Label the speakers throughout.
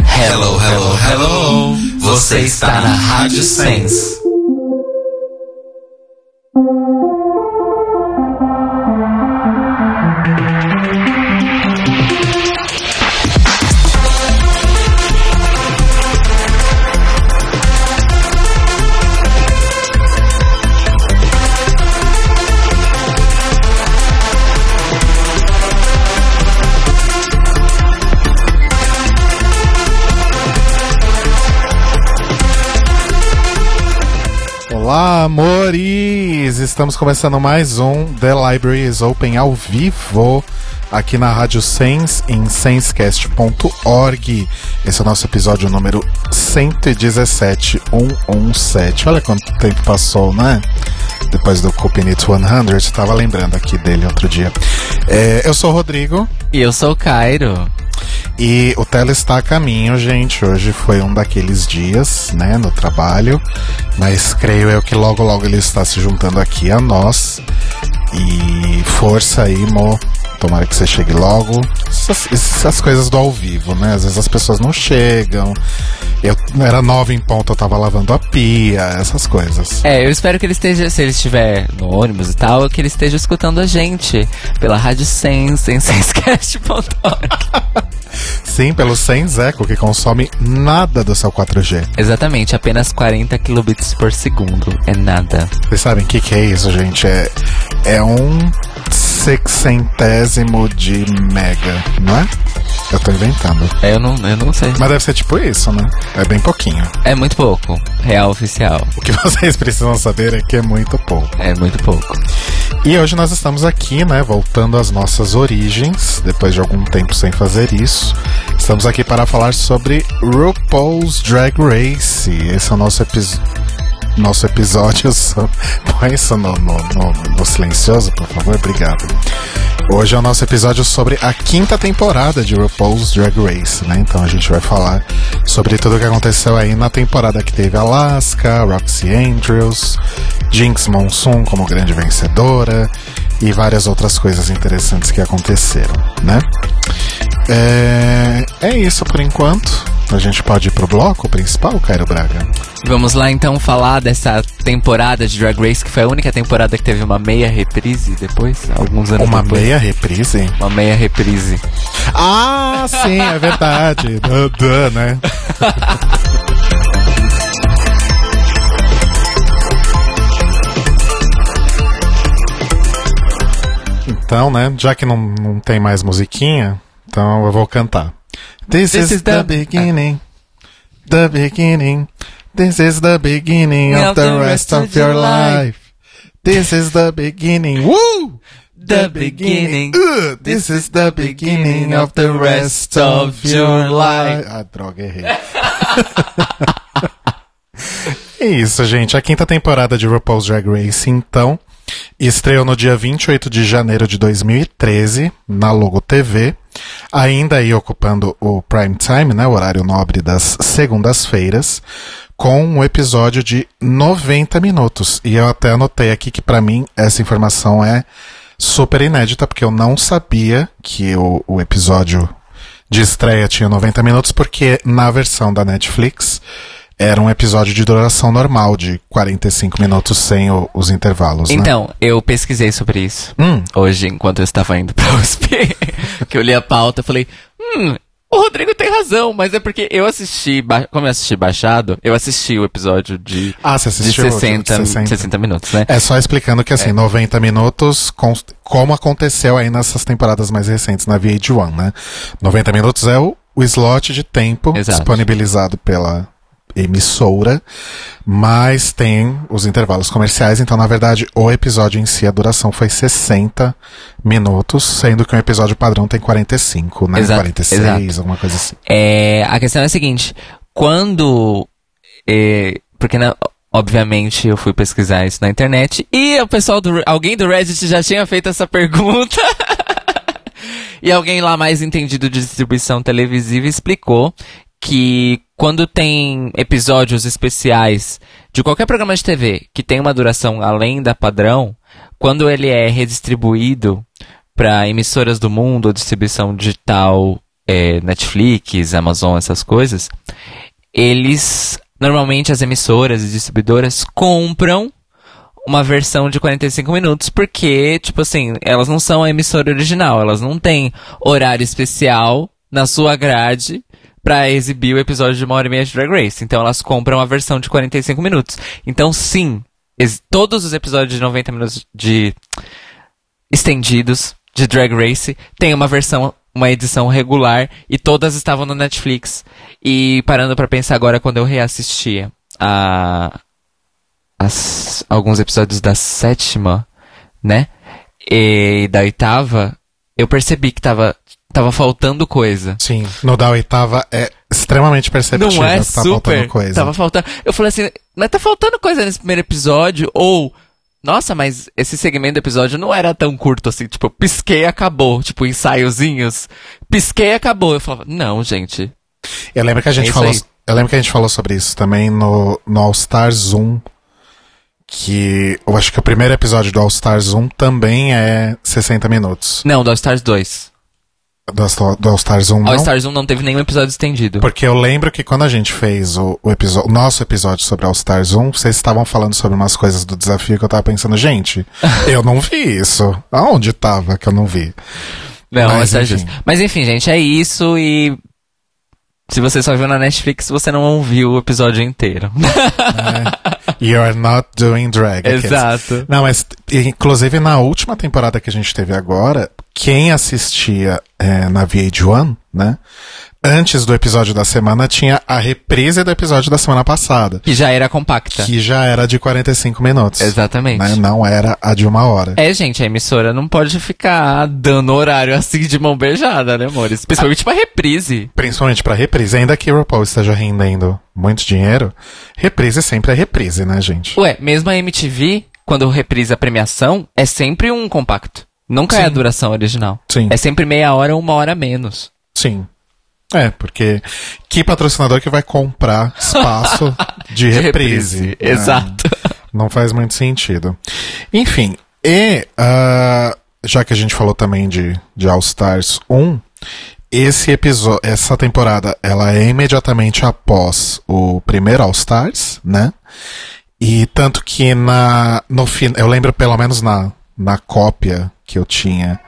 Speaker 1: Hello, hello, hello. Você está na Rádio Sense.
Speaker 2: Olá, amores! Estamos começando mais um The Library is Open ao vivo aqui na Rádio Sense em sensecast.org. Esse é o nosso episódio número 117117. Olha quanto tempo passou, né? Depois do Cupinit 100, estava lembrando aqui dele outro dia. É, eu sou o Rodrigo.
Speaker 1: E eu sou o Cairo.
Speaker 2: E o Tela está a caminho, gente. Hoje foi um daqueles dias, né, no trabalho. Mas creio eu que logo, logo ele está se juntando aqui a nós. E força aí, mo. Tomara que você chegue logo. Essas, essas coisas do ao vivo, né? Às vezes as pessoas não chegam. Eu era nove em ponto, eu tava lavando a pia, essas coisas.
Speaker 1: É, eu espero que ele esteja, se ele estiver no ônibus e tal, que ele esteja escutando a gente pela Rádio Sense em sensecast.org.
Speaker 2: Sim, pelo sem Zeco, que consome nada do seu 4G.
Speaker 1: Exatamente, apenas 40 kilobits por segundo. É nada.
Speaker 2: Vocês sabem o que, que é isso, gente? É, é um sexcentésimo de mega, não é? Eu tô inventando.
Speaker 1: É, Eu não, eu não sei.
Speaker 2: Mas deve ser tipo isso, né? É bem pouquinho.
Speaker 1: É muito pouco. Real oficial.
Speaker 2: O que vocês precisam saber é que é muito pouco.
Speaker 1: É muito pouco.
Speaker 2: E hoje nós estamos aqui, né? Voltando às nossas origens, depois de algum tempo sem fazer isso. Estamos aqui para falar sobre RuPaul's Drag Race. Esse é o nosso episódio. Nosso episódio. so- Põe isso no, no, no- no silencioso, por favor. Obrigado. Hoje é o nosso episódio sobre a quinta temporada de RuPaul's Drag Race, né? Então a gente vai falar sobre tudo o que aconteceu aí na temporada que teve Alaska, Roxy Andrews, Jinx Monsoon como grande vencedora e várias outras coisas interessantes que aconteceram, né? É, é isso por enquanto. A gente pode ir pro bloco principal, Cairo Braga?
Speaker 1: Vamos lá então falar dessa temporada de Drag Race, que foi a única temporada que teve uma meia reprise depois, alguns anos
Speaker 2: Uma
Speaker 1: depois.
Speaker 2: meia reprise?
Speaker 1: Uma meia reprise.
Speaker 2: Ah, sim, é verdade. Duh, duh, né? Então, né? Já que não, não tem mais musiquinha, então eu vou cantar. This, is, the, beginning. The beginning. This is the beginning of, the rest of your life. This is the beginning. Woo!
Speaker 1: The beginning.
Speaker 2: Uh, this is the beginning of the rest of your life. Ah, droga, errei. É Isso, gente. A quinta temporada de RuPaul's Drag Race, então, estreou no dia 28 de janeiro de 2013, na Logo TV. Ainda aí ocupando o prime time, né, o horário nobre das segundas-feiras, com um episódio de 90 minutos. E eu até anotei aqui que pra mim essa informação é super inédita, porque eu não sabia que o, o episódio de estreia tinha 90 minutos, porque na versão da Netflix era um episódio de duração normal, de 45 minutos sem o- os intervalos. né?
Speaker 1: Então, eu pesquisei sobre isso
Speaker 2: Hum.
Speaker 1: hoje, enquanto eu estava indo pra USP, que eu li a pauta, eu falei, hum, o Rodrigo tem razão, mas é porque eu assisti, ba- como eu assisti baixado, eu assisti o episódio de,
Speaker 2: Ah, você
Speaker 1: de
Speaker 2: assistiu?
Speaker 1: 60, 60 minutos, né?
Speaker 2: É só explicando que, assim, 90 minutos, cons- como aconteceu aí nessas temporadas mais recentes na VH1, né? 90 minutos é o, o slot de tempo
Speaker 1: Exato.
Speaker 2: disponibilizado pela emissora, mas tem os intervalos comerciais, então, na verdade, o episódio em si, a duração foi 60 minutos, sendo que um episódio padrão tem 45, né?
Speaker 1: Exato,
Speaker 2: 46,
Speaker 1: exato.
Speaker 2: alguma coisa assim.
Speaker 1: É, a questão é a seguinte: quando. é, porque, na- obviamente, eu fui pesquisar isso na internet e o pessoal do. Re- Alguém do Reddit já tinha feito essa pergunta. e alguém lá mais entendido de distribuição televisiva explicou que quando tem episódios especiais de qualquer programa de TV que tem uma duração além da padrão, quando ele é redistribuído para emissoras do mundo ou distribuição digital é, Netflix, Amazon, essas coisas, eles normalmente as emissoras e distribuidoras compram uma versão de 45 minutos, porque, tipo assim, elas não são a emissora original, elas não têm horário especial na sua grade pra exibir o episódio de uma hora e meia de Drag Race. Então elas compram a versão de 45 minutos. Então, sim, ex- todos os episódios de 90 minutos de estendidos de Drag Race tem uma versão, uma edição regular e todas estavam na Netflix. E parando pra pensar agora quando eu reassistia a as- alguns episódios da sétima, né? E da oitava, eu percebi que tava, tava faltando coisa.
Speaker 2: Sim, no da oitava é extremamente perceptível
Speaker 1: Não é
Speaker 2: que tá faltando
Speaker 1: super.
Speaker 2: coisa.
Speaker 1: Tava faltando. Eu falei assim, mas tá faltando coisa nesse primeiro episódio? Ou, nossa, mas esse segmento do episódio não era tão curto assim. Tipo, pisquei, acabou. Tipo, ensaiozinhos. Pisquei, acabou. Eu falava, não, gente.
Speaker 2: Eu lembro que a gente
Speaker 1: É isso
Speaker 2: falou.
Speaker 1: aí.
Speaker 2: Eu lembro que a gente falou sobre isso também no, no All Star Zoom. Que eu acho que o primeiro episódio do All Star Zoom também é 60 minutos.
Speaker 1: Não, do All Stars 2.
Speaker 2: Do, All- do All Star Zoom,
Speaker 1: All
Speaker 2: não?
Speaker 1: Stars 1 não teve nenhum episódio estendido.
Speaker 2: Porque eu lembro que quando a gente fez o, o, episo- o nosso episódio sobre All Star Zoom, vocês estavam falando sobre umas coisas do desafio que eu tava pensando, gente, eu não vi isso. Aonde tava que eu não vi?
Speaker 1: Não,
Speaker 2: Mas,
Speaker 1: mas, tá
Speaker 2: enfim.
Speaker 1: justo. mas enfim, gente, é isso e. Se você só viu na Netflix, você não ouviu o episódio inteiro.
Speaker 2: You're not doing drag. aqueles.
Speaker 1: Exato.
Speaker 2: Não, mas inclusive na última temporada que a gente teve agora, quem assistia eh, na VH1, né? Antes do episódio da semana tinha a reprise do episódio da semana passada,
Speaker 1: Que já era compacta.
Speaker 2: que já era de 45 minutos.
Speaker 1: Tá. Exatamente.
Speaker 2: né, Não era a de uma hora.
Speaker 1: É, gente, a emissora não pode ficar dando horário assim de mão beijada, né, amores? Principalmente pra reprise.
Speaker 2: Principalmente pra reprise, ainda que o RuPaul esteja rendendo muito dinheiro, reprise sempre é reprise, né, gente?
Speaker 1: Ué, mesmo a MTV, quando reprisa a premiação, é sempre um compacto. Nunca é a
Speaker 2: Sim.
Speaker 1: duração original.
Speaker 2: Sim.
Speaker 1: É sempre meia hora ou uma hora a menos.
Speaker 2: Sim. É, porque que patrocinador que vai comprar espaço de reprise? né?
Speaker 1: É. Exato.
Speaker 2: Não faz muito sentido. Enfim, e ah, já que a gente falou também de, de All Stars 1, esse episódio, essa temporada, ela é imediatamente após o primeiro All Stars, né? E tanto que na no fim, eu lembro pelo menos na, na cópia que eu tinha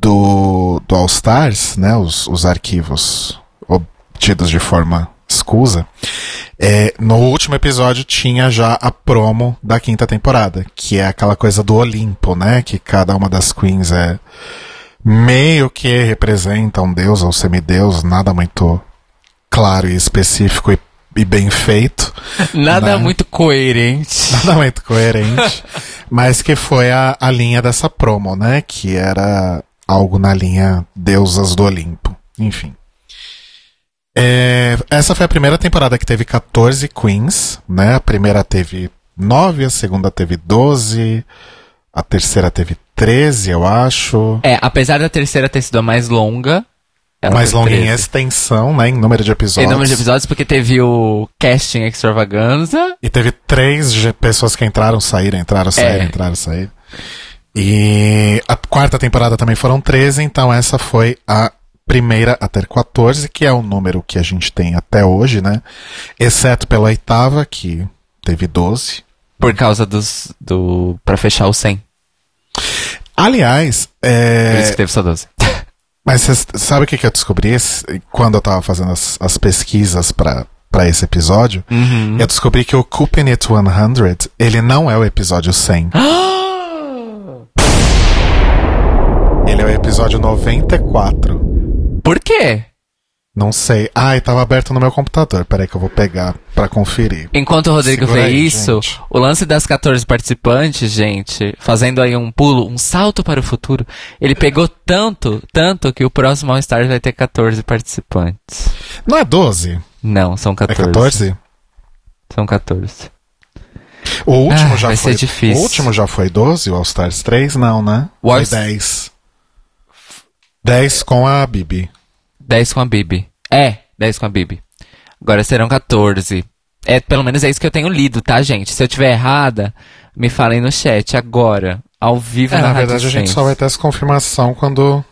Speaker 2: do, do All Stars, né? Os, os arquivos obtidos de forma escusa. É, no último episódio tinha já a promo da quinta temporada, que é aquela coisa do Olimpo, né? Que cada uma das queens é meio que representa um deus ou semideus, nada muito claro e específico e- e bem feito
Speaker 1: Nada
Speaker 2: Não.
Speaker 1: muito coerente.
Speaker 2: nada muito é coerente, mas que foi a, a linha dessa promo, né? Que era algo na linha Deusas do Olimpo. Enfim. É, essa foi a primeira temporada que teve 14 queens, né? A primeira teve 9, a segunda teve 12, a terceira teve 13, eu acho.
Speaker 1: É, apesar da terceira ter sido a mais longa. ela
Speaker 2: Mais
Speaker 1: teve
Speaker 2: longa em
Speaker 1: 13.
Speaker 2: extensão, né? Em número de
Speaker 1: Tem
Speaker 2: episódios.
Speaker 1: número de episódios porque teve o casting extravaganza.
Speaker 2: E teve três ge- pessoas que entraram, saíram, entraram, saíram,
Speaker 1: É.
Speaker 2: entraram, saíram. E a quarta temporada também foram 13, então essa foi a primeira a ter 14, que é o número que a gente tem até hoje, né? Exceto pela oitava, que teve 12.
Speaker 1: Por causa dos. do. pra fechar o 100.
Speaker 2: Aliás,
Speaker 1: Por
Speaker 2: é,
Speaker 1: isso que teve só 12.
Speaker 2: Mas cês- sabe o que, que eu descobri esse- quando eu tava fazendo as, as pesquisas pra pra esse episódio?
Speaker 1: Uhum.
Speaker 2: Eu descobri que o Coupon It 100, ele não é o episódio 100.
Speaker 1: Ah!
Speaker 2: ele é o episódio 94.
Speaker 1: Por quê?
Speaker 2: Não sei. Ai, tava aberto no meu computador. Peraí que eu vou pegar pra conferir.
Speaker 1: Enquanto o Rodrigo
Speaker 2: Segura
Speaker 1: fez
Speaker 2: aí,
Speaker 1: isso,
Speaker 2: gente.
Speaker 1: o lance das 14 participantes, gente, fazendo aí um pulo, um salto para o futuro, ele pegou tanto, tanto que o próximo All Stars vai ter 14 participantes.
Speaker 2: Não é 12?
Speaker 1: Não, são
Speaker 2: É
Speaker 1: 14.
Speaker 2: 14?
Speaker 1: São 14.
Speaker 2: O último
Speaker 1: Ah,
Speaker 2: já
Speaker 1: vai
Speaker 2: foi.
Speaker 1: ser difícil.
Speaker 2: O último já foi 12, o All Stars 3, não, né?
Speaker 1: O All-
Speaker 2: Foi 10. 10 com a Bibi.
Speaker 1: 10 com a Bibi. É, 10 com a Bibi. Agora serão 14. É, pelo menos é isso que eu tenho lido, tá, gente? Se eu tiver errada, me falem no chat agora, ao vivo
Speaker 2: É,
Speaker 1: na,
Speaker 2: na
Speaker 1: Rádio
Speaker 2: verdade, a gente
Speaker 1: Sense.
Speaker 2: só vai ter essa confirmação quando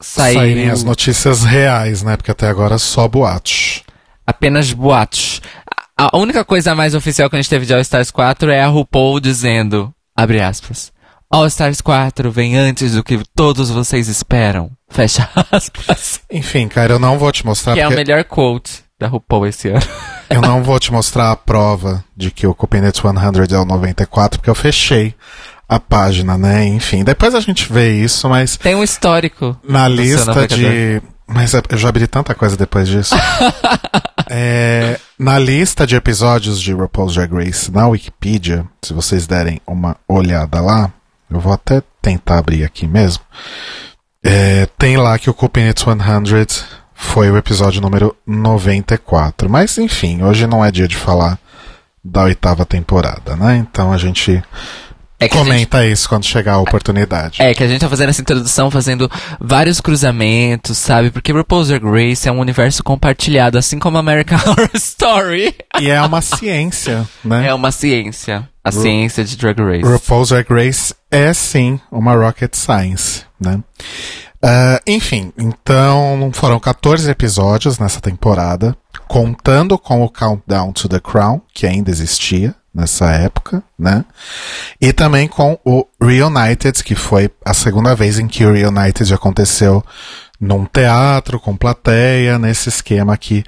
Speaker 1: saiu
Speaker 2: saírem as notícias reais, né? Porque até agora é só boatos.
Speaker 1: apenas boatos. A a única coisa mais oficial que a gente teve de All Stars 4 é a RuPaul dizendo, abre aspas, All Stars 4 vem antes do que todos vocês esperam. Fecha aspas.
Speaker 2: Enfim, cara, eu não vou te mostrar
Speaker 1: que é o
Speaker 2: porque
Speaker 1: melhor quote da RuPaul esse ano.
Speaker 2: eu não vou te mostrar a prova de que o Copinete 100 é o 94 porque eu fechei a página, né? Enfim, depois a gente vê isso, mas
Speaker 1: Tem um histórico.
Speaker 2: na
Speaker 1: do seu
Speaker 2: lista
Speaker 1: navegador.
Speaker 2: de mas é, eu já abri tanta coisa depois disso. É, na lista de episódios de RuPaul's Drag Race na Wikipedia, se vocês derem uma olhada lá, eu vou até tentar abrir aqui mesmo. É, tem lá que o Coupon 100 foi o episódio número 94. Mas enfim, hoje não é dia de falar da oitava temporada, né? Então a gente
Speaker 1: É que a gente
Speaker 2: comenta isso quando chegar a oportunidade.
Speaker 1: É, que a gente tá fazendo essa introdução, fazendo vários cruzamentos, sabe? Porque RuPaul's Drag Race é um universo compartilhado, assim como American Horror Story.
Speaker 2: E é uma ciência, né?
Speaker 1: É uma ciência. A ciência de Drag Race.
Speaker 2: RuPaul's Drag Race é sim uma rocket science, né? Ah, enfim, então foram 14 episódios nessa temporada, contando com o Countdown to the Crown, que ainda existia nessa época, né? E também com o Reunited, que foi a segunda vez em que o Reunited aconteceu num teatro, com plateia, nesse esquema que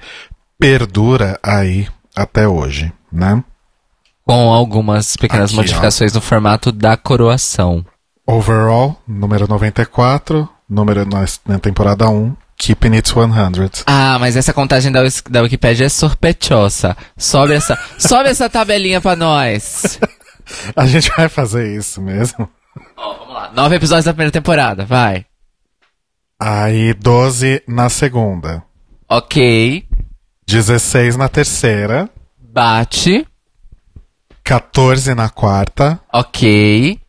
Speaker 2: perdura aí até hoje, né?
Speaker 1: Com algumas pequenas
Speaker 2: Aqui, ó.
Speaker 1: modificações no formato da coroação.
Speaker 2: Overall, número 94, número na, na temporada 1, Keeping It 100.
Speaker 1: Ah, mas essa contagem da, Wis- da Wikipédia é sorpechosa. Sobe essa, sobe essa tabelinha pra nós.
Speaker 2: A gente vai fazer isso mesmo.
Speaker 1: Ó, vamos lá. Nove episódios da primeira temporada, vai.
Speaker 2: Aí 12 na segunda,
Speaker 1: Ok.
Speaker 2: 16 na terceira,
Speaker 1: Bate.
Speaker 2: 14 na quarta.
Speaker 1: Ok.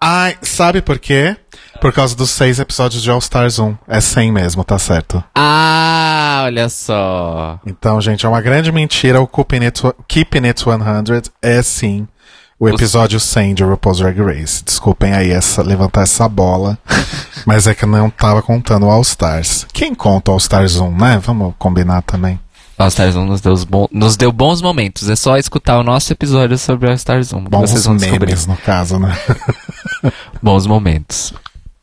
Speaker 2: Ai, sabe por quê? Por causa dos seis episódios de All Stars 1. É 100 mesmo, tá certo.
Speaker 1: Ah, olha só.
Speaker 2: Então, gente, é uma grande mentira. O Keeping It, Keeping It 100 é sim o episódio 100 de RuPaul's Drag Race. Desculpem aí essa, levantar essa bola, mas é que eu não tava contando o All Stars. Quem conta o All Stars 1, né? Vamos combinar também.
Speaker 1: All Stars 1 nos deu, os bom- nos deu bons momentos. É só escutar o nosso episódio sobre All Stars 1. que
Speaker 2: Bons
Speaker 1: vocês vão
Speaker 2: memes,
Speaker 1: descobrir.
Speaker 2: no caso, né?
Speaker 1: Bons momentos.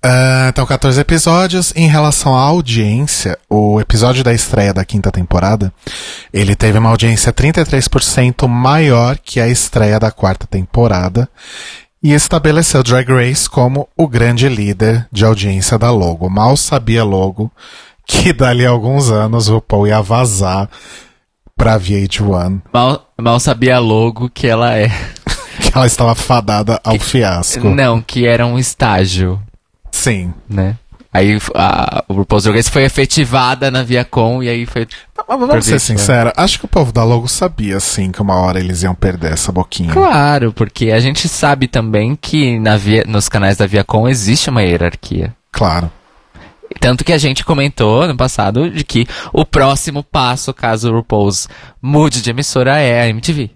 Speaker 2: Ah, então, 14 episódios. Em relação à audiência, o episódio da estreia da quinta temporada, ele teve uma audiência 33% maior que a estreia da quarta temporada e estabeleceu Drag Race como o grande líder de audiência da Logo. Mal sabia Logo que dali a alguns anos o Paul ia vazar pra VH1,
Speaker 1: Mal, mal sabia logo que ela é.
Speaker 2: que ela estava fadada ao fiasco.
Speaker 1: Não, que era um estágio,
Speaker 2: Sim.
Speaker 1: né? Aí f- a, o RuPaul's Drag Race foi efetivada na Viacom e aí foi...
Speaker 2: Tá, Mas vamos ser
Speaker 1: Perfeito, né?
Speaker 2: sinceros, acho que o povo da Logo sabia, sim, que uma hora eles iam perder essa boquinha.
Speaker 1: Claro, porque a gente sabe também que na via, nos canais da Viacom existe uma hierarquia.
Speaker 2: Claro.
Speaker 1: Tanto que a gente comentou no passado de que o próximo passo, caso o RuPaul's mude de emissora, é a MTV.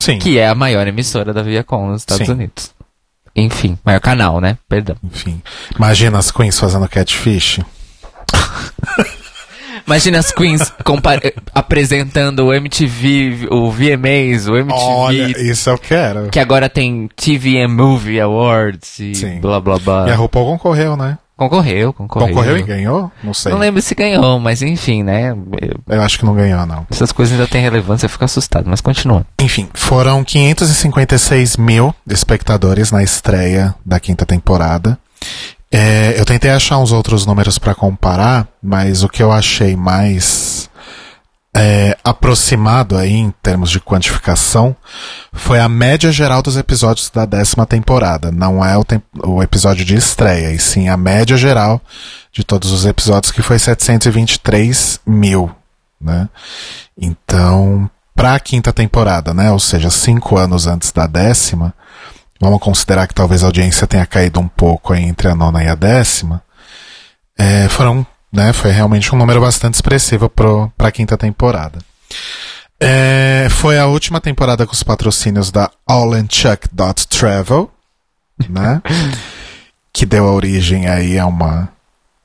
Speaker 2: Sim.
Speaker 1: que é a maior emissora da Viacom nos Estados
Speaker 2: Sim.
Speaker 1: Unidos. Enfim, maior canal, né? Perdão.
Speaker 2: Enfim. Imagina as queens fazendo catfish.
Speaker 1: Imagina as queens compa- eh, apresentando o MTV, o VMAs, o MTV,
Speaker 2: Olha, isso é eu quero.
Speaker 1: que agora tem TV and Movie Awards e
Speaker 2: Sim.
Speaker 1: blá blá blá.
Speaker 2: E a RuPaul concorreu, né?
Speaker 1: Concorreu, concorreu.
Speaker 2: Concorreu e ganhou? Não sei.
Speaker 1: Não lembro se ganhou, mas enfim, né?
Speaker 2: Eu acho que não ganhou, não.
Speaker 1: Essas coisas ainda têm relevância, eu fico assustado, mas continua.
Speaker 2: Enfim, foram 556 mil espectadores na estreia da quinta temporada. É, eu tentei achar uns outros números pra comparar, mas o que eu achei mais é, aproximado aí em termos de quantificação foi a média geral dos episódios da décima temporada. Não é o, tem- o episódio de estreia, e sim a média geral de todos os episódios, que foi 723 mil, né? Então, pra quinta temporada, né? Ou seja, cinco anos antes da décima, vamos considerar que talvez a audiência tenha caído um pouco aí entre a nona e a décima. É, foram, né? Foi realmente um número bastante expressivo pro, pra quinta temporada. É, foi a última temporada com os patrocínios da All and Chuck Dot Travel, né? que deu a origem aí a uma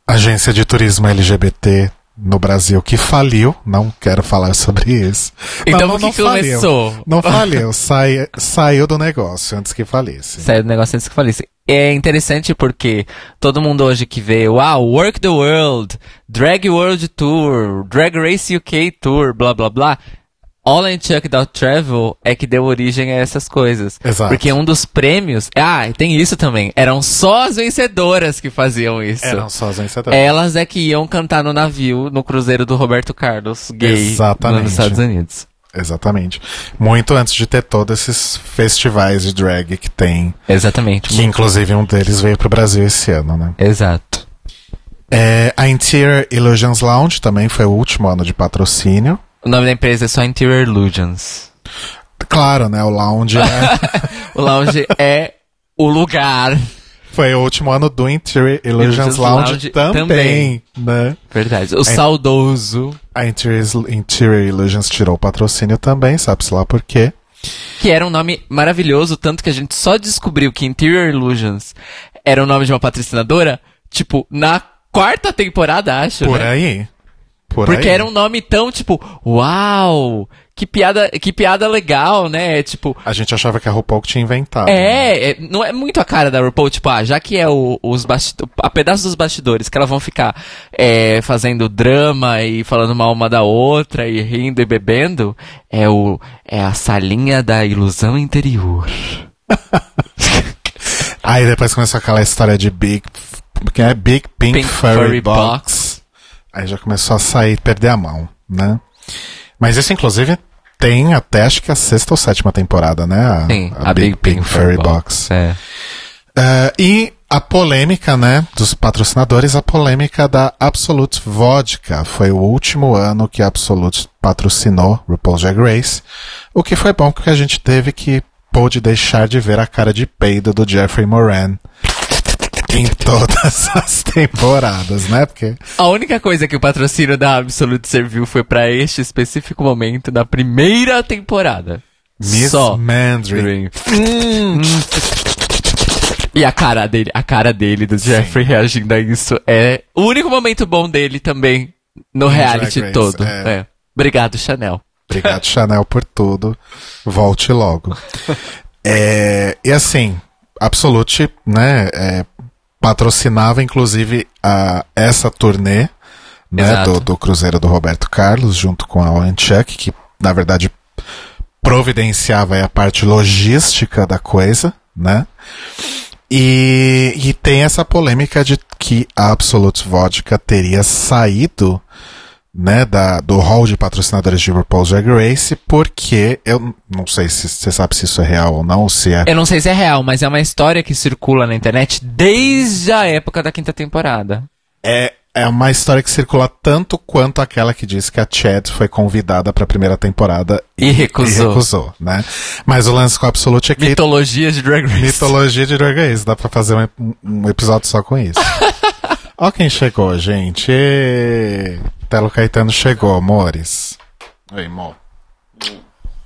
Speaker 2: agência de turismo LGBT no Brasil que faliu. Não quero falar sobre isso.
Speaker 1: Então
Speaker 2: não,
Speaker 1: o que
Speaker 2: não faliu.
Speaker 1: começou?
Speaker 2: Não faliu, sai- saiu do negócio antes que falisse.
Speaker 1: Saiu do negócio antes que eu falisse. É interessante porque todo mundo hoje que vê, uau, Work the World, Drag World Tour, Drag Race UK Tour, blá blá blá. All and Chuck Dot Travel é que deu origem a essas coisas.
Speaker 2: Exato.
Speaker 1: Porque um dos prêmios. Ah, e tem isso também. Eram só as vencedoras que faziam isso.
Speaker 2: Eram só as vencedoras.
Speaker 1: Elas é que iam cantar no navio, no cruzeiro do Roberto Carlos, gay,
Speaker 2: Exatamente.
Speaker 1: nos Estados Unidos.
Speaker 2: Exatamente. Muito antes de ter todos esses festivais de drag que tem.
Speaker 1: Exatamente.
Speaker 2: Que inclusive um deles veio pro Brasil esse ano, né?
Speaker 1: Exato.
Speaker 2: É, a Interior Illusions Lounge também foi o último ano de patrocínio.
Speaker 1: O nome da empresa é só Interior Illusions.
Speaker 2: Claro, né? O Lounge né?
Speaker 1: O lounge é o lugar.
Speaker 2: foi o último ano do Interior Illusions
Speaker 1: Illusions
Speaker 2: Lounge,
Speaker 1: Lounge
Speaker 2: também, né?
Speaker 1: Verdade. O saudoso.
Speaker 2: A Interior, Interior Illusions tirou o patrocínio também, sabe-se lá por quê.
Speaker 1: Que era um nome maravilhoso, tanto que a gente só descobriu que Interior Illusions era o nome de uma patrocinadora, tipo, na quarta temporada, acho.
Speaker 2: Por
Speaker 1: né?
Speaker 2: aí. Por
Speaker 1: Porque
Speaker 2: aí.
Speaker 1: era um nome tão, tipo, uau! Que piada, que piada legal, né? Tipo,
Speaker 2: A gente achava que a RuPaul que tinha inventado. né?
Speaker 1: É, é, não é muito a cara da RuPaul, tipo, ah, já que é o, os bastidores, a pedaço dos bastidores, que elas vão ficar é, fazendo drama e falando mal uma da outra e rindo e bebendo, é, o, é a salinha da ilusão interior.
Speaker 2: Aí depois começou aquela história de Big. Que é Big Pink,
Speaker 1: Pink
Speaker 2: Furry,
Speaker 1: Furry
Speaker 2: Box.
Speaker 1: Box.
Speaker 2: Aí já começou a sair, perder a mão, né? Mas isso, inclusive, tem até acho que a sexta ou sétima temporada, né? A,
Speaker 1: Sim, a, Big, Pink, Furry Box. É.
Speaker 2: Eh, e a polêmica, né, dos patrocinadores, a polêmica da Absolute Vodka. Foi o último ano que a Absolute patrocinou RuPaul's Drag Race. O que foi bom porque a gente teve que pôde deixar de ver a cara de peido do Jeffrey Moran em todas as temporadas, né? Porque
Speaker 1: A única coisa que o patrocínio da Absolute serviu foi pra este específico momento da primeira temporada.
Speaker 2: Miss
Speaker 1: Só.
Speaker 2: Mandarin.
Speaker 1: Hum. E a cara dele, a cara dele do Jeffrey reagindo a isso é o único momento bom dele também no reality
Speaker 2: Drag Race,
Speaker 1: todo.
Speaker 2: é.
Speaker 1: É. Obrigado, Chanel.
Speaker 2: Obrigado, Chanel, por tudo. Volte logo. É, e assim, Absolute, né, é, patrocinava inclusive a, essa turnê, né,
Speaker 1: Exato.
Speaker 2: do, do Cruzeiro do Roberto Carlos, junto com a Owen Chuck, que na verdade providenciava aí a parte logística da coisa, né? E, e tem essa polêmica de que a Absolute Vodka teria saído né, da, do hall de patrocinadores de RuPaul's Drag Race, porque eu n- não sei se você sabe se isso é real ou não, se é.
Speaker 1: Eu não sei se é real, mas é uma história que circula na internet desde a época da quinta temporada.
Speaker 2: É, é uma história que circula tanto quanto aquela que diz que a Chad foi convidada para a primeira temporada
Speaker 1: E
Speaker 2: e
Speaker 1: recusou.
Speaker 2: recusou, né? Mas o lance com a Absolute é que
Speaker 1: Mitologias de Drag Race.
Speaker 2: Mitologia de Drag Race. Dá pra fazer um, um episódio só com isso. Ó quem chegou, gente. Ê, Telo Caetano chegou, amores. Oi, amor.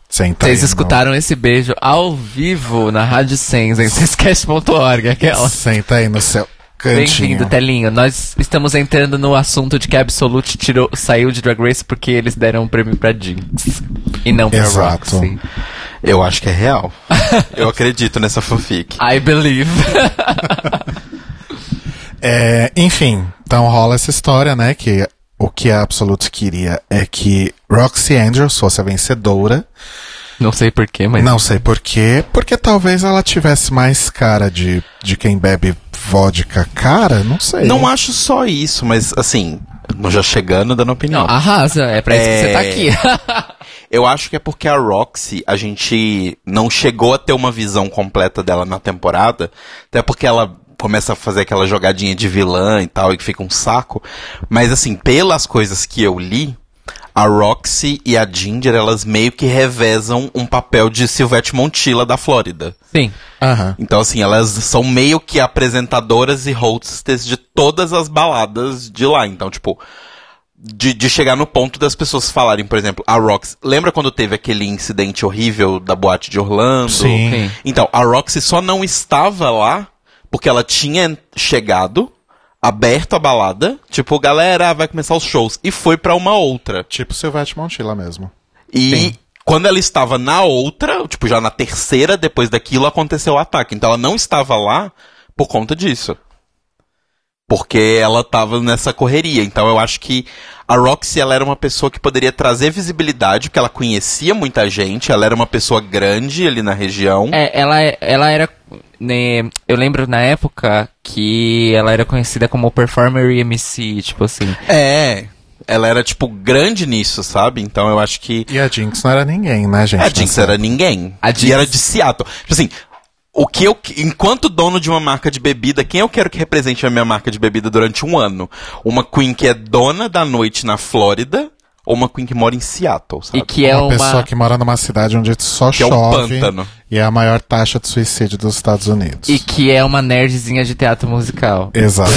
Speaker 2: Senta
Speaker 1: Vocês
Speaker 2: aí,
Speaker 1: escutaram esse beijo ao vivo na Rádio Senza em sescast.org,
Speaker 2: No...
Speaker 1: aquela.
Speaker 2: Senta aí no seu
Speaker 1: Bem-vindo,
Speaker 2: cantinho.
Speaker 1: Telinho. Nós estamos entrando no assunto de que a Absolute tirou, saiu de Drag Race porque eles deram o prêmio pra Jinx. E não pra
Speaker 2: Exato.
Speaker 1: Roxy.
Speaker 3: Eu acho que é real. Eu acredito nessa fanfic.
Speaker 1: I believe.
Speaker 2: É, enfim, então rola essa história, né? Que o que a Absolute queria é que Roxy Andrews fosse a vencedora.
Speaker 1: não sei porquê, mas.
Speaker 2: Não sei por quê. Porque talvez ela tivesse mais cara de, de quem bebe vodka cara, não sei.
Speaker 3: Não acho só isso, mas assim, já chegando dando opinião.
Speaker 1: Arrasa, é pra isso que você tá aqui.
Speaker 3: Eu acho que é porque a Roxy, a gente não chegou a ter uma visão completa dela na temporada, até porque ela começa a fazer aquela jogadinha de vilã e tal, e que fica um saco. Mas assim, pelas coisas que eu li, a Roxy e a Ginger, elas meio que revezam um papel de Silvete Montilla da Flórida.
Speaker 1: Sim.
Speaker 2: Aham.
Speaker 3: Então, assim, elas são meio que apresentadoras e hostess de todas as baladas de lá. Então, tipo, de, de chegar no ponto das pessoas falarem, por exemplo, a Rox. Lembra quando teve aquele incidente horrível da boate de Orlando?
Speaker 2: Sim.
Speaker 1: Sim.
Speaker 3: Então, a Roxy só não estava lá Porque ela tinha chegado, aberto a balada, tipo, galera, vai começar os shows, e foi pra uma outra.
Speaker 2: Tipo Silvete Montilla mesmo.
Speaker 3: E
Speaker 1: Sim.
Speaker 3: quando ela estava na outra, tipo, já na terceira, depois daquilo, aconteceu o ataque. Então ela não estava lá por conta disso. Porque ela estava nessa correria. Então eu acho que a Roxy ela era uma pessoa que poderia trazer visibilidade, porque ela conhecia muita gente, ela era uma pessoa grande ali na região.
Speaker 1: É, ela, ela era. né, eu lembro na época que ela era conhecida como performer e MC, tipo assim.
Speaker 3: É. Ela era, tipo, grande nisso, sabe? Então eu acho que
Speaker 2: E a Jinx não era ninguém, né, gente?
Speaker 3: A Jinx
Speaker 2: Nessa-
Speaker 3: era ninguém.
Speaker 1: A Jinx-
Speaker 3: E era de Seattle. Tipo assim, o que eu, enquanto dono de uma marca de bebida, quem eu quero que represente a minha marca de bebida durante um ano? Uma Queen que é dona da noite na Flórida ou uma Queen que mora em Seattle, sabe?
Speaker 1: E que é
Speaker 2: uma,
Speaker 1: uma.
Speaker 2: pessoa que mora numa cidade onde só
Speaker 3: Que é um
Speaker 2: chove
Speaker 3: pântano.
Speaker 2: e é a maior taxa de suicídio dos Estados Unidos.
Speaker 1: E que é uma nerdzinha de teatro musical.
Speaker 2: Exato.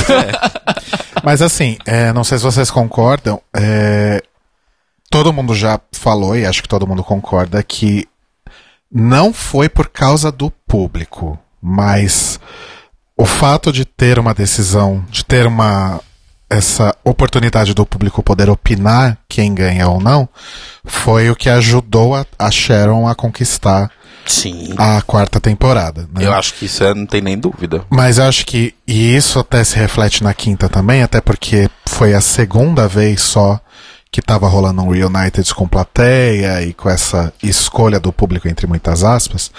Speaker 2: Mas assim, é, não sei se vocês concordam, é, todo mundo já falou, e acho que todo mundo concorda, que não foi por causa do público, mas o fato de ter uma decisão, de ter uma essa oportunidade do público poder opinar quem ganha ou não, foi o que ajudou a, a Sharon a conquistar
Speaker 3: Sim.
Speaker 1: Ah,
Speaker 2: a quarta temporada. né?
Speaker 3: Eu acho que isso é- não tem nem dúvida.
Speaker 2: Mas eu acho que, e isso até se reflete na quinta também, até porque foi a segunda vez só que tava rolando um Reunited com plateia e com essa escolha do público entre muitas aspas,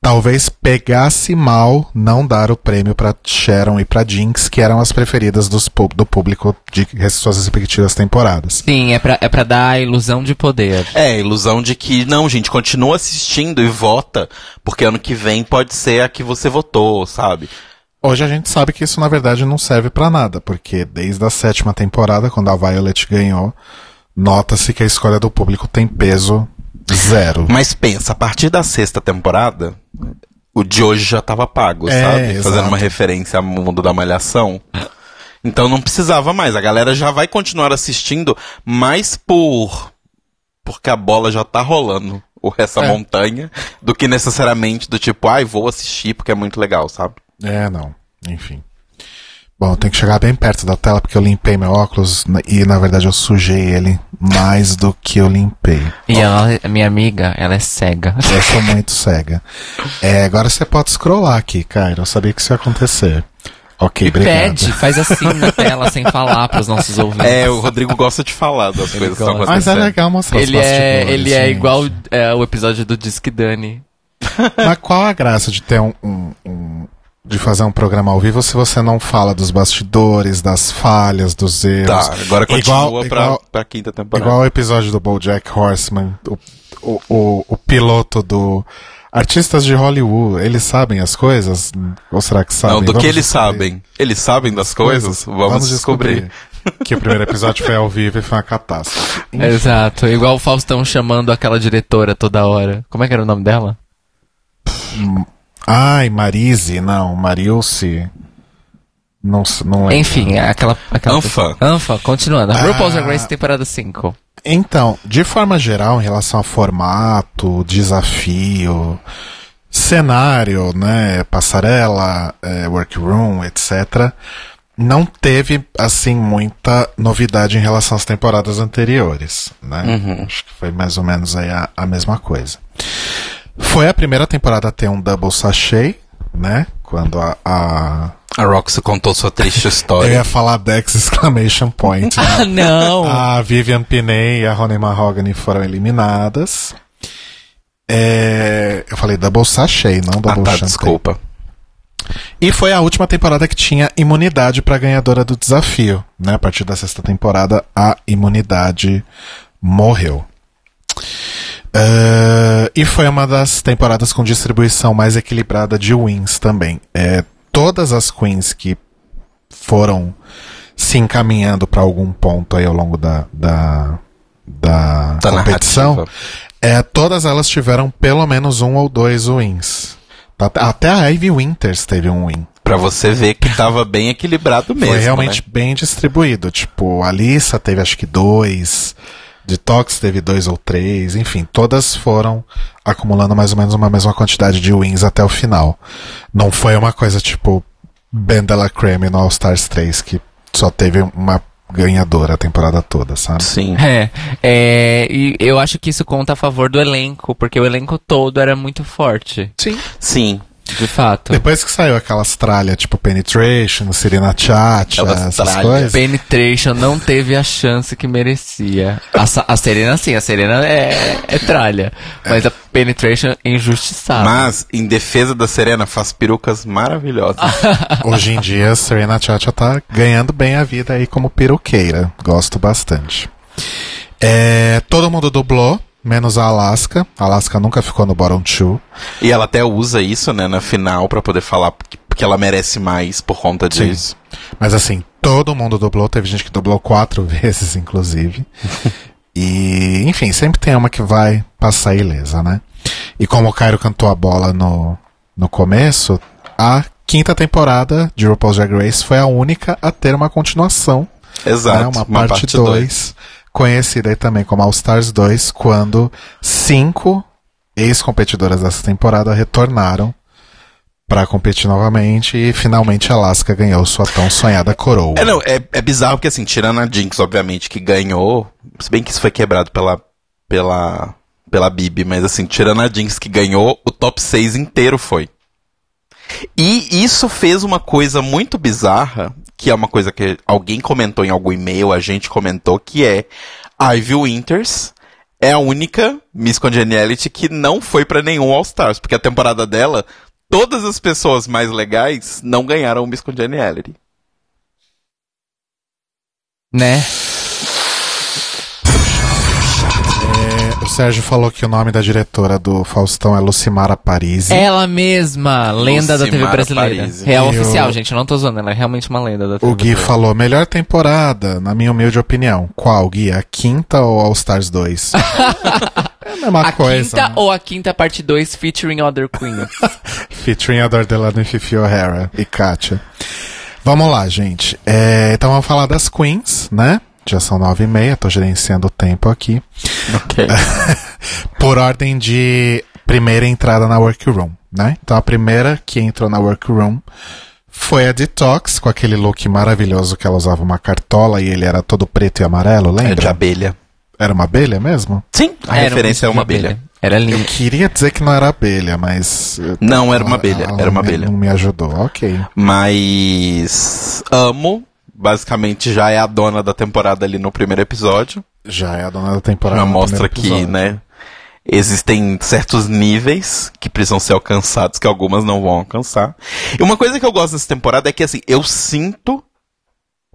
Speaker 2: talvez pegasse mal não dar o prêmio pra Sharon e pra Jinx, que eram as preferidas dos pub- do público de suas respectivas temporadas.
Speaker 1: Sim, é pra, é pra dar a ilusão de poder.
Speaker 3: É, ilusão de que, não, gente, continua assistindo e vota, porque ano que vem pode ser a que você votou, sabe?
Speaker 2: Hoje a gente sabe que isso na verdade não serve pra nada, porque desde a sétima temporada, quando a Violet ganhou, nota-se que a escolha do público tem peso zero.
Speaker 3: Mas pensa, a partir da sexta temporada, o de hoje já tava pago,
Speaker 2: É,
Speaker 3: sabe? Fazendo
Speaker 2: exato.
Speaker 3: uma referência ao mundo da malhação. Então não precisava mais. A galera já vai continuar assistindo, mas por. Porque a bola já tá rolando o essa
Speaker 2: É.
Speaker 3: montanha, do que necessariamente do tipo, ai, vou assistir porque é muito legal, sabe?
Speaker 2: É, não. Enfim. Bom, tem que chegar bem perto da tela porque eu limpei meu óculos na- e na verdade eu sujei ele mais do que eu limpei.
Speaker 1: E ela, a minha amiga, ela é cega.
Speaker 2: Eu sou muito cega. É, agora você pode scrollar aqui, cara. Eu sabia que isso ia acontecer. Ok, obrigado.
Speaker 1: Pede, faz assim na tela sem falar pros nossos ouvintes.
Speaker 3: É, o Rodrigo gosta de falar das coisas que estão
Speaker 1: gosta.
Speaker 2: Mas é
Speaker 3: acontecendo.
Speaker 2: legal mostrar os
Speaker 1: ele é,
Speaker 2: bastidores,
Speaker 1: ele é
Speaker 2: gente.
Speaker 1: igual é, o episódio do Disque Dani.
Speaker 3: É.
Speaker 2: Mas qual a graça de ter um, um- um- de fazer um programa ao vivo se você não fala dos bastidores, das falhas, dos erros?
Speaker 3: Tá, agora continua
Speaker 2: Igual-
Speaker 3: pra,
Speaker 2: igual-
Speaker 3: pra quinta temporada.
Speaker 2: Igual o episódio do BoJack Horseman, o, o, o, o piloto do artistas de Hollywood, eles sabem as coisas? Ou será que sabem?
Speaker 3: Não, do
Speaker 2: Vamos
Speaker 3: que eles
Speaker 2: descobrir.
Speaker 3: sabem. Eles sabem das coisas? Vamos, descobrir.
Speaker 2: Que o primeiro episódio foi ao vivo e foi uma catástrofe.
Speaker 1: Exato. Igual o Faustão chamando aquela diretora toda hora. Como é que era o nome dela?
Speaker 2: Ai, Marise, não, Marilce. Não, s- não lembro.
Speaker 1: Enfim, é aquela. aquela
Speaker 3: Anfa.
Speaker 1: Anfa, continuando.
Speaker 2: Ah.
Speaker 1: RuPaul's Drag Race temporada 5.
Speaker 2: Então, de forma geral, em relação a formato, desafio, cenário, né, passarela, eh, workroom, etc., não teve, assim, muita novidade em relação às temporadas anteriores, né? Acho que foi mais ou menos aí a, a mesma coisa. Foi a primeira temporada a ter um double sachê, né? Quando a- a...
Speaker 3: A Roxy contou sua triste
Speaker 2: Eu
Speaker 3: história.
Speaker 2: ia falar Dex Exclamation Point, né?
Speaker 1: Ah, não!
Speaker 2: A Vivian Pinay e a Rony Mahogany foram eliminadas. É, eu falei double sachet, não
Speaker 3: Ah,
Speaker 2: double
Speaker 3: tá,
Speaker 2: champagne.
Speaker 3: desculpa.
Speaker 2: E foi a última temporada que tinha imunidade pra ganhadora do desafio. Né? A partir da sexta temporada, a imunidade morreu. Ah, e foi uma das temporadas com distribuição mais equilibrada de wins também. É, todas as queens que foram se encaminhando pra algum ponto aí ao longo da, da, da,
Speaker 3: Da
Speaker 2: competição,
Speaker 3: narrativa.
Speaker 2: é, todas elas tiveram pelo menos um ou dois wins. Tá, Até a Ivy Winters teve um win.
Speaker 3: Pra você ver que tava bem equilibrado mesmo.
Speaker 2: Foi realmente
Speaker 3: né?
Speaker 2: bem distribuído. Tipo, a Alissa teve acho que dois, Detox teve dois ou três, enfim, todas foram acumulando mais ou menos uma mesma quantidade de wins até o final. Não foi uma coisa tipo Ben Della Creme no All Stars 3, que só teve uma ganhadora a temporada toda, sabe?
Speaker 3: Sim.
Speaker 1: É, é, e eu acho que isso conta a favor do elenco, porque o elenco todo era muito forte,
Speaker 2: Sim.
Speaker 3: Sim.
Speaker 1: de fato.
Speaker 2: Depois que saiu aquelas tralhas tipo Penetration, Serena Chat,
Speaker 3: Aquelas
Speaker 2: essas
Speaker 3: tralhas.
Speaker 2: coisas.
Speaker 1: Penetration não teve a chance que merecia. A, Sa- a Serena, sim, a Serena é, é tralha. Mas a Penetration é
Speaker 2: Ah.
Speaker 1: injustiçada.
Speaker 3: Mas, em defesa da Serena, faz perucas maravilhosas.
Speaker 2: Ah. Hoje em dia, Serena Chacha tá ganhando bem a vida aí como peruqueira. Gosto bastante. É, todo mundo dublou, menos a Alaska. A Alaska nunca ficou no Bottom Two.
Speaker 3: E ela até usa isso, né, na final, pra poder falar que, que ela merece mais por conta
Speaker 2: Sim.
Speaker 3: disso.
Speaker 2: Mas assim, todo mundo dublou. Teve gente que dublou quatro vezes, inclusive. e, enfim, sempre tem uma que vai passar ilesa, né? E como o Cairo cantou a bola no, no começo, a quinta temporada de RuPaul's Drag Race foi a única a ter uma continuação.
Speaker 3: Exato.
Speaker 2: né, uma, parte 2, conhecida aí também como All Stars 2, quando cinco ex-competidoras dessa temporada retornaram pra competir novamente e finalmente a Alaska ganhou sua tão sonhada coroa.
Speaker 3: É, não, é, é bizarro porque, assim, tirando a Jinx, obviamente, que ganhou, se bem que isso foi quebrado pela, pela, pela Bibi, mas, assim, tirando a Jinx que ganhou, o top 6 inteiro foi. E isso fez uma coisa muito bizarra, que é uma coisa que alguém comentou em algum e-mail, a gente comentou, que é Ivy Winters é a única Miss Congeniality que não foi pra nenhum All Stars, porque a temporada dela, todas as pessoas mais legais não ganharam o Miss Congeniality.
Speaker 1: Né?
Speaker 2: O Sérgio falou que o nome da diretora do Faustão é Lucimara Parisi.
Speaker 1: Ela mesma, lenda da TV
Speaker 3: Lucimara
Speaker 1: brasileira.
Speaker 3: Parisi.
Speaker 1: Real
Speaker 2: E o-
Speaker 1: oficial, gente, eu não tô zoando, ela é realmente uma lenda da TV
Speaker 2: O Gui
Speaker 1: brasileira.
Speaker 2: falou, melhor temporada, na minha humilde opinião. Qual, Gui? A quinta ou All Stars 2? é a mesma
Speaker 1: A
Speaker 2: coisa.
Speaker 1: quinta
Speaker 2: né?
Speaker 1: ou a quinta parte 2 featuring Other Queen?
Speaker 2: Featuring Ador Delano e Fifi O'Hara e Katia. Vamos lá, gente. É, então vamos falar das Queens, né? Já são nove e meia, tô gerenciando o tempo aqui.
Speaker 3: Ok.
Speaker 2: Por ordem de primeira entrada na workroom, né? Então a primeira que entrou na workroom foi a Detox, com aquele look maravilhoso que ela usava uma cartola e ele era todo preto e amarelo,
Speaker 3: É de
Speaker 2: lembra?
Speaker 3: abelha.
Speaker 2: Era uma abelha mesmo?
Speaker 3: Sim, a
Speaker 1: Era um
Speaker 3: referência é
Speaker 1: bicho de
Speaker 3: uma abelha.
Speaker 1: Era
Speaker 2: Eu
Speaker 1: lindo.
Speaker 2: queria dizer que não era abelha, mas. eh,
Speaker 3: Não, era uma
Speaker 2: ela-
Speaker 3: abelha,
Speaker 2: ela
Speaker 3: era uma
Speaker 2: não me-
Speaker 3: abelha.
Speaker 2: Não me ajudou, ok.
Speaker 3: Mas amo, basicamente já é a dona da temporada ali no primeiro episódio.
Speaker 2: Já é a dona da temporada.
Speaker 3: Já
Speaker 2: no
Speaker 3: mostra
Speaker 2: primeiro
Speaker 3: que,
Speaker 2: episódio.
Speaker 3: né, existem certos níveis que precisam ser alcançados, que algumas não vão alcançar. E uma coisa que eu gosto dessa temporada é que, assim, eu sinto.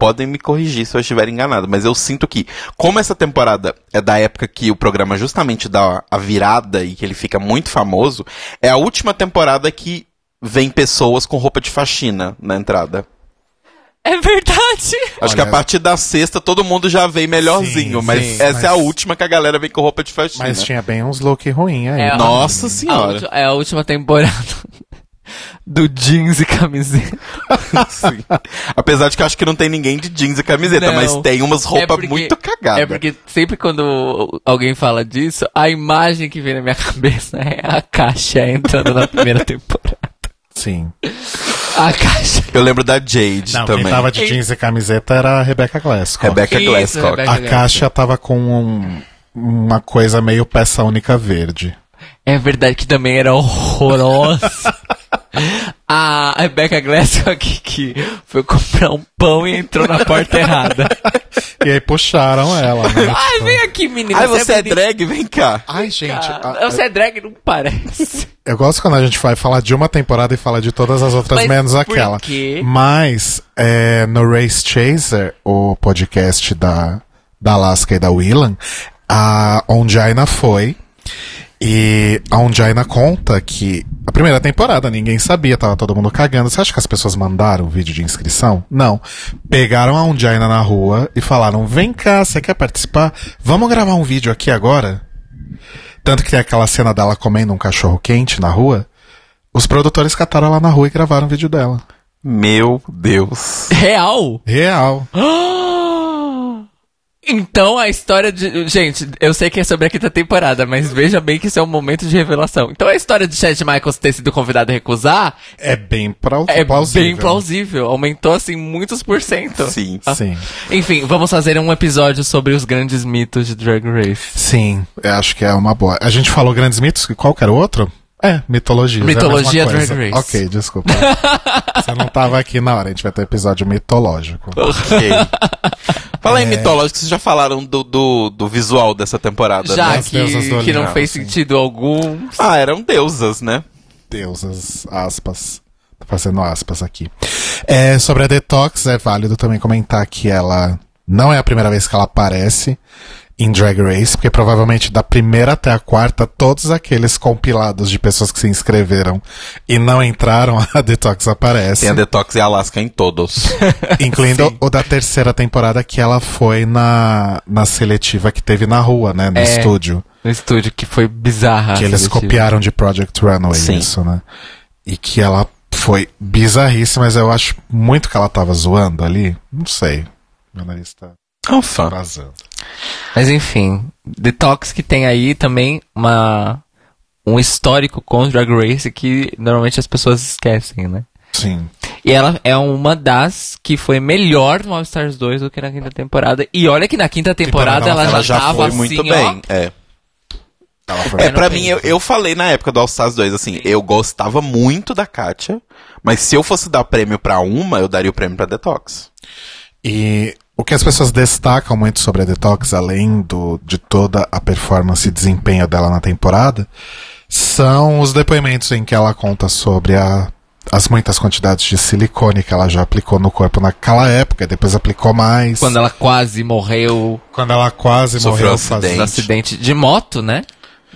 Speaker 3: Podem me corrigir se eu estiver enganado, mas eu sinto que, como essa temporada é da época que o programa justamente dá a virada e que ele fica muito famoso, é a última temporada que vem pessoas com roupa de faxina na entrada.
Speaker 1: É verdade!
Speaker 2: Olha-
Speaker 3: Acho que a partir da sexta todo mundo já vem melhorzinho,
Speaker 2: Sim,
Speaker 3: mas
Speaker 2: sim,
Speaker 3: essa
Speaker 2: mas-
Speaker 3: é a última que a galera vem com roupa de faxina.
Speaker 2: Mas tinha bem uns look ruins aí.
Speaker 1: É,
Speaker 2: né?
Speaker 3: Nossa
Speaker 1: A
Speaker 3: senhora.
Speaker 1: ulti- é a última temporada do jeans e camiseta. Ah.
Speaker 3: Sim. Apesar de que eu acho que não tem ninguém de jeans e camiseta,
Speaker 1: Não.
Speaker 3: mas tem umas roupas
Speaker 1: É porque-
Speaker 3: muito cagadas.
Speaker 1: É porque sempre quando alguém fala disso, a imagem que vem na minha cabeça é a caixa entrando na primeira temporada.
Speaker 2: Sim.
Speaker 1: A caixa.
Speaker 3: Eu lembro da Jade
Speaker 2: Não,
Speaker 3: também.
Speaker 2: quem tava de
Speaker 1: E-
Speaker 2: jeans e camiseta era a Rebecca Glasgow.
Speaker 3: Rebecca
Speaker 1: Isso,
Speaker 3: Glasscock.
Speaker 1: Rebecca.
Speaker 2: A Caixa tava com um- uma coisa meio peça única verde.
Speaker 1: É verdade que também era horrorosa. A Rebecca Glasgow aqui que foi comprar um pão e entrou na porta errada.
Speaker 2: E aí puxaram ela, né?
Speaker 1: Ai, vem aqui, menina.
Speaker 3: Ai, você é
Speaker 1: bonita.
Speaker 3: drag? Vem cá.
Speaker 2: Ai, gente, a-
Speaker 1: Você é drag, não parece.
Speaker 2: eu gosto quando a gente vai falar de uma temporada e fala de todas as outras,
Speaker 1: Mas
Speaker 2: menos
Speaker 1: por
Speaker 2: aquela.
Speaker 1: quê?
Speaker 2: Mas é, no Race Chaser, o podcast da, da Alaska e da Willan, a Onjaina foi. E a Onjaina conta que a primeira temporada ninguém sabia, tava todo mundo cagando. Você acha que as pessoas mandaram o vídeo de inscrição? Não. Pegaram a Onjaina na rua e falaram: vem cá, você quer participar? Vamos gravar um vídeo aqui agora? Tanto que tem aquela cena dela comendo um cachorro quente na rua. Os produtores cataram ela na rua e gravaram o vídeo dela.
Speaker 3: Meu Deus.
Speaker 1: Real?
Speaker 2: Real.
Speaker 1: Ah! Então a história de. Gente, eu sei que é sobre a quinta temporada, mas veja bem que isso é um momento de revelação. Então a história de Chad Michaels ter sido convidado a recusar
Speaker 2: É bem prau-
Speaker 1: é
Speaker 2: plausível.
Speaker 1: bem plausível. Aumentou, assim, muitos por cento.
Speaker 3: Sim.
Speaker 2: Sim.
Speaker 1: Enfim, vamos fazer um episódio sobre os grandes mitos de Drag Race.
Speaker 2: Sim, eu acho que é uma boa. A gente falou grandes mitos, que qual que era o outro? É, mitologias.
Speaker 1: Mitologia
Speaker 2: é a mesma
Speaker 1: Drag
Speaker 2: coisa.
Speaker 1: Race.
Speaker 2: Ok, desculpa. Você não tava aqui na hora, a gente vai ter episódio mitológico.
Speaker 3: Ok. Fala aí, mitológico, vocês já falaram do, do, do visual dessa temporada, né?
Speaker 1: Já
Speaker 2: das
Speaker 1: que,
Speaker 2: deusas do
Speaker 1: que não
Speaker 2: Olimpo,
Speaker 1: fez
Speaker 2: sim.
Speaker 1: sentido algum.
Speaker 3: Ah, eram deusas, né?
Speaker 2: Deusas, aspas. Tô fazendo aspas aqui. É, sobre a Detox, é válido também comentar que ela não é a primeira vez que ela aparece em Drag Race, porque provavelmente da primeira até a quarta, todos aqueles compilados de pessoas que se inscreveram e não entraram, a Detox aparece.
Speaker 3: Tem a Detox e a Alaska em todos.
Speaker 2: Incluindo o da terceira temporada que ela foi na, na seletiva que teve na rua, né? No
Speaker 1: É.
Speaker 2: estúdio.
Speaker 1: No estúdio, que foi bizarra.
Speaker 2: que
Speaker 1: a
Speaker 2: eles
Speaker 1: seletiva.
Speaker 2: copiaram de Project Runway
Speaker 3: Sim.
Speaker 2: isso, né? E que ela foi bizarrice, mas eu acho muito que ela tava zoando ali. Não sei. Meu nariz tá
Speaker 3: Ufa.
Speaker 2: vazando.
Speaker 1: Mas enfim, Detox que tem aí também uma, um histórico com Drag Race que normalmente as pessoas esquecem, né?
Speaker 2: Sim.
Speaker 1: E ela é uma das que foi melhor no All Stars 2 do que na quinta temporada. E olha que na quinta temporada,
Speaker 2: Temporada,
Speaker 1: ela,
Speaker 3: Ela
Speaker 1: já,
Speaker 3: já
Speaker 1: tava
Speaker 3: foi
Speaker 1: assim,
Speaker 3: muito
Speaker 1: ó.
Speaker 3: bem. É.
Speaker 2: Ela foi.
Speaker 3: É,
Speaker 1: não
Speaker 3: pra
Speaker 1: tem.
Speaker 3: mim, eu, eu falei na época do All Stars 2, assim, eu gostava muito da Kátia, mas se eu fosse dar prêmio pra uma, eu daria o prêmio pra Detox.
Speaker 2: E o que as pessoas destacam muito sobre a Detox, além do, de toda a performance e desempenho dela na temporada, são os depoimentos em que ela conta sobre a- as muitas quantidades de silicone que ela já aplicou no corpo naquela época, e depois aplicou mais.
Speaker 1: Quando ela quase morreu
Speaker 2: Quando ela quase
Speaker 3: Sofreu
Speaker 2: morreu
Speaker 3: um acidente.
Speaker 1: no
Speaker 2: fazendo.
Speaker 1: acidente de moto, né?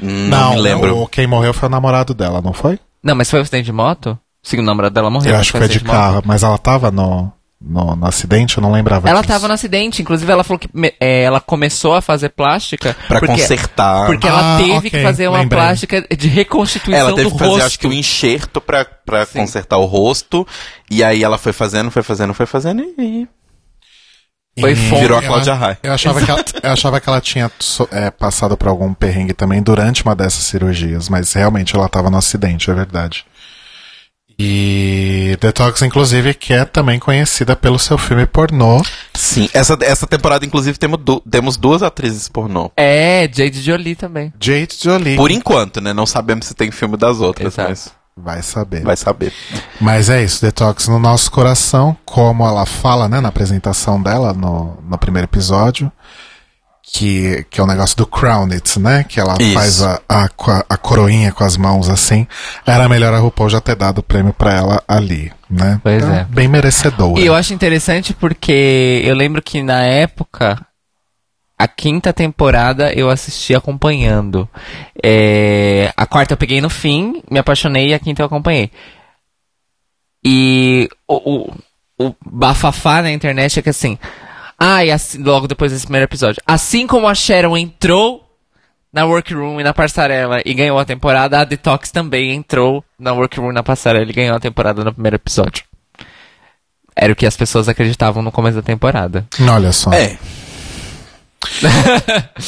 Speaker 3: Não, Hum, me lembro.
Speaker 2: o- quem morreu foi o namorado dela, não foi?
Speaker 1: Não, mas foi um acidente de moto? Sim, o namorado dela morreu.
Speaker 2: Eu
Speaker 1: mas
Speaker 2: acho que foi
Speaker 1: um
Speaker 2: de
Speaker 1: acidente moto.
Speaker 2: carro, mas ela tava no, no, no acidente, eu não lembrava
Speaker 1: Ela
Speaker 2: disso.
Speaker 1: tava no acidente, inclusive ela falou que me- é, ela começou a fazer plástica
Speaker 3: Pra
Speaker 1: porque,
Speaker 3: consertar.
Speaker 1: porque ela
Speaker 2: Ah,
Speaker 1: teve
Speaker 2: ok,
Speaker 1: que fazer uma
Speaker 2: lembrei.
Speaker 1: plástica de reconstituição
Speaker 3: Ela teve
Speaker 1: do
Speaker 3: que fazer,
Speaker 1: rosto.
Speaker 3: acho que, um enxerto pra, pra
Speaker 1: Sim.
Speaker 3: consertar o rosto. E aí ela foi fazendo, foi fazendo, foi fazendo e,
Speaker 1: Foi
Speaker 2: E-
Speaker 1: fonte.
Speaker 3: e virou a
Speaker 2: ela-
Speaker 3: Cláudia Raia.
Speaker 2: né? Eu achava, que ela, eu achava que ela tinha so- é, passado por algum perrengue também durante uma dessas cirurgias, mas realmente ela estava no acidente, é verdade. E Detox, inclusive, que é também conhecida pelo seu filme pornô.
Speaker 3: Sim, essa, essa temporada, inclusive, temos, du- temos duas atrizes pornô.
Speaker 1: É, Jade Jolie também.
Speaker 2: Jade Jolie.
Speaker 3: Por enquanto, né? Não sabemos se tem filme das outras,
Speaker 1: Exato.
Speaker 3: mas
Speaker 2: Vai saber.
Speaker 3: vai saber.
Speaker 2: Mas é isso, Detox no nosso coração, como ela fala, né, na apresentação dela no, no primeiro episódio, que, que é o negócio do Crown It, né, que ela
Speaker 3: Isso.
Speaker 2: faz a, a, co- a coroinha com as mãos assim, era melhor a RuPaul já ter dado o prêmio pra ela ali, né.
Speaker 1: Pois é.
Speaker 2: Bem merecedora.
Speaker 1: E eu acho interessante porque eu lembro que na época, a quinta temporada eu assisti acompanhando. É, a quarta eu peguei no fim, me apaixonei e a quinta eu acompanhei. E o, o, o bafafá na internet é que assim. Ai, assim, logo depois desse primeiro episódio. Assim como a Sharon entrou na workroom e na passarela e ganhou a temporada, a Detox também entrou na workroom e na passarela e ganhou a temporada no primeiro episódio. Era o que as pessoas acreditavam no começo da temporada.
Speaker 2: Olha só.
Speaker 3: É,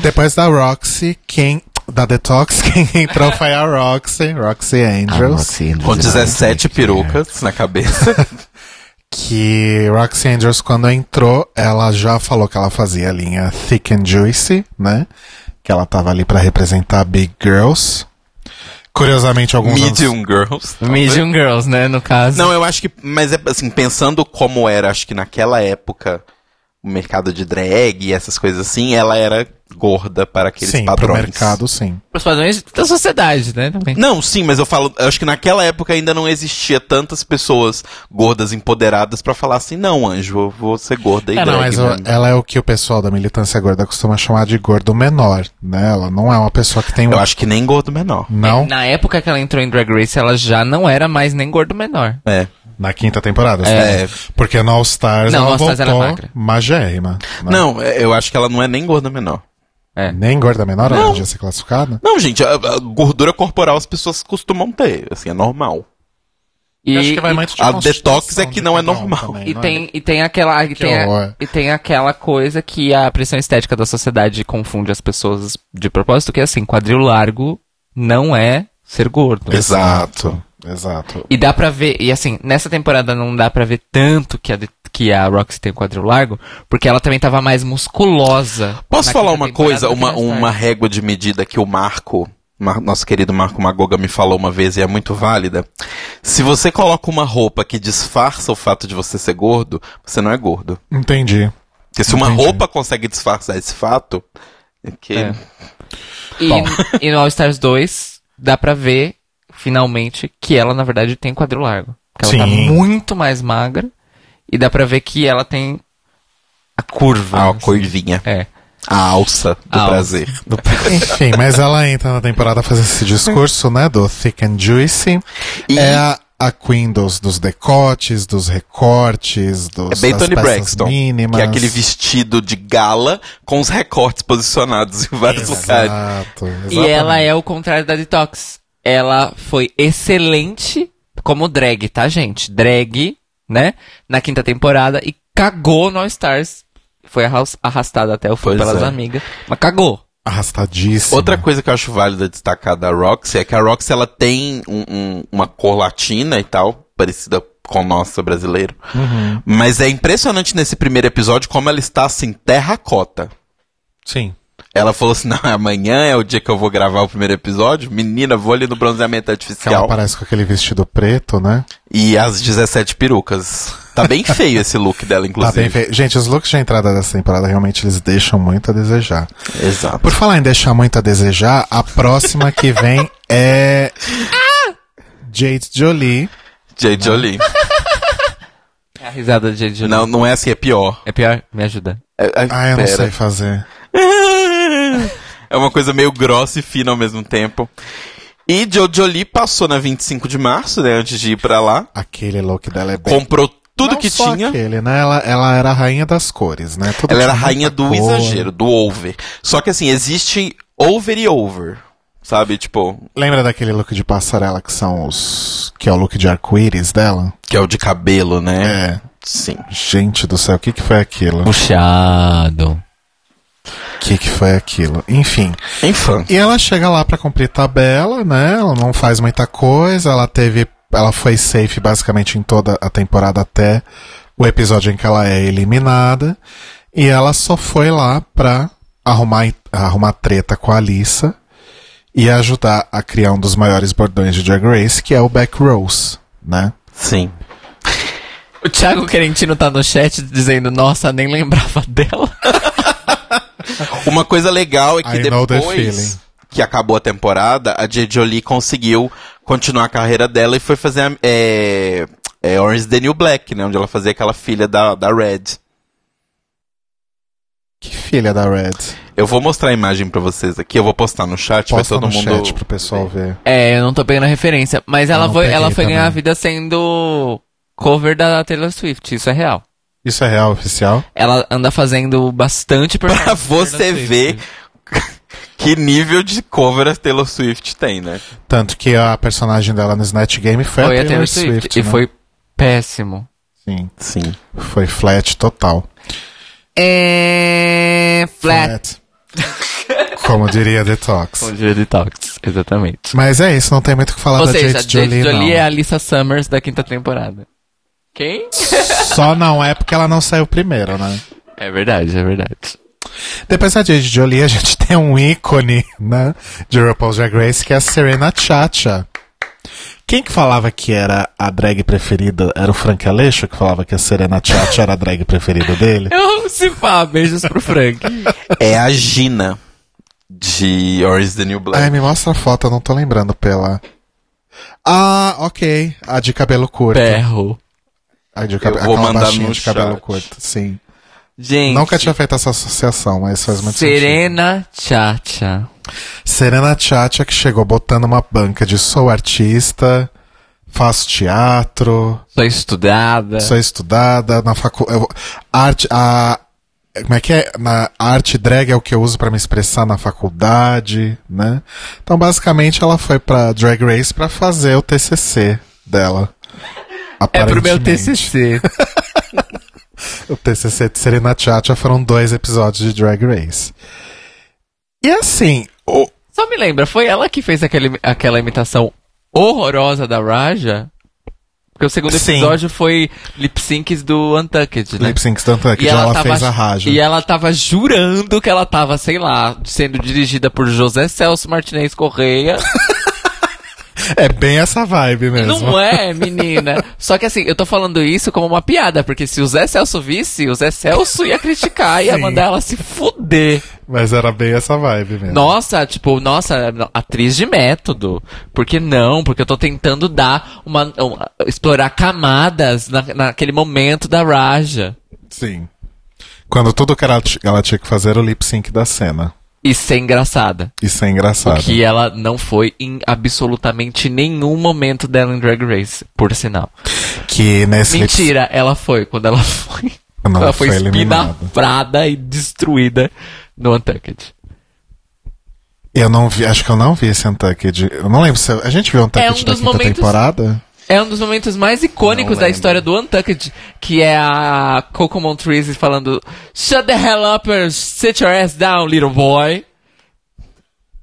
Speaker 2: Depois da Roxy, quem... Da Detox, quem entrou foi a Roxy, Roxy Angels.
Speaker 3: com 17 perucas na cabeça.
Speaker 2: que Roxy Andrews, quando entrou, ela já falou que ela fazia a linha Thick and Juicy, né? Que ela tava ali pra representar Big Girls. Curiosamente, alguns anos-
Speaker 3: Medium Girls.
Speaker 1: Medium Girls, né, no caso.
Speaker 3: Não, eu acho que. Mas é assim, pensando como era, acho que naquela época, o mercado de drag e essas coisas assim, ela era gorda para aqueles
Speaker 2: sim, pro
Speaker 3: padrões.
Speaker 2: mercado, sim.
Speaker 1: Os padrões da sociedade, né, também.
Speaker 3: Não, sim, mas eu falo, eu acho que naquela época ainda não existia tantas pessoas gordas empoderadas pra falar assim, não, anjo, eu vou ser gorda e
Speaker 2: É, não,
Speaker 3: drag,
Speaker 2: mas
Speaker 3: né?
Speaker 2: o- ela é o que o pessoal da militância gorda costuma chamar de gordo menor, né? Ela não é uma pessoa que tem um.
Speaker 3: Eu acho que nem gordo menor.
Speaker 2: Não,
Speaker 1: Na época que ela entrou em Drag Race, ela já não era mais nem gordo menor.
Speaker 3: É.
Speaker 2: na quinta temporada.
Speaker 3: É.
Speaker 2: sabe? Porque no All Stars
Speaker 1: Não,
Speaker 2: ela
Speaker 1: no All Stars ela é
Speaker 2: voltou
Speaker 1: magra.
Speaker 2: magérrima. né?
Speaker 3: Não, é, eu acho que ela não é nem gorda menor.
Speaker 2: Nem gorda menor ela
Speaker 3: Não.
Speaker 2: podia ser classificada.
Speaker 3: Não, gente, a, a gordura corporal as pessoas costumam ter, assim, é normal.
Speaker 1: E,
Speaker 2: Eu acho que vai
Speaker 1: e-
Speaker 2: muito de
Speaker 3: a
Speaker 2: constituição
Speaker 3: detox é que
Speaker 2: de
Speaker 3: não é
Speaker 2: cada um
Speaker 3: normal.
Speaker 2: também,
Speaker 1: E
Speaker 2: não é?
Speaker 1: tem, e, tem aquela, e, tem a-
Speaker 2: horror.
Speaker 1: e tem aquela coisa que a pressão estética da sociedade confunde as pessoas de propósito, que é assim, quadril largo não é ser gordo.
Speaker 3: Exato.
Speaker 2: Exato.
Speaker 1: E dá pra ver, e assim, nessa temporada não dá pra ver tanto que a, de- que a Roxy tem quadril largo, porque ela também tava mais musculosa.
Speaker 3: Posso
Speaker 1: na
Speaker 3: falar
Speaker 1: quinta
Speaker 3: uma coisa,
Speaker 1: temporada
Speaker 3: uma,
Speaker 1: do que mais
Speaker 3: uma
Speaker 1: tarde.
Speaker 3: régua de medida que o Marco, Mar- nosso querido Marco Magoga me falou uma vez e é muito válida. Se você coloca uma roupa que disfarça o fato de você ser gordo, você não é gordo.
Speaker 2: Entendi.
Speaker 3: Porque se uma
Speaker 2: Entendi.
Speaker 3: roupa consegue disfarçar esse fato, é que
Speaker 1: É.
Speaker 3: Bom.
Speaker 1: E, e no All Stars 2, dá pra ver, finalmente, que ela, na verdade, tem quadril largo. Porque ela tá
Speaker 2: Sim.
Speaker 1: muito mais magra, e dá pra ver que ela tem a curva.
Speaker 3: Ah, a
Speaker 1: assim.
Speaker 3: curvinha,
Speaker 1: É.
Speaker 3: a alça do
Speaker 1: A alça.
Speaker 3: prazer.
Speaker 2: Enfim, mas ela entra na temporada fazendo esse discurso, né? Do Thick and Juicy.
Speaker 3: E-
Speaker 2: É a, a Queen dos, dos decotes, dos recortes, dos,
Speaker 3: É bem
Speaker 2: das
Speaker 3: Tony
Speaker 2: peças
Speaker 3: Braxton,
Speaker 2: mínimas.
Speaker 3: que é aquele vestido de gala com os recortes posicionados em vários lugares.
Speaker 2: Exato,
Speaker 1: E ela é o contrário da Detox. Ela foi excelente como drag, tá, gente? Drag, né? Na quinta temporada e cagou no All Stars. Foi arras- arrastada até o fim
Speaker 3: Pois
Speaker 1: pelas
Speaker 3: é.
Speaker 1: amigas, mas cagou.
Speaker 2: Arrastadíssima.
Speaker 3: Outra coisa que eu acho válida destacar da Roxy é que a Roxy ela tem um- um- uma cor latina e tal, parecida com o nosso brasileiro.
Speaker 2: Uhum.
Speaker 3: Mas é impressionante nesse primeiro episódio como ela está assim, terracota.
Speaker 2: Sim.
Speaker 3: Ela falou assim: não, amanhã é o dia que eu vou gravar o primeiro episódio. Menina, vou ali no bronzeamento
Speaker 2: Que ela
Speaker 3: artificial.
Speaker 2: aparece com aquele vestido preto, né?
Speaker 3: E as 17 perucas. Tá bem feio esse look dela,
Speaker 2: Tá
Speaker 3: inclusive.
Speaker 2: bem feio. Gente, os looks de entrada dessa temporada realmente eles deixam muito a desejar.
Speaker 3: Exato.
Speaker 2: Por falar em deixar muito a desejar, a próxima que vem é.
Speaker 3: Ah!
Speaker 2: Jade Jolie.
Speaker 3: J. Jolie.
Speaker 1: É a risada de Jade
Speaker 3: Não, não é assim, é pior.
Speaker 1: É pior? Me ajuda.
Speaker 3: É, é-
Speaker 2: Ah, eu não
Speaker 3: pera.
Speaker 2: sei fazer.
Speaker 3: É uma coisa meio grossa e fina ao mesmo tempo. E Jojo Lee passou na 25 de março, né? Antes de ir pra lá.
Speaker 2: Aquele look dela é bem.
Speaker 3: Comprou tudo
Speaker 2: Não
Speaker 3: que
Speaker 2: só
Speaker 3: tinha.
Speaker 2: Aquele, né? ela, ela era a rainha das cores, né? Tudo
Speaker 3: Ela era a
Speaker 2: tinha
Speaker 3: rainha
Speaker 2: muita
Speaker 3: do
Speaker 2: cor.
Speaker 3: exagero, do over. Só que assim, existe over e over. Sabe? Tipo,
Speaker 2: Lembra daquele look de passarela que são os. que é o look de arco-íris dela?
Speaker 3: que é o de cabelo, né?
Speaker 2: É.
Speaker 3: Sim.
Speaker 2: Gente do céu, o que, que foi aquilo? O
Speaker 1: Puxado.
Speaker 2: que, que foi aquilo? Enfim.
Speaker 3: Infante.
Speaker 2: E ela chega lá pra cumprir tabela, né? Ela não faz muita coisa, ela teve. Ela foi safe basicamente em toda a temporada até o episódio em que ela é eliminada. E ela só foi lá pra arrumar, arrumar treta com a Alissa e ajudar a criar um dos maiores bordões de Drag Race, que é o Back Rose, né?
Speaker 3: Sim.
Speaker 1: O Thiago Querentino tá no chat dizendo, nossa, nem lembrava dela.
Speaker 3: Uma coisa legal é que
Speaker 2: I know that feeling.
Speaker 3: depois que acabou a temporada, a J. Jolie conseguiu continuar a carreira dela e foi fazer a, é, é, Orange is the New Black, né? Onde ela fazia aquela filha da, da Red.
Speaker 2: Que filha da Red.
Speaker 3: Eu vou mostrar a imagem pra vocês aqui, eu vou postar no chat, vai
Speaker 2: Posta
Speaker 3: todo
Speaker 2: no
Speaker 3: mundo...
Speaker 2: chat pro pessoal ver.
Speaker 1: É, eu não tô pegando a referência. Mas
Speaker 2: Eu
Speaker 1: ela
Speaker 2: não
Speaker 1: foi,
Speaker 2: peguei
Speaker 1: ela foi ganhar a
Speaker 2: também.
Speaker 1: vida sendo cover da Taylor Swift, isso é real.
Speaker 2: Isso é real, oficial?
Speaker 1: Ela anda fazendo bastante personagem
Speaker 3: Pra
Speaker 1: da Taylor
Speaker 3: você
Speaker 1: Swift.
Speaker 3: ver que nível de cover a Taylor Swift tem, né?
Speaker 2: Tanto que a personagem dela no Snatch Game foi,
Speaker 1: Foi
Speaker 2: a Taylor Swift.
Speaker 1: e
Speaker 2: né?
Speaker 1: foi péssimo.
Speaker 2: Sim.
Speaker 3: Sim.
Speaker 2: Foi flat total.
Speaker 1: É... Flat.
Speaker 2: Como diria Detox.
Speaker 1: dia de Talks, tá. exatamente.
Speaker 2: Mas é isso, não tem muito o que falar
Speaker 1: Ou
Speaker 2: da
Speaker 1: seja,
Speaker 2: Jade Jolie, não.
Speaker 1: é a Lisa Summers da quinta temporada. Quem?
Speaker 2: Só não é porque ela não saiu primeiro, né?
Speaker 1: É verdade, é verdade.
Speaker 2: Depois da Jade Jolie, a gente tem um ícone, né? De RuPaul's Drag Race, que é a Serena Chacha. Quem que falava que era a drag preferida? Era o Frank Aleixo que falava que a Serena Chacha era a drag preferida dele?
Speaker 1: Eu amo se pá, beijos pro Frank.
Speaker 3: É a Gina de Orange is the New Black.
Speaker 2: Ai, me mostra a foto, eu não tô lembrando pela. Ah, ok. A de cabelo curto.
Speaker 1: Perro.
Speaker 2: A de cabe...
Speaker 3: Eu vou
Speaker 2: aquela
Speaker 3: mandar
Speaker 2: baixinha
Speaker 3: no
Speaker 2: de cabelo
Speaker 3: chat.
Speaker 2: curto. Sim.
Speaker 1: Gente,
Speaker 2: Nunca tinha feito essa associação, mas faz muito sentido.
Speaker 1: Serena Chacha.
Speaker 2: Serena Chacha que chegou botando uma banca de sou artista, faço teatro,
Speaker 1: Sou
Speaker 3: É.
Speaker 1: estudada.
Speaker 2: sou estudada na faculdade. Arte. A... Como é que é? Na a arte drag é o que eu uso pra me expressar na faculdade, né? Então, basicamente, ela foi pra Drag Race pra fazer o TCC dela.
Speaker 1: É pro meu
Speaker 2: aparentemente.
Speaker 1: TCC.
Speaker 2: O TCC de Serena Tchatcha foram dois episódios de Drag Race. E assim, o-
Speaker 1: Só me lembra, foi ela que fez aquele, aquela imitação horrorosa da Raja? Porque o segundo
Speaker 2: Sim.
Speaker 1: episódio foi lip syncs do Untucked, né?
Speaker 2: Lip Sync tanto é que já ela, fez a Raja.
Speaker 1: E ela tava jurando que ela tava, sei lá, sendo dirigida por José Celso Martinez Correia.
Speaker 2: É bem essa vibe mesmo.
Speaker 1: Não é, menina. Só que assim, eu tô falando isso como uma piada, porque se o Zé Celso visse, o Zé Celso ia criticar, ia
Speaker 2: Sim.
Speaker 1: mandar ela se fuder.
Speaker 2: Mas era bem essa vibe mesmo.
Speaker 1: Nossa, tipo, nossa, atriz de método. Por que não? Porque eu tô tentando dar uma. uma- explorar camadas na- naquele momento da Raja.
Speaker 2: Sim. Quando tudo que ela, t- ela tinha que fazer era o lip sync da cena.
Speaker 1: E ser engraçada.
Speaker 2: Isso é engraçado.
Speaker 1: Que ela não foi em absolutamente nenhum momento dela em Drag Race, por sinal.
Speaker 2: Que nesse lip-
Speaker 1: Mentira, ela foi. Quando ela foi.
Speaker 2: Quando
Speaker 1: ela
Speaker 2: ela
Speaker 1: foi,
Speaker 2: foi eliminada.
Speaker 1: espinafrada e destruída no Untucked.
Speaker 2: Eu não vi, acho que eu não vi esse Untucked. Eu não lembro se. eu- A gente viu o Untucked
Speaker 1: É um
Speaker 2: da
Speaker 1: dos
Speaker 2: quinta
Speaker 1: momentos-
Speaker 2: temporada?
Speaker 1: É um dos momentos mais icônicos da
Speaker 3: Não lembro.
Speaker 1: história do Untucked, que é a Coco Montrese falando Shut the hell up and sit your ass down, little boy.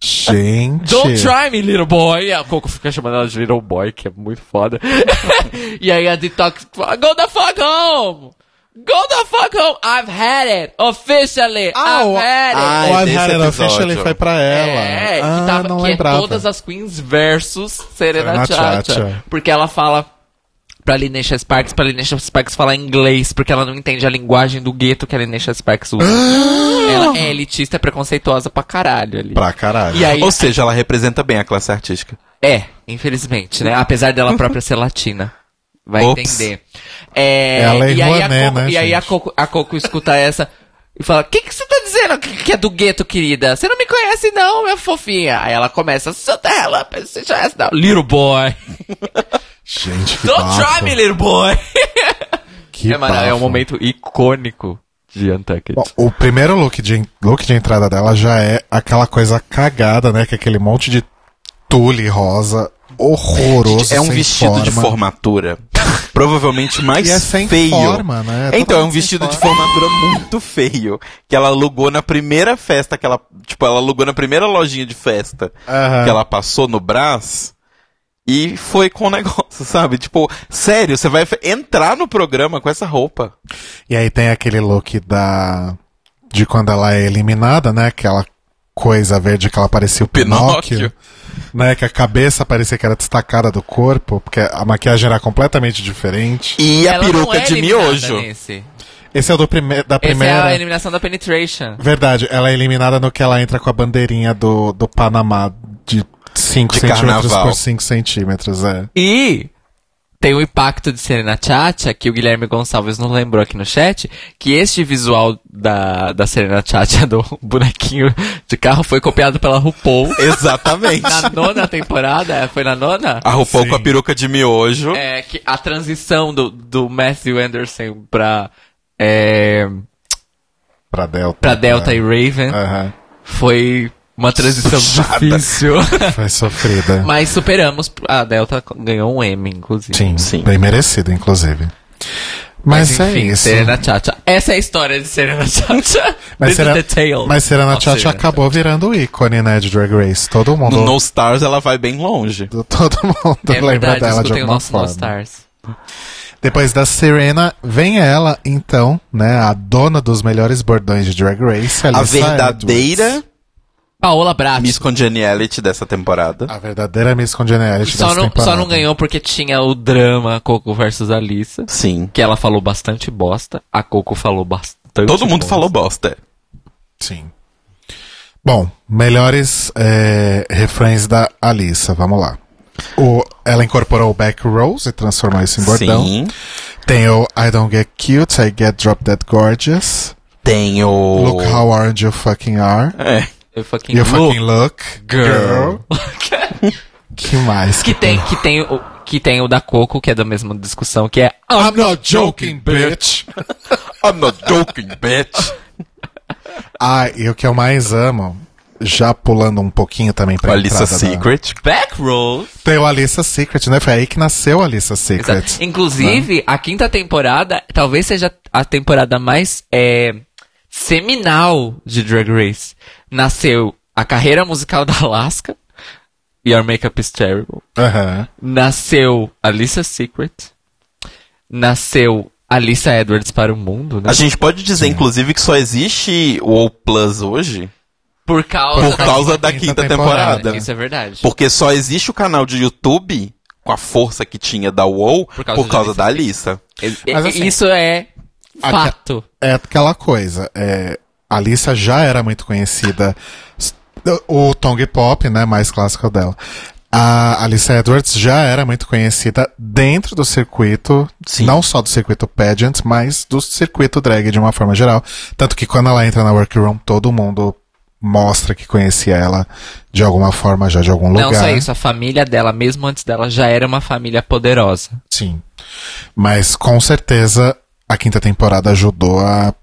Speaker 2: Gente.
Speaker 1: Don't try me, little boy. E a Coco fica chamando ela de little boy, que é muito foda. e aí a Detox fala, Go the fuck home! Go the fuck home! I've had it! Officially!
Speaker 2: Ah,
Speaker 1: I've
Speaker 2: o-
Speaker 1: had it!
Speaker 3: Ah,
Speaker 2: o
Speaker 3: é desse
Speaker 2: Unhara
Speaker 3: episódio.
Speaker 2: Official ele foi pra ela.
Speaker 1: É, que,
Speaker 2: ah,
Speaker 1: tava,
Speaker 2: não
Speaker 1: que é
Speaker 2: lembrava.
Speaker 1: todas as queens versus Serena
Speaker 2: Serena
Speaker 1: Tchatcha.
Speaker 2: Tchatcha.
Speaker 1: Porque ela fala pra Linesha Sparks, pra Linesha Sparks falar inglês, porque ela não entende a linguagem do gueto que a Linesha Sparks usa.
Speaker 2: Ah!
Speaker 1: ela é elitista, é preconceituosa pra caralho ali.
Speaker 2: Pra caralho.
Speaker 1: E aí,
Speaker 3: Ou seja, ela representa bem a classe artística.
Speaker 1: é, infelizmente, né? Apesar dela própria ser latina. Vai
Speaker 3: Ops.
Speaker 1: entender. É,
Speaker 2: Ela é
Speaker 1: e aí, a
Speaker 2: Rouanet,
Speaker 1: Coco,
Speaker 2: né,
Speaker 1: e aí a,
Speaker 2: gente?
Speaker 1: Coco, a Coco escuta essa e fala: O que que você tá dizendo que, que é do gueto, querida? Você não me conhece, não, minha fofinha. Aí ela começa: Solta ela, você já é não. Little boy.
Speaker 2: Gente, que
Speaker 1: Don't
Speaker 2: bafo.
Speaker 1: try me, little boy.
Speaker 2: Que
Speaker 1: é, mano, é um
Speaker 2: bafo.
Speaker 1: momento icônico de Untucked.
Speaker 2: Bom, o primeiro look de, look de entrada dela já é aquela coisa cagada, né? Que é aquele monte de tule rosa horroroso.
Speaker 3: é um
Speaker 2: sem
Speaker 3: vestido de
Speaker 2: forma.
Speaker 3: formatura. Provavelmente mais
Speaker 2: E é sem
Speaker 3: feio.
Speaker 2: forma, né? É
Speaker 3: então, é um
Speaker 2: totalmente sem
Speaker 3: vestido de
Speaker 2: forma.
Speaker 3: formatura muito feio. Que ela alugou na primeira festa que ela. Tipo, ela alugou na primeira lojinha de festa
Speaker 2: Aham.
Speaker 3: que ela passou no Brás. E foi com o negócio, sabe? Tipo, sério, você vai fe- entrar no programa com essa roupa.
Speaker 2: E aí tem aquele look da. De quando ela é eliminada, né? Aquela coisa verde que ela parecia o Pinóquio.
Speaker 3: Pinóquio.
Speaker 2: Né, que a cabeça parecia que era destacada do corpo, porque a maquiagem era completamente diferente.
Speaker 3: E a
Speaker 1: Ela não
Speaker 3: peruca
Speaker 1: é
Speaker 3: de
Speaker 1: eliminada
Speaker 3: miojo.
Speaker 1: Nesse.
Speaker 2: Esse é o do prime da
Speaker 1: Essa é a
Speaker 2: primeira.
Speaker 1: eliminação da Penetration.
Speaker 2: Verdade, ela é eliminada no que ela entra com a bandeirinha do, do Panamá de 5
Speaker 3: De
Speaker 2: centímetros
Speaker 3: carnaval.
Speaker 2: por 5 centímetros, é.
Speaker 1: E tem o impacto de Serena Tchatcha, que o Guilherme Gonçalves não lembrou aqui no chat, que este visual da, da Serena Tchatcha do bonequinho de carro foi copiado pela RuPaul.
Speaker 3: Exatamente.
Speaker 1: Na nona temporada, é, foi na nona?
Speaker 3: A RuPaul
Speaker 2: Sim.
Speaker 3: com a peruca de miojo.
Speaker 1: É, que a transição do, do Matthew Anderson pra, é,
Speaker 2: Pra Delta. É.
Speaker 1: pra Delta e Raven
Speaker 2: Aham.
Speaker 1: foi uma transição
Speaker 3: Puxada.
Speaker 1: difícil.
Speaker 2: Foi sofrida.
Speaker 1: Mas superamos. A Delta ganhou um M, inclusive.
Speaker 2: Sim,
Speaker 3: Sim.
Speaker 2: bem merecido, inclusive. Mas,
Speaker 1: enfim,
Speaker 2: é isso.
Speaker 1: Serena Tchatcha. Essa é a história de Serena Tchatcha.
Speaker 2: Mas
Speaker 1: This
Speaker 2: Serena,
Speaker 1: is the tale.
Speaker 2: mas Serena
Speaker 1: of
Speaker 2: Tchatcha acabou virando o ícone, né, de Drag Race. Todo mundo,
Speaker 3: No No Stars ela vai bem longe.
Speaker 2: todo mundo
Speaker 1: É
Speaker 2: lembra
Speaker 1: verdade,
Speaker 2: dela de
Speaker 1: escutem o
Speaker 2: alguma
Speaker 1: nosso No
Speaker 2: forma.
Speaker 1: Stars.
Speaker 2: Depois da Serena, vem ela, então, né, a dona dos melhores bordões de Drag Race,
Speaker 3: A
Speaker 2: Alyssa
Speaker 3: verdadeira
Speaker 2: Edwards.
Speaker 1: Paola Brat.
Speaker 3: Miss Congeniality dessa temporada.
Speaker 2: A verdadeira Miss Congeniality
Speaker 1: Só
Speaker 2: dessa
Speaker 1: não,
Speaker 2: temporada.
Speaker 1: só não ganhou porque tinha o drama Coco versus Alissa.
Speaker 3: Sim.
Speaker 1: Que ela falou bastante bosta. A Coco falou bastante
Speaker 3: Todo mundo
Speaker 1: bosta.
Speaker 3: falou bosta.
Speaker 2: Sim. Bom, melhores eh, refrões da Alissa, vamos lá. O, ela incorporou o back rows e transformou isso em bordão.
Speaker 3: Sim.
Speaker 2: Tem o I don't get cute, I get drop dead gorgeous.
Speaker 3: Tem o.
Speaker 2: Look how orange you fucking are.
Speaker 3: É.
Speaker 1: Eu fucking
Speaker 2: You
Speaker 1: louco.
Speaker 2: fucking look.
Speaker 1: girl.
Speaker 2: Que mais?
Speaker 1: Que tem, que, tem o, que tem o da Coco, que é da mesma discussão, que é
Speaker 2: I'm not joking, bitch.
Speaker 3: I'm not joking, bitch.
Speaker 2: Ah, e o que eu mais amo já pulando um pouquinho também
Speaker 3: Com
Speaker 2: pra
Speaker 3: a Lisa
Speaker 2: entrada da-
Speaker 3: Secret.
Speaker 1: Backroll.
Speaker 2: Tem o Alissa Secret, né? Foi aí que nasceu a Alissa Secret.
Speaker 1: Exato. Inclusive, a quinta temporada talvez seja a temporada mais é, seminal de Drag Race. Nasceu a carreira musical da Alaska, Your Makeup is Terrible.
Speaker 2: Aham.
Speaker 1: Nasceu Alissa Secret. Nasceu Alissa Edwards para o mundo, né?
Speaker 3: A gente pode dizer, inclusive, que só existe o O Plus hoje
Speaker 1: Por causa
Speaker 3: por
Speaker 1: da
Speaker 3: causa
Speaker 2: da
Speaker 3: da
Speaker 2: quinta
Speaker 3: quinta temporada.
Speaker 2: temporada.
Speaker 1: Isso é verdade.
Speaker 3: Porque só existe o canal de YouTube com a força que tinha da WoW por
Speaker 1: causa
Speaker 3: causa,
Speaker 1: da
Speaker 3: da Alissa.
Speaker 1: E- e-
Speaker 2: Mas assim-
Speaker 1: isso é
Speaker 2: Aqui-
Speaker 1: fato.
Speaker 2: É aquela coisa. É, a Alissa já era muito conhecida. O Tong Pop, né? Mais clássico dela. A Alissa Edwards já era muito conhecida dentro do circuito,
Speaker 3: Sim.
Speaker 2: não só do circuito pageant, mas do circuito drag de uma forma geral. Tanto que quando ela entra na workroom, todo mundo mostra que conhecia ela de alguma forma já de algum
Speaker 1: Não
Speaker 2: lugar.
Speaker 1: só isso, a família dela, mesmo antes dela, já era uma família poderosa.
Speaker 2: Sim. Mas com certeza a quinta temporada ajudou a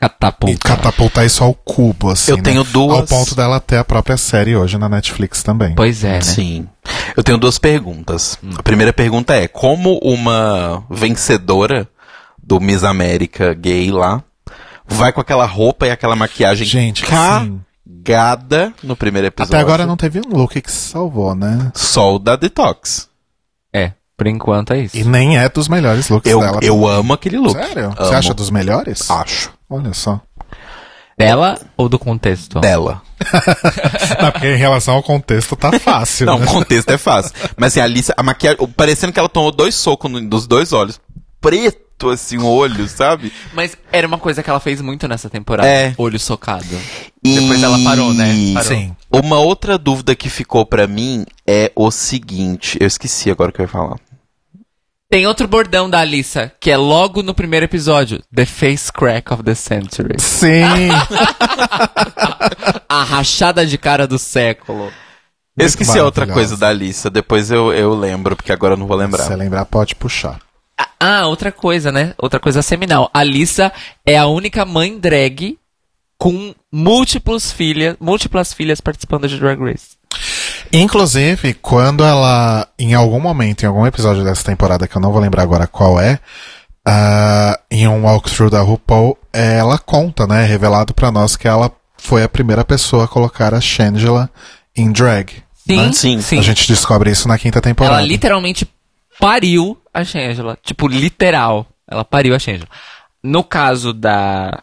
Speaker 1: Catapulta.
Speaker 2: catapultar isso ao cubo, assim.
Speaker 3: Então. Eu
Speaker 2: né?
Speaker 3: tenho duas-
Speaker 2: Ao ponto dela ter a própria série hoje na Netflix também.
Speaker 1: Pois é, né?
Speaker 3: Sim. Eu tenho duas perguntas. A primeira pergunta é: como uma vencedora do Miss América gay lá vai com aquela roupa e aquela maquiagem
Speaker 2: Gente,
Speaker 3: tá
Speaker 2: sim.
Speaker 3: cagada no primeiro episódio?
Speaker 2: Até agora não teve um look que se salvou, né?
Speaker 3: Só o da Detox.
Speaker 1: É, por enquanto é isso.
Speaker 2: E nem é dos melhores looks
Speaker 3: Eu,
Speaker 2: dela.
Speaker 3: eu amo aquele look.
Speaker 2: Sério?
Speaker 3: Amo. Ah.
Speaker 2: Você acha dos melhores?
Speaker 3: Acho.
Speaker 2: Olha só.
Speaker 1: Dela ou do contexto?
Speaker 2: É.
Speaker 3: Dela.
Speaker 2: Tá, porque em relação ao contexto tá fácil,
Speaker 3: Não, o
Speaker 2: né?
Speaker 3: contexto é fácil. Mas assim, a Alice, a maquiagem. Parecendo que ela tomou dois socos no- dos dois olhos. Preto, assim, o olho, sabe?
Speaker 1: Mas era uma coisa que ela fez muito nessa temporada.
Speaker 3: É.
Speaker 1: Olho socado.
Speaker 3: E-
Speaker 1: Depois ela parou, né? Parou.
Speaker 2: Sim.
Speaker 3: Uma outra dúvida que ficou pra mim é o seguinte. Eu esqueci agora o que eu ia falar.
Speaker 1: Tem outro bordão da Alissa, que é logo no primeiro episódio. The face crack of the century.
Speaker 2: Sim.
Speaker 1: A rachada de cara do século.
Speaker 3: Eu esqueci a outra
Speaker 2: maravilhosa.
Speaker 3: coisa da Alissa, depois eu, eu lembro, porque agora eu não vou
Speaker 2: Se você
Speaker 3: lembrar.
Speaker 2: lembrar, pode puxar.
Speaker 1: Ah, Ah, outra coisa, né? Outra coisa seminal. A Alissa é a única mãe drag com múltiplos filhas, múltiplas filhas participando de Drag Race.
Speaker 2: Ah, Inclusive, quando ela, em algum momento, em algum episódio dessa temporada, que eu não vou lembrar agora qual é, ah, em um walkthrough da RuPaul, ela conta, né? é Revelado pra nós que ela foi a primeira pessoa a colocar a Shangela em drag.
Speaker 1: Sim,
Speaker 3: Ah, sim.
Speaker 1: sim.
Speaker 2: A gente descobre isso na quinta temporada.
Speaker 1: Ela literalmente pariu a Shangela. Tipo, literal. Ela pariu a Shangela. No caso da,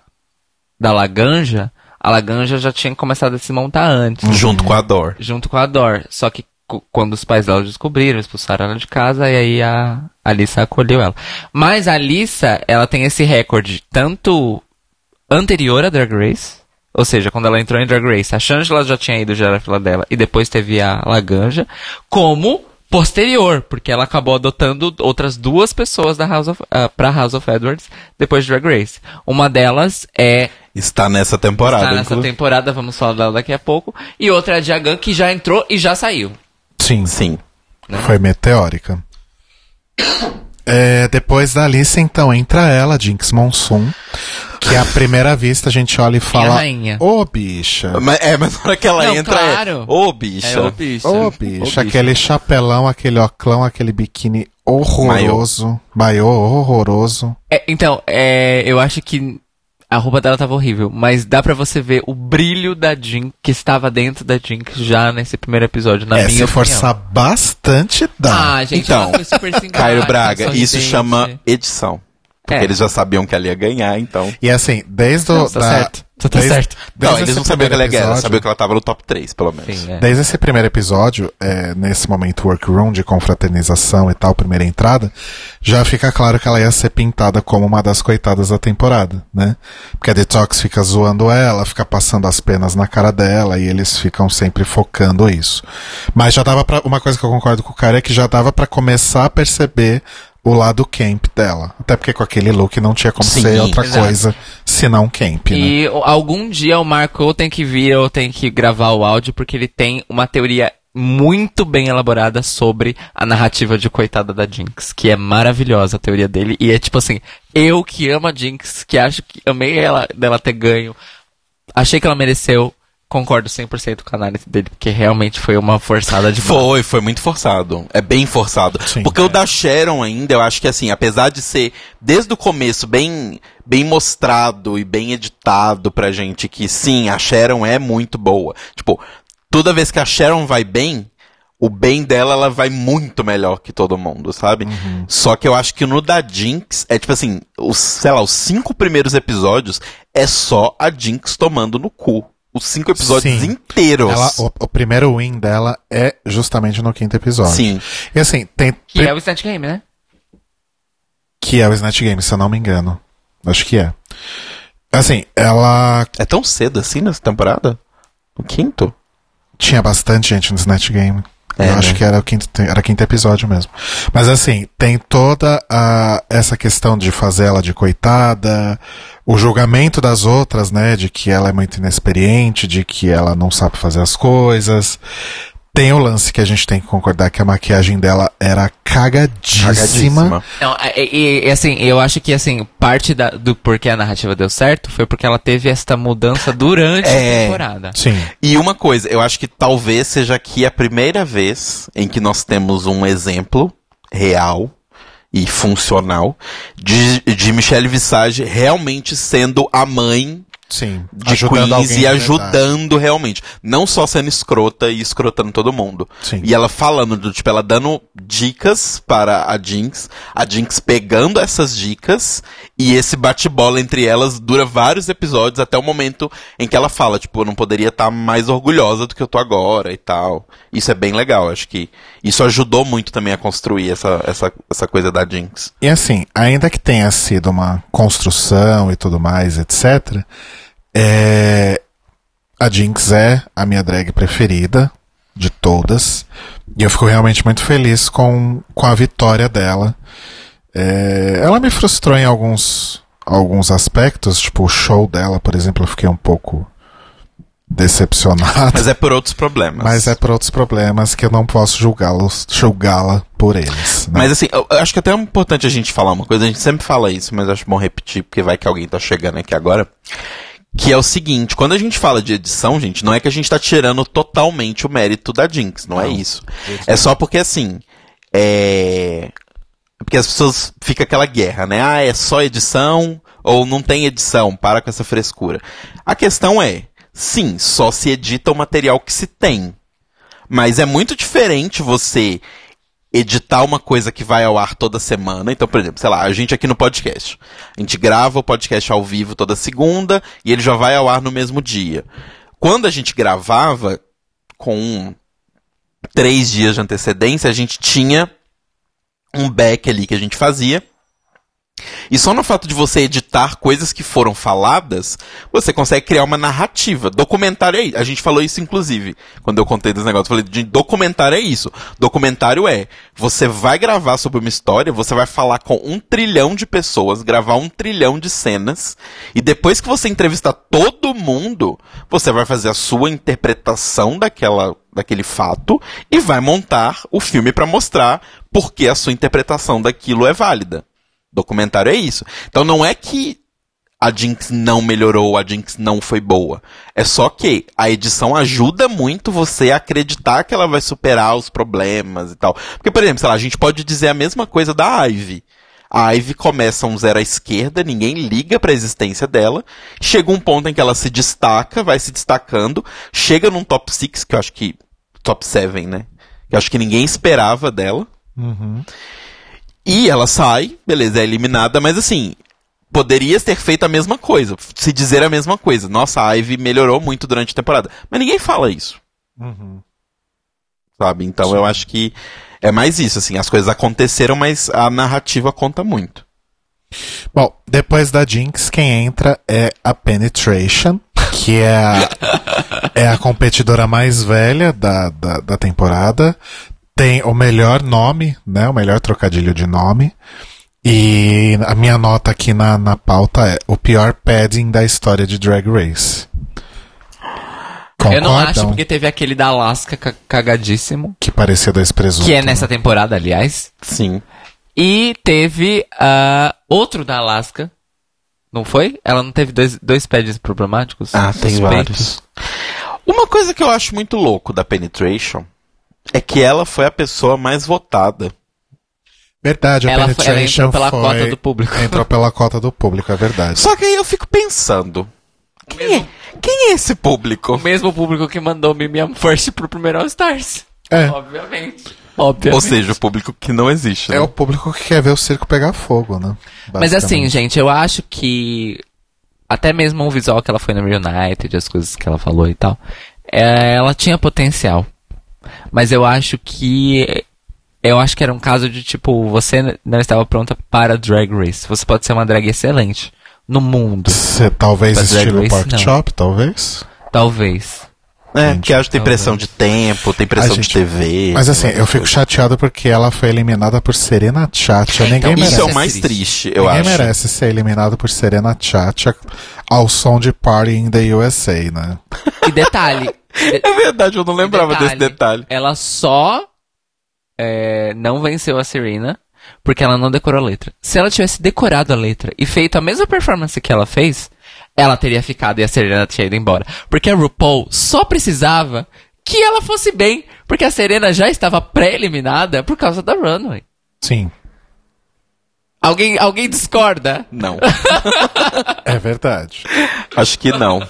Speaker 1: da Laganja, a Laganja já tinha começado a se montar antes.
Speaker 2: é
Speaker 3: Junto com a Dor.
Speaker 1: junto com a Dor. Só que cu- quando os pais dela descobriram, expulsaram ela de casa e aí a Alissa acolheu ela. Mas a Alissa, ela tem esse recorde tanto anterior a Drag Race, ou seja, quando ela entrou em Drag Race, a Shangela já tinha ido já era fila dela e depois teve a Laganja, como posterior, porque ela acabou adotando outras duas pessoas da House of, ah, pra House of Edwards depois de Drag Race. Uma delas é
Speaker 3: Está nessa temporada.
Speaker 1: Tá nessa
Speaker 3: inclu-
Speaker 1: temporada, vamos falar dela daqui a pouco. E outra é a Jagan, que já entrou e já saiu.
Speaker 2: Sim.
Speaker 3: Sim.
Speaker 1: né?
Speaker 2: Foi meteórica. É, depois da Alice, então, entra ela, Jinx Monsoon, que à primeira vista a gente olha e fala...
Speaker 1: é rainha.
Speaker 2: Ô, bicha.
Speaker 3: Mas, é, mas na hora que ela
Speaker 1: Não,
Speaker 3: entra.
Speaker 1: claro.
Speaker 3: É, Ô, bicha.
Speaker 1: bicho.
Speaker 2: Ô, bicho, aquele chapelão, aquele oclão, aquele biquíni horroroso. Maiô horroroso.
Speaker 1: então, é, eu acho que a roupa dela tava horrível, mas dá pra você ver o brilho da Jin que estava dentro da Jin já nesse primeiro episódio, na
Speaker 2: é,
Speaker 1: minha
Speaker 2: se
Speaker 1: opinião.
Speaker 2: forçar bastante, dá.
Speaker 1: Ah, gente,
Speaker 3: Então,
Speaker 1: ela foi super simpática,
Speaker 3: Caio Braga,
Speaker 1: sorridente.
Speaker 3: isso chama edição. Porque
Speaker 1: É.
Speaker 3: eles já sabiam que ela ia ganhar, então.
Speaker 2: E assim, desde o.
Speaker 1: Não, tá
Speaker 2: da-
Speaker 1: certo. Tá
Speaker 2: desde-
Speaker 1: certo.
Speaker 2: desde
Speaker 3: não, eles
Speaker 2: esse é
Speaker 3: não sabiam que ela é ia
Speaker 2: primeiro
Speaker 3: ganhar,
Speaker 2: episódio-
Speaker 3: sabiam que ela tava no top 3, pelo menos.
Speaker 1: Sim, é.
Speaker 2: Desde esse primeiro episódio, é, nesse momento workroom de confraternização e tal, primeira entrada, já fica claro que ela ia ser pintada como uma das coitadas da temporada, né? Porque a Detox fica zoando ela, fica passando as penas na cara dela e eles ficam sempre focando isso. Mas já dava pra. Uma coisa que eu concordo com o cara é que já dava pra começar a perceber o lado camp dela. Até porque com aquele look não tinha como
Speaker 3: Sim,
Speaker 2: ser outra
Speaker 1: exato.
Speaker 2: coisa senão camp, né?
Speaker 1: E o- algum dia o Marco ou tem que vir ou tem que gravar o áudio, porque ele tem uma teoria muito bem elaborada sobre a narrativa de coitada da Jinx, que é maravilhosa a teoria dele. E é tipo assim, eu que amo a Jinx, que acho que amei ela dela ter ganho, achei que ela mereceu, concordo 100% com a análise dele, porque realmente foi uma forçada de barra.
Speaker 3: Foi, foi muito forçado. É bem forçado.
Speaker 2: Sim. é.
Speaker 3: Porque o da Sharon ainda, eu acho que assim, apesar de ser desde o começo bem bem mostrado e bem editado pra gente que sim, a Sharon é muito boa. Tipo, toda vez que a Sharon vai bem, o bem dela ela vai muito melhor que todo mundo, sabe?
Speaker 2: Uhum.
Speaker 3: Só que eu acho que no da Jinx é tipo assim, os, sei lá, os cinco primeiros episódios é só a Jinx tomando no cu. Os cinco episódios
Speaker 2: Sim.
Speaker 3: inteiros.
Speaker 2: Ela- o, o primeiro win dela é justamente no quinto episódio.
Speaker 3: Sim.
Speaker 2: E assim, tem.
Speaker 1: Que é o Snatch Game, né?
Speaker 2: que é o Snatch Game, se eu não me engano. Acho que é. Assim, ela
Speaker 3: É tão cedo assim nessa temporada? O quinto?
Speaker 2: Tinha bastante gente no Snatch Game.
Speaker 3: É,
Speaker 2: Eu acho
Speaker 3: né?
Speaker 2: que era o quinto, era quinto episódio mesmo. Mas assim, tem toda a- essa questão de fazer ela de coitada, o julgamento das outras, né? De que ela é muito inexperiente, de que ela não sabe fazer as coisas. Tem o lance que a gente tem que concordar que a maquiagem dela era cagadíssima.
Speaker 3: Cagadíssima.
Speaker 1: Não, e, e- e, assim, eu acho que assim, parte da- do porquê a narrativa deu certo foi porque ela teve esta mudança durante
Speaker 3: É.
Speaker 1: a temporada.
Speaker 2: Sim.
Speaker 3: E uma coisa, eu acho que talvez seja aqui a primeira vez em que nós temos um exemplo real e funcional de, de Michelle Visage realmente sendo a mãe
Speaker 2: Sim.
Speaker 3: de Queens
Speaker 2: alguém
Speaker 3: e
Speaker 2: de verdade.
Speaker 3: ajudando realmente. Não só sendo escrota e escrotando todo mundo.
Speaker 2: Sim.
Speaker 3: E ela falando, do, tipo, ela dando dicas para a Jinx, a Jinx pegando essas dicas, e esse bate-bola entre elas dura vários episódios até o momento em que ela fala, tipo, eu não poderia estar mais orgulhosa do que eu tô agora e tal. Isso é bem legal, acho que isso ajudou muito também a construir essa, essa, essa coisa da Jinx.
Speaker 2: E assim, ainda que tenha sido uma construção e tudo mais, etc., é, a Jinx é a minha drag preferida de todas. E eu fico realmente muito feliz com, com a vitória dela. É, ela me frustrou em alguns, alguns aspectos, tipo o show dela, por exemplo, eu fiquei um pouco decepcionado.
Speaker 3: Mas é por outros problemas.
Speaker 2: Mas é por outros problemas que eu não posso julgá-los, julgá-la por eles. né?
Speaker 3: Mas assim, eu eu acho que até é importante a gente falar uma coisa, a gente sempre fala isso, mas acho bom repetir, porque vai que alguém tá chegando aqui agora. Que é o seguinte, quando a gente fala de edição, gente, não é que a gente tá tirando totalmente o mérito da Jinx, não, é isso. É só porque assim, é. Porque as pessoas fica aquela guerra, né? Ah, é só edição ou não tem edição, para com essa frescura. A questão é, sim, só se edita o material que se tem. Mas é muito diferente você editar uma coisa que vai ao ar toda semana. Então, por exemplo, sei lá, a gente aqui no podcast. A gente grava o podcast ao vivo toda segunda e ele já vai ao ar no mesmo dia. Quando a gente gravava, com três dias de antecedência, a gente tinha um back ali que a gente fazia. E só no fato de você editar coisas que foram faladas, você consegue criar uma narrativa. Documentário é isso. A gente falou isso, inclusive, quando eu contei desse negócio. Eu falei, de documentário é isso. Documentário é, você vai gravar sobre uma história, você vai falar com um trilhão de pessoas, gravar um trilhão de cenas, e depois que você entrevistar todo mundo, você vai fazer a sua interpretação daquela, daquele fato e vai montar o filme pra mostrar por que a sua interpretação daquilo é válida. Documentário é isso. Então não é que a Jinx não melhorou, a Jinx não foi boa. É só que a edição ajuda muito você a acreditar que ela vai superar os problemas e tal. Porque, por exemplo, sei lá, a gente pode dizer a mesma coisa da Ivy. A Ivy começa um zero à esquerda, ninguém liga pra existência dela. Chega um ponto em que ela se destaca, vai se destacando, chega num top 6, que eu acho que. Top 7, né? Que eu acho que ninguém esperava dela.
Speaker 2: Uhum.
Speaker 3: E ela sai, beleza, é eliminada, mas assim, poderia ter feito a mesma coisa, se dizer a mesma coisa. Nossa, a Ivy melhorou muito durante a temporada. Mas ninguém fala isso, Uhum. sabe? Então eu acho que é mais isso, assim, as coisas aconteceram, mas a narrativa conta muito.
Speaker 2: Bom, depois da Jinx, quem entra é a Penetration, que é a, é a competidora mais velha da, da, da temporada. Tem o melhor nome, né? O melhor trocadilho de nome. E a minha nota aqui na, na pauta é o pior padding da história de Drag Race. Concordam
Speaker 1: Eu não acho, porque teve aquele da Alaska ca- cagadíssimo,
Speaker 2: que parecia dois presuntos. né?
Speaker 1: que é nessa temporada, aliás.
Speaker 3: Sim.
Speaker 1: E teve ah, outro da Alaska, não foi? Ela não teve dois, dois pads problemáticos?
Speaker 3: Ah, tem
Speaker 1: Suspeitos?
Speaker 3: vários. Uma coisa que eu acho muito louco da Penetration é que ela foi a pessoa mais votada.
Speaker 2: Verdade, a
Speaker 1: Ela foi- ela
Speaker 2: Penetration
Speaker 1: entrou pela
Speaker 2: foi-
Speaker 1: cota do público.
Speaker 2: Entrou pela cota do público, é verdade.
Speaker 3: Só que aí eu fico pensando. Quem é, quem é esse público?
Speaker 1: O mesmo público que mandou Mimiam First pro primeiro All Stars.
Speaker 2: É.
Speaker 1: Obviamente. Obviamente.
Speaker 3: Ou seja, o público que não existe. Né?
Speaker 2: É o público que quer ver o circo pegar fogo, né?
Speaker 1: Mas assim,
Speaker 2: Basicamente.
Speaker 1: gente, eu acho que até mesmo o visual que ela foi no Reunited, as coisas que ela falou e tal, é, ela tinha potencial. Mas eu acho que eu acho que era um caso de tipo, você não estava pronta para Drag Race. Você pode ser uma drag excelente no mundo,
Speaker 2: Cê- talvez
Speaker 1: Mas Drag
Speaker 2: estilo
Speaker 1: Race,
Speaker 2: Park
Speaker 1: não.
Speaker 2: Chop, talvez.
Speaker 1: talvez.
Speaker 3: É, que acho que tem pressão de tempo, tem pressão
Speaker 2: Ai, gente,
Speaker 3: de TV.
Speaker 2: Mas assim,
Speaker 3: tem
Speaker 2: eu fico chateado porque ela foi eliminada por Serena Chacha. Ninguém
Speaker 1: Então,
Speaker 2: merece.
Speaker 3: Isso é
Speaker 1: Isso é
Speaker 3: o mais
Speaker 1: triste.
Speaker 3: triste, eu
Speaker 2: Ninguém
Speaker 3: acho.
Speaker 2: merece ser eliminado por Serena Chacha ao som de Party in the USA, né?
Speaker 1: E detalhe, de-
Speaker 3: É verdade, eu não lembrava
Speaker 1: Detalhe.
Speaker 3: desse detalhe.
Speaker 1: ela só é, não venceu a Serena porque ela não decorou a letra. Se ela tivesse decorado a letra e feito a mesma performance que ela fez, ela teria ficado e a Serena tinha ido embora. Porque a RuPaul só precisava que ela fosse bem, porque a Serena já estava pré-eliminada por causa da runway.
Speaker 2: Sim,
Speaker 1: Alguém, alguém discorda?
Speaker 3: Não,
Speaker 2: é verdade.
Speaker 3: acho que não.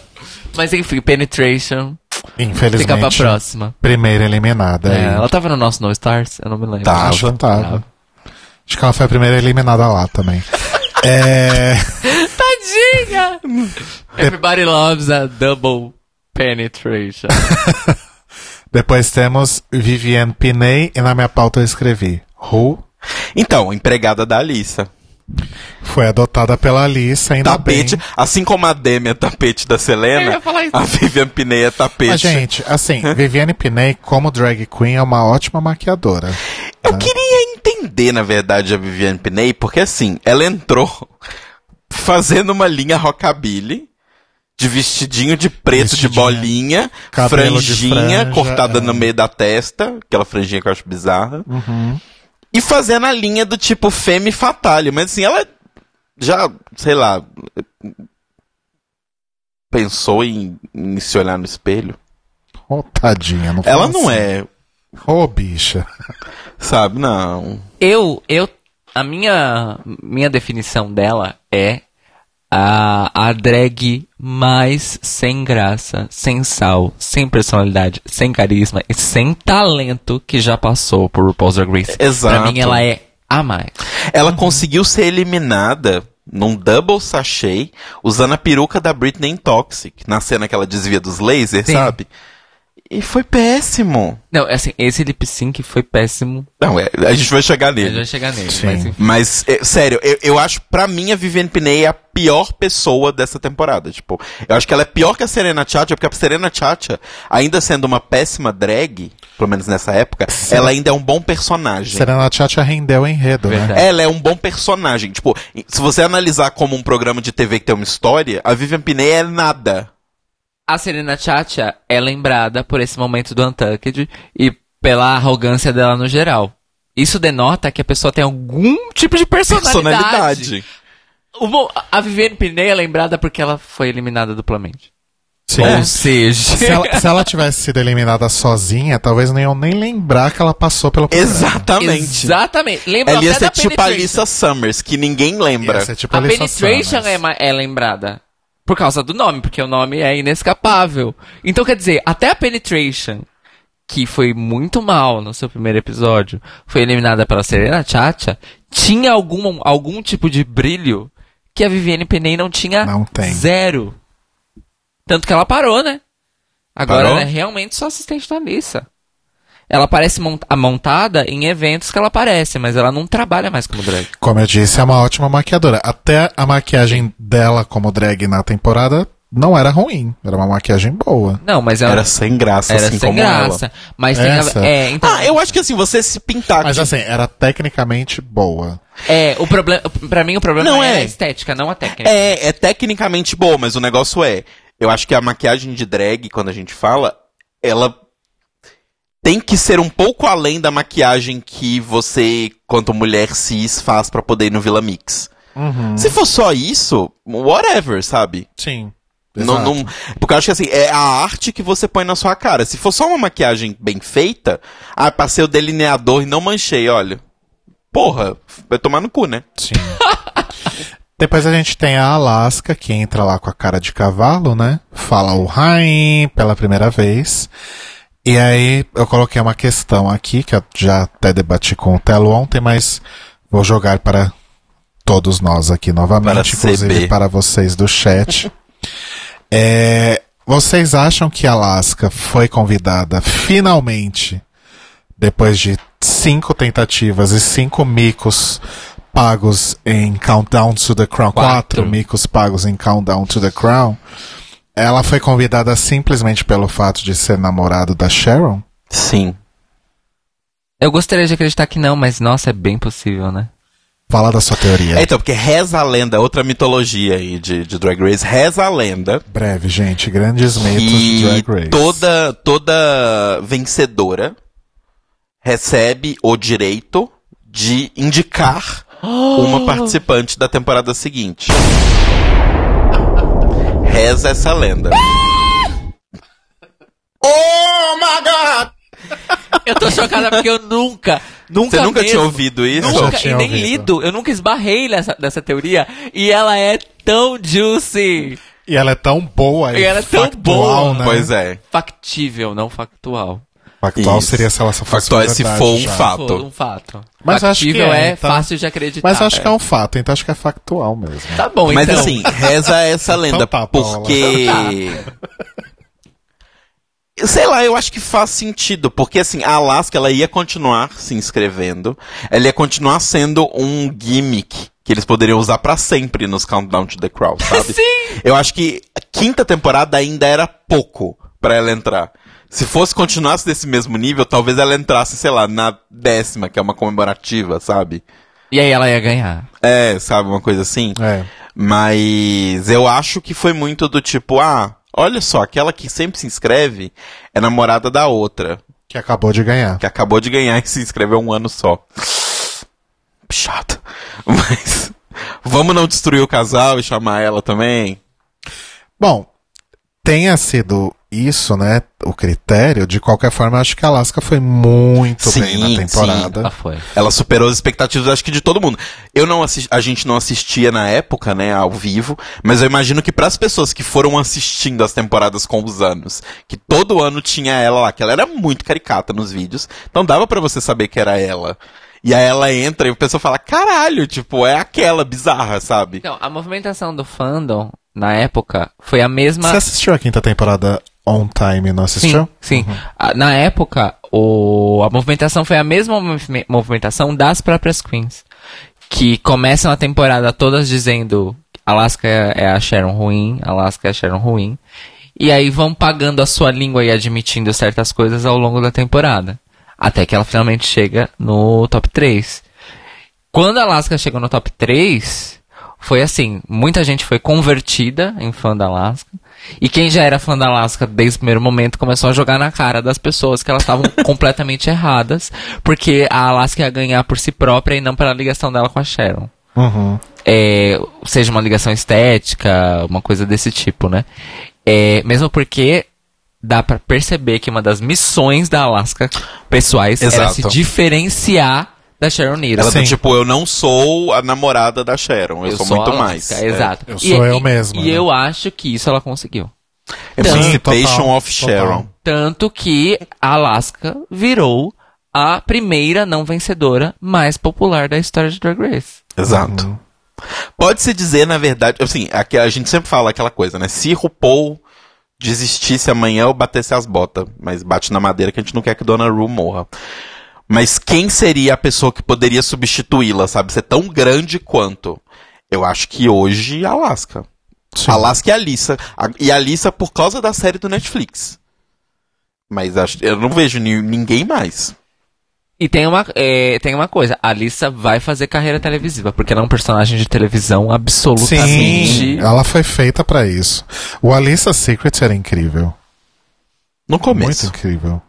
Speaker 1: Mas enfim, Penetration fica pra
Speaker 2: Infelizmente,
Speaker 1: próxima.
Speaker 2: primeira eliminada.
Speaker 1: É,
Speaker 2: aí.
Speaker 1: ela tava no nosso No Stars, eu não me lembro.
Speaker 3: Tá.
Speaker 2: Acho que tava.
Speaker 1: Tava.
Speaker 2: Acho que ela foi a primeira eliminada lá também. é...
Speaker 1: Tadinha! Everybody loves a double penetration.
Speaker 2: Depois temos Viviane Piney e na minha pauta eu escrevi Who
Speaker 3: Então, empregada da Alissa.
Speaker 2: foi adotada pela Alice, ainda Tá
Speaker 3: Tapete,
Speaker 2: bem.
Speaker 3: assim como a Demi é tapete da
Speaker 1: Eu
Speaker 3: Selena,
Speaker 1: ia falar isso.
Speaker 3: a Vivian Piney é tapete.
Speaker 2: Mas, gente, assim, Viviane Piney, como drag queen, é uma ótima maquiadora. Ah.
Speaker 3: Eu queria entender, na verdade, a Viviane Piney, porque assim, ela entrou fazendo uma linha rockabilly, de vestidinho de preto de
Speaker 2: Vestidinho.
Speaker 3: bolinha,
Speaker 2: Cabelo de
Speaker 3: franjinha
Speaker 2: franja,
Speaker 3: cortada
Speaker 2: é.
Speaker 3: no meio da testa, aquela franjinha que eu acho bizarra.
Speaker 2: Uhum.
Speaker 3: E fazendo a linha do tipo femme fatale, mas assim, ela já, sei lá, pensou em, em se olhar no espelho.
Speaker 2: Ô, tadinha, não
Speaker 3: Ela
Speaker 2: fala
Speaker 3: não
Speaker 2: assim.
Speaker 3: é,
Speaker 2: Ô, bicha.
Speaker 3: sabe, não.
Speaker 1: eu, eu, a minha, minha definição dela é a, a drag mais sem graça, sem sal, sem personalidade, sem carisma e sem talento que já passou por RuPaul's Drag Race.
Speaker 3: Exato.
Speaker 1: Pra mim ela é a mais.
Speaker 3: Ela conseguiu ser eliminada num double sachê usando a peruca da Britney em Toxic, na cena que ela desvia dos lasers,
Speaker 1: Sim.
Speaker 3: sabe? E foi péssimo.
Speaker 1: Não, assim, esse lip sync foi péssimo.
Speaker 3: Não, é, a gente vai chegar
Speaker 1: Eu já
Speaker 3: nele.
Speaker 1: chegar nele,
Speaker 2: Sim.
Speaker 1: mas enfim.
Speaker 3: Mas, é, sério, eu, eu acho, pra mim, a Viviane Piney é a pior pessoa dessa temporada. Tipo, eu acho que ela é pior que a Serena Chacha, porque a Serena Chacha, ainda sendo uma péssima drag, pelo menos nessa época, ela ainda é um bom personagem.
Speaker 2: Serena Chacha rendeu o enredo, né?
Speaker 1: Verdade.
Speaker 3: Ela é um bom personagem. Tipo, se você analisar como um programa de TV que tem uma história, a Vivian Piney é nada.
Speaker 1: A Serena Chacha é lembrada por esse momento do Untucked e pela arrogância dela no geral. Isso denota que a pessoa tem algum tipo de personalidade.
Speaker 3: Personalidade.
Speaker 1: O bom- a Viviane Pinei é lembrada porque ela foi eliminada duplamente.
Speaker 2: Sim.
Speaker 3: É.
Speaker 1: Ou seja,
Speaker 2: Se, ela, se ela tivesse sido eliminada sozinha, talvez nem eu nem lembrar que ela passou pelo programa.
Speaker 3: Exatamente.
Speaker 1: exatamente. Lembra
Speaker 3: Ela ia
Speaker 1: até da
Speaker 3: ser tipo a
Speaker 1: Penetration.
Speaker 3: Alissa Summers, que ninguém lembra.
Speaker 2: Ia ser tipo
Speaker 1: A
Speaker 2: Alice
Speaker 1: Penetration
Speaker 2: Summers.
Speaker 1: é, ma- é lembrada por causa do nome, porque o nome é inescapável. Então, quer dizer, até a Penetration, que foi muito mal no seu primeiro episódio, foi eliminada pela Serena Chacha, tinha algum, algum tipo de brilho que a Viviane Penei não tinha
Speaker 2: Não tem.
Speaker 1: zero. Tanto que ela parou, né? Agora
Speaker 3: Parou?
Speaker 1: ela é realmente só assistente da Lissa. Ela aparece mon- a montada em eventos que ela aparece, mas ela não trabalha mais como drag.
Speaker 2: Como eu disse, é uma ótima maquiadora. Até a maquiagem dela como drag na temporada não era ruim. Era uma maquiagem boa.
Speaker 1: Não, mas ela
Speaker 3: Era sem graça,
Speaker 1: Era
Speaker 3: assim
Speaker 1: sem
Speaker 3: como
Speaker 1: graça. então.
Speaker 3: ela.
Speaker 1: Mas tem
Speaker 2: Essa?
Speaker 1: a, é, então,
Speaker 3: Ah, eu acho que assim, você se pintar
Speaker 2: Mas
Speaker 3: de-
Speaker 2: assim, era tecnicamente boa.
Speaker 1: é, o problema, para mim o problema
Speaker 3: Não
Speaker 1: é,
Speaker 3: é.
Speaker 1: a estética, não a técnica.
Speaker 3: É, é tecnicamente boa, mas o negócio é. Eu acho que a maquiagem de drag, quando a gente fala, ela tem que ser um pouco além da maquiagem que você, quanto mulher cis, faz Uhum. pra poder ir no Vila Mix. Se for só isso, whatever, sabe?
Speaker 2: Sim.
Speaker 3: Não-
Speaker 2: Exato.
Speaker 3: não- porque eu acho que assim, é a arte que você põe na sua cara. Se for só uma maquiagem bem feita, ah, passei o delineador e não manchei, olha. Porra, vai tomar no cu, né?
Speaker 2: Sim. Depois a gente tem a Alaska, que entra lá com a cara de cavalo, né? Fala o Rain pela primeira vez. E aí eu coloquei uma questão aqui, que eu já até debati com o Telo ontem, mas vou jogar para todos nós aqui novamente,
Speaker 3: Para
Speaker 2: inclusive
Speaker 3: CB.
Speaker 2: para vocês do chat. É, vocês acham que a Alaska foi convidada finalmente depois de cinco tentativas e cinco micos pagos em Countdown to the Crown,
Speaker 1: Quatro.
Speaker 2: quatro, micos pagos em Countdown to the Crown, ela foi convidada simplesmente pelo fato de ser namorado da Sharon?
Speaker 3: Sim.
Speaker 1: Eu gostaria de acreditar que não, mas nossa, é bem possível, né?
Speaker 2: Fala da sua teoria.
Speaker 3: É, então, porque reza a lenda, outra mitologia aí de, de Drag Race, reza a lenda
Speaker 2: Breve, gente. Grandes mitos de
Speaker 3: que
Speaker 2: Drag Race.
Speaker 3: toda, toda vencedora recebe o direito de indicar uma participante da temporada seguinte. Reza essa lenda. Oh my god!
Speaker 1: Eu tô chocada porque eu nunca, nunca
Speaker 3: Você nunca
Speaker 1: mesmo,
Speaker 3: tinha ouvido isso?
Speaker 2: Eu já
Speaker 1: Nunca, e
Speaker 2: tinha
Speaker 1: nem
Speaker 2: ouvido.
Speaker 1: lido. Eu nunca esbarrei nessa, nessa teoria. E ela é tão juicy.
Speaker 2: E ela é tão boa
Speaker 1: E ela é tão
Speaker 2: factual,
Speaker 1: boa.
Speaker 2: né?
Speaker 3: Pois é.
Speaker 1: Factível, não factual.
Speaker 2: Factual
Speaker 3: Isso.
Speaker 2: seria se ela só fosse
Speaker 3: Factual é se
Speaker 2: verdade
Speaker 3: for um
Speaker 2: já.
Speaker 3: fato.
Speaker 1: Foi Um fato.
Speaker 2: Mas acho que
Speaker 1: factível
Speaker 2: é,
Speaker 1: é
Speaker 2: então.
Speaker 1: fácil de acreditar.
Speaker 2: Mas
Speaker 3: Ah,
Speaker 2: acho que é um fato, então acho que é factual mesmo.
Speaker 1: Tá bom,
Speaker 3: Mas
Speaker 1: então.
Speaker 3: assim, reza essa lenda,
Speaker 2: Então tá, Paula.
Speaker 3: porque. Sei lá, eu acho que faz sentido, porque assim, a Alaska ela ia continuar se inscrevendo, ela ia continuar sendo um gimmick que eles poderiam usar pra sempre nos Countdown to the Crown, sabe?
Speaker 1: Sim!
Speaker 3: Eu acho que a quinta temporada ainda era pouco pra ela entrar. Se fosse continuasse desse mesmo nível, talvez ela entrasse, sei lá, na décima, que é uma comemorativa, sabe?
Speaker 1: E aí ela ia ganhar.
Speaker 3: É, sabe, uma coisa assim.
Speaker 2: É.
Speaker 3: Mas eu acho que foi muito do tipo, ah, olha só, aquela que sempre se inscreve é namorada da outra,
Speaker 2: Que acabou de ganhar.
Speaker 3: que acabou de ganhar e se inscreveu um ano só. Chato. Mas vamos não destruir o casal e chamar ela também?
Speaker 2: Bom, tenha sido isso, né? O critério, de qualquer forma, eu acho que a Alaska foi muito
Speaker 3: Sim,
Speaker 2: bem na temporada.
Speaker 1: Ah, foi.
Speaker 3: Ela superou as expectativas, acho que de todo mundo. Eu não assis- a gente não assistia na época, né, ao vivo, mas eu imagino que para as pessoas que foram assistindo as temporadas com os anos, que todo ano tinha ela lá, que ela era muito caricata nos vídeos, então dava pra você saber que era ela. E aí ela entra e o pessoal fala: "Caralho, tipo, é aquela bizarra, sabe?"
Speaker 1: Então, a movimentação do fandom, na época, foi a mesma.
Speaker 2: Você assistiu a quinta temporada on time, não assistiu? Uhum.
Speaker 1: Sim, sim. Ah, Na época, o, a movimentação foi a mesma movi- movimentação das próprias queens. Que começam a temporada todas dizendo Alaska é a Sharon ruim, Alaska é a Sharon ruim. E aí vão pagando a sua língua e admitindo certas coisas ao longo da temporada. Até que ela finalmente chega no top 3. Quando a Alaska chegou no top 3, foi assim, muita gente foi convertida em fã da Alaska. E quem já era fã da Alaska desde o primeiro momento começou a jogar na cara das pessoas que elas estavam completamente erradas, porque a Alaska ia ganhar por si própria e não pela ligação dela com a Sharon.
Speaker 2: Uhum.
Speaker 1: É, seja uma ligação estética, uma coisa desse tipo, né? É, mesmo porque dá pra perceber que uma das missões da Alaska pessoais era
Speaker 3: Exato.
Speaker 1: se diferenciar da Sharon Needles.
Speaker 3: Ela do
Speaker 2: Sim.
Speaker 3: tipo, eu não sou a namorada da Sharon, eu, sou,
Speaker 1: a
Speaker 3: muito
Speaker 1: Alaska,
Speaker 3: mais. é.
Speaker 1: Exato.
Speaker 2: Eu sou eu mesma,
Speaker 1: E
Speaker 2: né?
Speaker 1: eu acho que isso ela conseguiu.
Speaker 3: É.
Speaker 1: Sim,
Speaker 3: Emancipation
Speaker 2: Então, total,
Speaker 3: of Sharon.
Speaker 2: total.
Speaker 1: Tanto que a Alaska virou a primeira não vencedora mais popular da história de Drag Race.
Speaker 3: Exato.
Speaker 2: Uhum.
Speaker 3: Pode-se dizer, na verdade, assim, aqui a gente sempre fala aquela coisa, né? Se RuPaul desistisse amanhã, eu batesse as botas. Mas bate na madeira que a gente não quer que Dona Ru morra. Mas quem seria a pessoa que poderia substituí-la, sabe? Ser tão grande quanto? Eu acho que hoje, Alaska.
Speaker 2: Sim.
Speaker 3: Alaska e Alissa. A- E Alissa por causa da série do Netflix. Mas acho, eu não vejo ni- ninguém mais.
Speaker 1: E tem uma, é, tem uma coisa, a Alissa vai fazer carreira televisiva, porque ela é um personagem de televisão absolutamente...
Speaker 2: Sim, ela foi feita pra isso. O Alissa Secret era incrível.
Speaker 3: No começo.
Speaker 2: Muito incrível.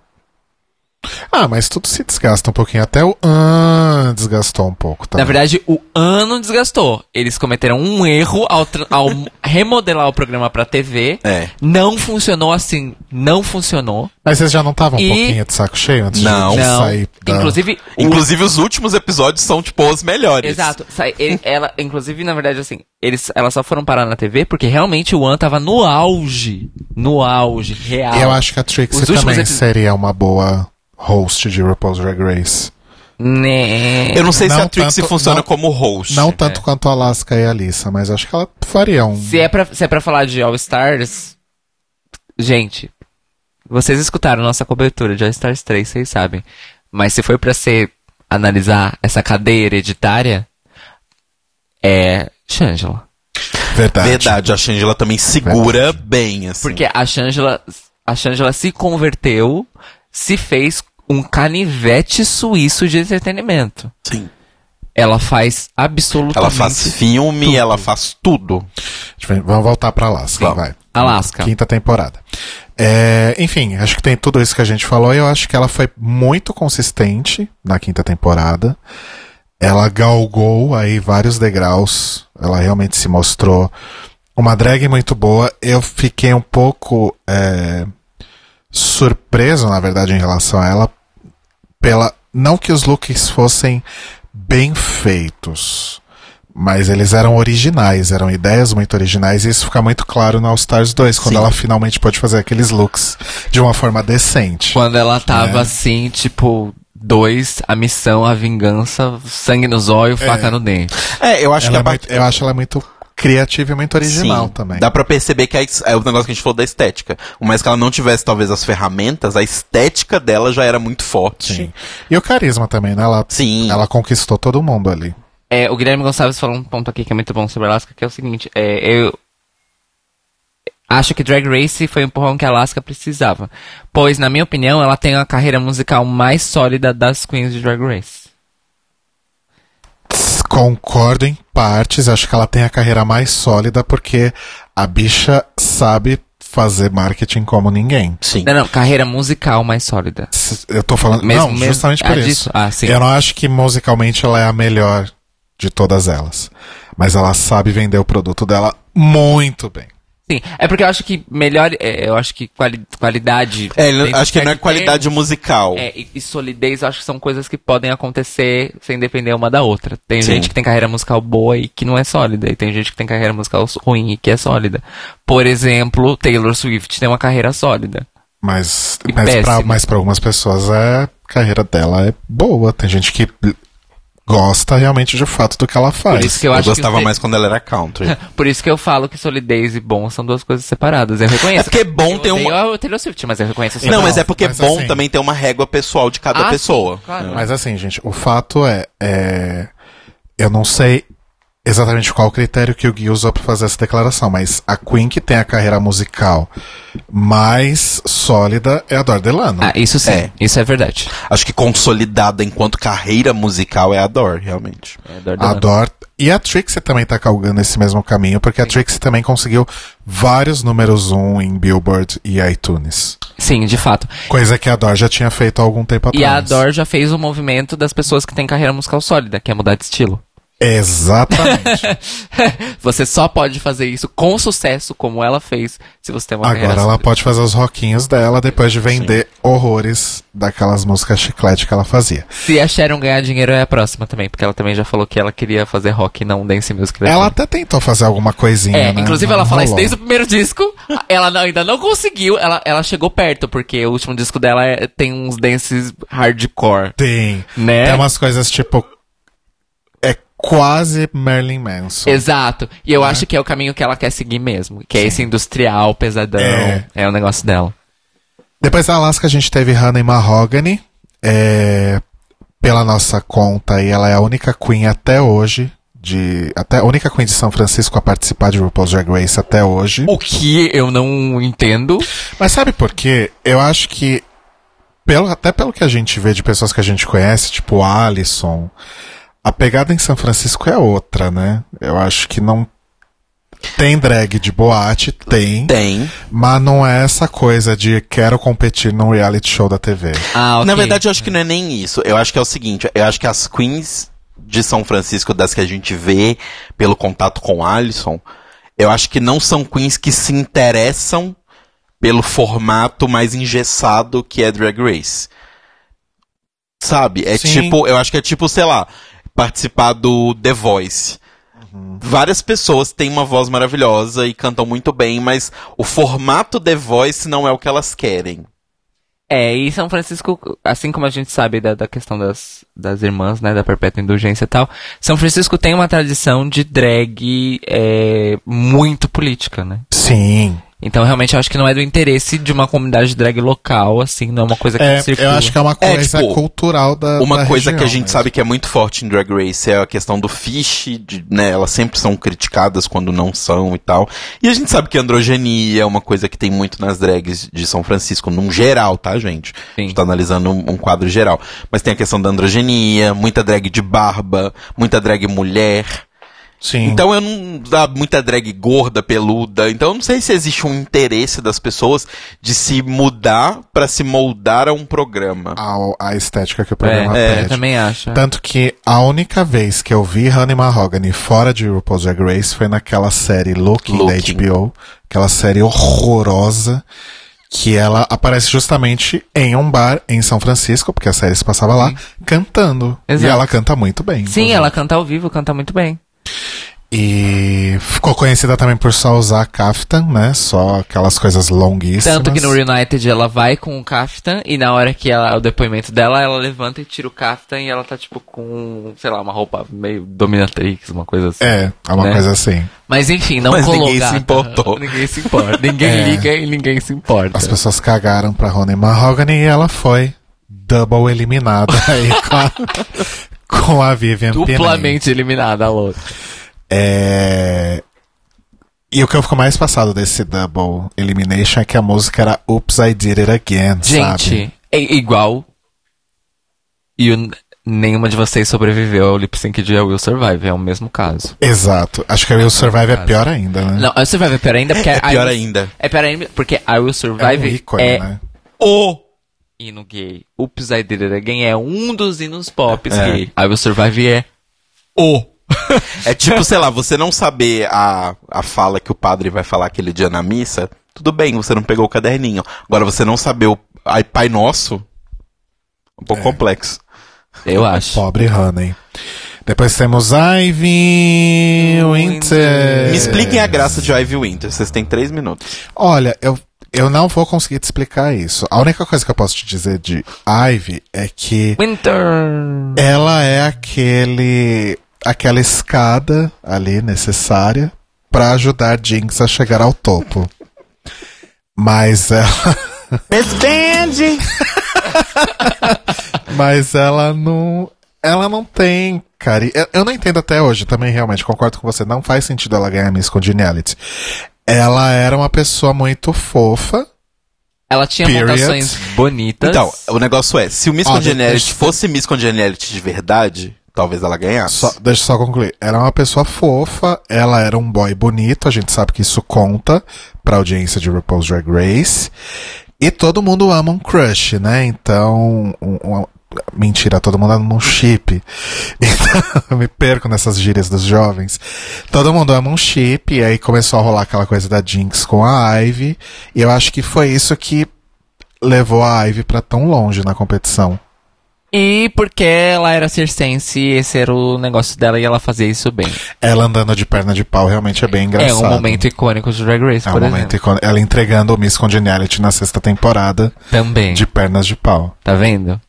Speaker 2: Ah, mas tudo se desgasta um pouquinho. Até o ah, desgastou um pouco, tá?
Speaker 1: Na verdade, o ano desgastou. Eles cometeram um erro ao, tra- ao remodelar o programa pra TV.
Speaker 3: É.
Speaker 1: Não funcionou assim. Não funcionou.
Speaker 2: Mas vocês já não estavam um
Speaker 1: E-
Speaker 2: pouquinho de saco cheio antes de-
Speaker 3: Não.
Speaker 2: de,
Speaker 1: não.
Speaker 2: sair da...
Speaker 1: Inclusive, o-
Speaker 3: Inclusive, os últimos episódios são, tipo, os melhores.
Speaker 1: Exato. Sai- ele- ela, inclusive, na verdade, assim, eles, elas só foram parar na TV porque realmente o An tava no auge. No auge, real.
Speaker 2: Eu acho que a
Speaker 1: Os
Speaker 2: Trixie
Speaker 1: últimos
Speaker 2: também
Speaker 1: epi-
Speaker 2: seria uma boa host de RuPaul's Drag Race.
Speaker 1: Né.
Speaker 3: Eu não sei se
Speaker 2: Não
Speaker 3: a Trixie
Speaker 2: tanto-
Speaker 3: funciona
Speaker 2: não-
Speaker 3: como host.
Speaker 2: Não tanto quanto a Alaska e a Alissa, mas acho que ela faria um.
Speaker 1: Se é, pra, se é pra falar de All Stars. Gente, vocês escutaram nossa cobertura de All Stars 3, vocês sabem. Mas se for pra ser analisar essa cadeia hereditária, é Shangela.
Speaker 2: Verdade.
Speaker 3: Verdade, a Shangela também segura bem, assim.
Speaker 1: Porque a Shangela, a Shangela se converteu, se fez um canivete suíço de entretenimento.
Speaker 3: Sim.
Speaker 1: Ela faz absolutamente
Speaker 3: Ela faz filme, ela faz tudo.
Speaker 2: Tipo, Vamos voltar pra Alaska,
Speaker 3: Vamos.
Speaker 2: vai.
Speaker 1: Alaska.
Speaker 2: Quinta temporada. É, enfim, acho que tem tudo isso que a gente falou e eu acho que ela foi muito consistente na quinta temporada. Ela galgou aí vários degraus. Ela realmente se mostrou uma drag muito boa. Eu fiquei um pouco é, surpreso, na verdade, em relação a ela, pela. Não que os looks fossem bem feitos. Mas eles eram originais, eram ideias muito originais, e isso fica muito claro no All Stars 2, quando
Speaker 3: Sim.
Speaker 2: ela finalmente pode fazer aqueles looks de uma forma decente.
Speaker 1: Quando ela tava
Speaker 2: É.
Speaker 1: assim, tipo, dois, a missão, a vingança, sangue nos olhos, faca no dente.
Speaker 3: É, eu acho
Speaker 2: Ela
Speaker 3: que
Speaker 2: é
Speaker 3: a
Speaker 2: muito- eu acho ela muito criativa e muito original
Speaker 3: Sim,
Speaker 2: também.
Speaker 3: Dá pra perceber que a es- é o negócio que a gente falou da estética. Por mais que ela não tivesse, talvez, as ferramentas, a estética dela já era muito forte.
Speaker 2: Sim. E o carisma também, né? Ela,
Speaker 3: Sim.
Speaker 2: ela conquistou todo mundo ali.
Speaker 1: É, o Guilherme Gonçalves falou um ponto aqui que é muito bom sobre Alaska, que é o seguinte, é, eu acho que Drag Race foi o empurrão que a Alaska precisava. Pois, na minha opinião, ela tem a carreira musical mais sólida das queens de Drag Race.
Speaker 2: Concordo em partes, acho que ela tem a carreira mais sólida porque a bicha sabe fazer marketing como ninguém.
Speaker 3: Sim.
Speaker 1: Não, não, carreira musical mais sólida.
Speaker 2: S- Eu tô falando.
Speaker 1: Mesmo-
Speaker 2: não,
Speaker 1: mesmo-
Speaker 2: justamente por
Speaker 1: ah,
Speaker 2: isso.
Speaker 1: disso? Ah, sim.
Speaker 2: Eu não acho que musicalmente ela é a melhor de todas elas. Mas ela sabe vender o produto dela muito bem.
Speaker 1: Sim, é porque eu acho que melhor, é, eu acho que quali- qualidade...
Speaker 3: É, ele-
Speaker 1: tem-
Speaker 3: acho que não é
Speaker 1: tem-
Speaker 3: qualidade musical.
Speaker 1: É, e, e solidez eu acho que são coisas que podem acontecer sem depender uma da outra. Tem
Speaker 3: Sim.
Speaker 1: gente que tem carreira musical boa e que não é sólida, e tem gente que tem carreira musical s- ruim e que é sólida. Por exemplo, Taylor Swift tem uma carreira sólida.
Speaker 2: Mas,
Speaker 1: E
Speaker 2: mas, pra,
Speaker 1: péssimo.
Speaker 2: mas pra algumas pessoas é, a carreira dela é boa. Tem gente que gosta realmente de fato do que ela faz.
Speaker 1: Por isso que eu, acho
Speaker 3: gostava
Speaker 1: que
Speaker 3: mais quando ela era country.
Speaker 1: Por isso que eu falo que solidez e bom são duas coisas separadas. Eu reconheço.
Speaker 3: É porque bom
Speaker 1: eu
Speaker 3: tem
Speaker 1: odeio
Speaker 3: uma-
Speaker 1: a Taylor Swift, mas eu reconheço a
Speaker 3: não,
Speaker 1: solidez.
Speaker 3: mas é porque
Speaker 2: Então, mas
Speaker 3: bom
Speaker 2: assim-
Speaker 3: também tem uma régua pessoal de cada
Speaker 1: Ah,
Speaker 3: pessoa. É.
Speaker 1: sim, claro.
Speaker 2: Mas assim, gente, o fato é, é, Eu não sei exatamente qual o critério que o Gui usou pra fazer essa declaração, mas a Queen que tem a carreira musical mais sólida é a Dor Delano.
Speaker 1: Ah, isso sim,
Speaker 3: É.
Speaker 1: isso é verdade.
Speaker 3: Acho que consolidada enquanto carreira musical é a Dor, realmente.
Speaker 1: É, Dor
Speaker 2: A
Speaker 1: Delano.
Speaker 2: Dor. E a Trixie também tá calgando esse mesmo caminho, porque a Trixie também conseguiu vários números um em Billboard e iTunes.
Speaker 1: Sim, de fato.
Speaker 2: Coisa que a Dor já tinha feito há algum tempo
Speaker 1: E
Speaker 2: atrás.
Speaker 1: a Dor já fez o movimento das pessoas que têm carreira musical sólida, que é mudar de estilo.
Speaker 2: Exatamente.
Speaker 1: Você só pode fazer isso com sucesso, como ela fez, se você tem uma
Speaker 2: Agora
Speaker 1: carreira
Speaker 2: ela pode fazer os roquinhos dela depois de vender horrores daquelas músicas chiclete que ela fazia.
Speaker 1: Se a Sharon ganhar dinheiro, é a próxima também, porque ela também já falou que ela queria fazer rock e não dance music. depois.
Speaker 2: Ela até tentou fazer alguma coisinha,
Speaker 1: É,
Speaker 2: né?
Speaker 1: inclusive
Speaker 2: Não
Speaker 1: ela fala isso
Speaker 2: rolou.
Speaker 1: desde o primeiro disco. Ela não- ainda não conseguiu, ela, ela chegou perto, porque o último disco dela é- tem uns dances hardcore,
Speaker 2: Tem.
Speaker 1: né?
Speaker 2: Tem umas coisas tipo... É quase Merlin Manson.
Speaker 1: Exato. E
Speaker 2: Né?
Speaker 1: eu acho que é o caminho que ela quer seguir mesmo, que é esse industrial, pesadão,
Speaker 2: É.
Speaker 1: é, o negócio dela.
Speaker 2: Depois da Alaska a gente teve Hannah e Mahogany. É, pela nossa conta, e ela é a única Queen até hoje. De, até a única Queen de São Francisco a participar de RuPaul's Drag Race até hoje.
Speaker 1: O que eu não entendo.
Speaker 2: Mas sabe por quê? Eu acho que, pelo, até pelo que a gente vê de pessoas que a gente conhece, tipo Alison, a pegada em São Francisco é outra, né? Eu acho que não. Tem drag de boate, tem.
Speaker 3: Tem.
Speaker 2: Mas não é essa coisa de quero competir num reality show da TV.
Speaker 1: Ah, ok.
Speaker 3: Na verdade, eu acho que não é nem isso. Eu acho que é o seguinte, eu acho que as queens de São Francisco, das que a gente vê pelo contato com Alison, eu acho que não são queens que se interessam pelo formato mais engessado que é Drag Race. Sabe? É
Speaker 2: Sim.
Speaker 3: tipo, eu acho que é tipo, sei lá, participar do The Voice.
Speaker 1: Uhum.
Speaker 3: Várias pessoas têm uma voz maravilhosa e cantam muito bem, mas o formato The Voice não é o que elas querem.
Speaker 1: É, e São Francisco, assim como a gente sabe da, da questão das, das irmãs, né, da perpétua indulgência e tal, São Francisco tem uma tradição de drag é, muito política, né?
Speaker 2: Sim.
Speaker 1: Então, realmente, eu acho que não é do interesse de uma comunidade drag local, assim, não é uma coisa que
Speaker 2: É,
Speaker 1: circula.
Speaker 2: eu acho que é uma
Speaker 3: É,
Speaker 2: coisa
Speaker 3: tipo,
Speaker 2: cultural da.
Speaker 3: Uma
Speaker 2: da
Speaker 3: coisa
Speaker 2: região,
Speaker 3: que a gente
Speaker 2: né?
Speaker 3: sabe que é muito forte em Drag Race é a questão do fish, de- né? Elas sempre são criticadas quando não são e tal. E a gente sabe que androgenia é uma coisa que tem muito nas drags de São Francisco, num geral, tá, gente? A
Speaker 1: Sim.
Speaker 3: gente tá analisando um, um quadro geral. Mas tem a questão da androgenia, muita drag de barba, muita drag mulher.
Speaker 2: Sim.
Speaker 3: Então eu não. Dá muita drag gorda, peluda. Então eu não sei se existe um interesse das pessoas de se mudar pra se moldar a um programa.
Speaker 2: A, a estética que o programa
Speaker 1: É, eu
Speaker 2: pede.
Speaker 1: também acho.
Speaker 2: Tanto que a única vez que eu vi Honey Mahogany fora de RuPaul's Drag Race foi naquela série Looking,
Speaker 3: Looking.
Speaker 2: da HBO, aquela série horrorosa que ela aparece justamente em um bar em São Francisco, porque a série se passava lá, cantando. E
Speaker 1: Exato.
Speaker 2: ela canta muito bem.
Speaker 1: Sim,
Speaker 2: inclusive.
Speaker 1: ela canta ao vivo, canta muito bem.
Speaker 2: E ficou conhecida também por só usar caftan, né? Só aquelas coisas longuíssimas.
Speaker 1: Tanto que no Reunited ela vai com o Kaftan e na hora que ela, o depoimento dela, ela levanta e tira o Kaftan e ela tá tipo com, sei lá, uma roupa meio dominatrix, uma coisa assim.
Speaker 2: É, é uma
Speaker 1: Né?
Speaker 2: coisa assim.
Speaker 1: Mas enfim, não
Speaker 3: Mas
Speaker 1: colou
Speaker 3: ninguém
Speaker 1: gata.
Speaker 3: se importou.
Speaker 1: Ninguém se importa. Ninguém
Speaker 2: É.
Speaker 1: liga e ninguém se importa.
Speaker 2: As pessoas cagaram pra Rony Mahogany e ela foi double eliminada aí com a, com a Vivian Pinay.
Speaker 1: Duplamente eliminada, louca.
Speaker 2: É... E o que eu fico mais passado desse double elimination é que a música era Oops, I Did It Again, sabe?
Speaker 1: Gente, é igual. E o- nenhuma de vocês sobreviveu ao lip sync de I Will Survive. É o mesmo caso.
Speaker 2: Exato. Acho que a Will Survive é pior ainda, né?
Speaker 1: Não, I Will Survive é pior ainda porque.
Speaker 3: É
Speaker 1: I
Speaker 3: pior
Speaker 1: Will-
Speaker 3: ainda.
Speaker 1: É pior ainda porque I Will
Speaker 2: É um
Speaker 1: Survive é,
Speaker 2: ícone, né?
Speaker 1: o hino gay. Oops, I Did It Again é um dos hinos pop
Speaker 3: É.
Speaker 1: gay. I Will Survive é o.
Speaker 3: É tipo, sei lá, você não saber a, a fala que o padre vai falar aquele dia na missa, tudo bem, você não pegou o caderninho. Agora, você não saber o ai, Pai Nosso, um
Speaker 2: É.
Speaker 3: pouco complexo.
Speaker 1: Eu acho.
Speaker 2: Pobre Honey. Depois temos Ivy Winter.
Speaker 3: Me expliquem a graça de Ivy Winter, vocês têm três minutos.
Speaker 2: Olha, eu, eu não vou conseguir te explicar isso. A única coisa que eu posso te dizer de Ivy é que
Speaker 1: Winter.
Speaker 2: ela é aquele aquela escada ali necessária pra ajudar Jinx a chegar ao topo. Mas ela,
Speaker 3: Miss Dandy!
Speaker 2: mas ela não ela não tem cara. Eu, eu não entendo até hoje, também realmente concordo com você, não faz sentido ela ganhar Miss Congeniality. Ela era uma pessoa muito fofa,
Speaker 1: Ela tinha
Speaker 2: Period.
Speaker 1: montações bonitas.
Speaker 3: Então, o negócio é, se o Miss
Speaker 2: Ó,
Speaker 3: Congeniality
Speaker 2: deixa-
Speaker 3: fosse Miss Congeniality de verdade, talvez ela ganhasse.
Speaker 2: Só- deixa eu só concluir. Ela é uma pessoa fofa, ela era um boy bonito, a gente sabe que isso conta pra audiência de RuPaul's Drag Race. E todo mundo ama um crush, né? Então. um- um- mentira, todo mundo ama um chip. Então, eu me perco nessas gírias dos jovens. Todo mundo ama um chip, e aí começou a rolar aquela coisa da Jinx com a Ivy. E eu acho que foi isso que levou a Ivy pra tão longe na competição.
Speaker 1: E porque ela era circense, esse era o negócio dela e ela fazia isso bem.
Speaker 2: Ela andando de perna de pau realmente é bem engraçado.
Speaker 1: É um momento icônico de Drag Race,
Speaker 2: É um
Speaker 1: por
Speaker 2: momento
Speaker 1: exemplo.
Speaker 2: icônico. Ela entregando o Miss Congeniality na sexta temporada
Speaker 1: Também.
Speaker 2: de pernas de pau.
Speaker 1: Tá vendo?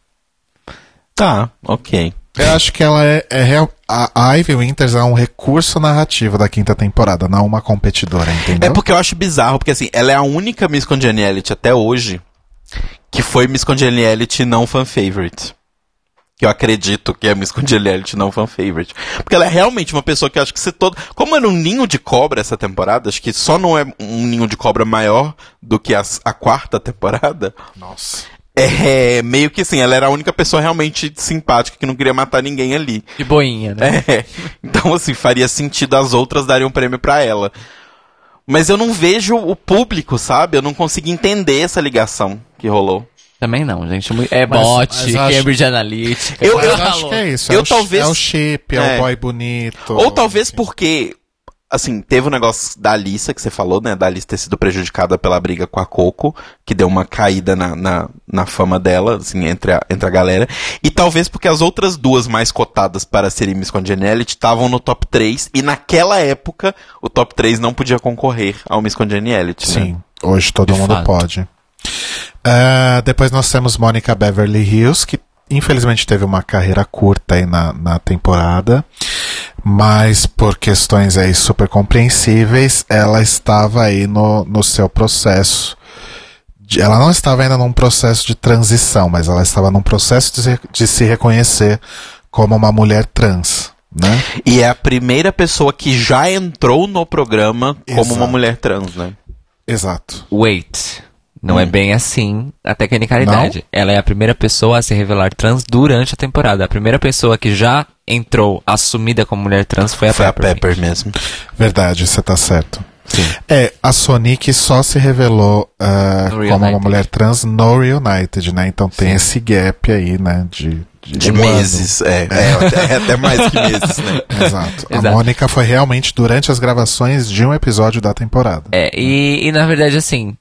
Speaker 3: Tá, ok.
Speaker 2: Eu acho que ela é, é real. A a Ivy Winters é um recurso narrativo da quinta temporada, não uma competidora, entendeu?
Speaker 3: É porque eu acho bizarro, porque assim, ela é a única Miss Congeniality até hoje que foi Miss Congeniality não fan favorite. Que eu acredito que é Miss Congeniality não fan favorite. Porque ela é realmente uma pessoa que eu acho que se todo. Como era um ninho de cobra essa temporada, acho que só não é um ninho de cobra maior do que as- a quarta temporada.
Speaker 2: Nossa.
Speaker 3: É meio que assim, ela era a única pessoa realmente simpática que não queria matar ninguém ali.
Speaker 1: De boinha, né?
Speaker 3: É. Então, assim, faria sentido as outras darem um prêmio pra ela. Mas eu não vejo o público, sabe? Eu não consegui entender essa ligação que rolou.
Speaker 1: Também não, gente. É mu- É
Speaker 2: Mas-
Speaker 1: bot,
Speaker 2: mas acho-
Speaker 1: Cambridge Analytica.
Speaker 3: Eu-
Speaker 2: Mas
Speaker 1: cara,
Speaker 2: eu
Speaker 1: tá
Speaker 2: acho
Speaker 1: louco.
Speaker 2: que é isso. É,
Speaker 3: Eu
Speaker 2: o,
Speaker 3: talvez-
Speaker 2: é o chip, é,
Speaker 3: É.
Speaker 2: o boy bonito.
Speaker 3: Ou talvez porque, assim, teve o negócio da Alissa que você falou, né? Da Alissa ter sido prejudicada pela briga com a Coco, que deu uma caída na, na, na fama dela, assim, entre a, entre a galera. E talvez porque as outras duas mais cotadas para serem Miss Congeniality estavam no top 3, e naquela época o top 3 não podia concorrer ao Miss Congeniality, né?
Speaker 2: Sim, hoje todo
Speaker 1: De
Speaker 2: mundo
Speaker 1: fato.
Speaker 2: pode. Ah, depois nós temos Mônica Beverly Hills, que infelizmente teve uma carreira curta aí na, na temporada, mas por questões aí super compreensíveis, ela estava aí no, no seu processo. de- ela não estava ainda num processo de transição, mas ela estava num processo de, se- de se reconhecer como uma mulher trans, né?
Speaker 3: E é a primeira pessoa que já entrou no programa como uma
Speaker 2: Exato.
Speaker 3: mulher trans, né?
Speaker 2: Exato.
Speaker 1: Wait. Não é
Speaker 3: Hum.
Speaker 1: bem assim a tecnicalidade. Ela é a primeira pessoa a se revelar trans durante a temporada. A primeira pessoa que já entrou assumida como mulher trans foi a
Speaker 3: Foi
Speaker 1: Pepper.
Speaker 3: É a Pepper mesmo.
Speaker 2: Verdade, você tá certo.
Speaker 1: Sim.
Speaker 2: É, a Sonic só se revelou
Speaker 1: No
Speaker 2: ah, como uma
Speaker 1: Reunited.
Speaker 2: mulher trans no Reunited, né? Então tem
Speaker 1: Sim.
Speaker 2: esse gap aí, né? De, de-
Speaker 3: De
Speaker 2: um
Speaker 3: meses, é, é, até- é até mais que meses, né?
Speaker 2: ano. Exato. A
Speaker 1: Exato.
Speaker 2: Mônica foi realmente durante as gravações de um episódio da temporada.
Speaker 1: É, e, e na verdade, assim,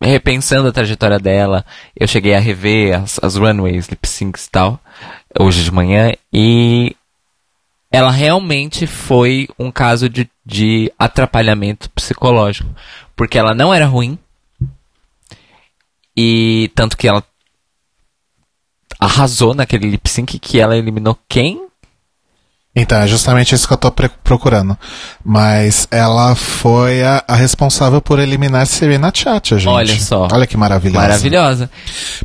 Speaker 1: repensando a trajetória dela, eu cheguei a rever as, as runways, lip syncs e tal, hoje de manhã, e ela realmente foi um caso de, de atrapalhamento psicológico. Porque ela não era ruim, e tanto que ela arrasou naquele lip sync que ela eliminou quem?
Speaker 2: Então, é justamente isso que eu tô pre- procurando. Mas ela foi a, a responsável por eliminar Serena Tchatcha, gente.
Speaker 1: Olha só.
Speaker 2: Olha que maravilhosa.
Speaker 1: Maravilhosa.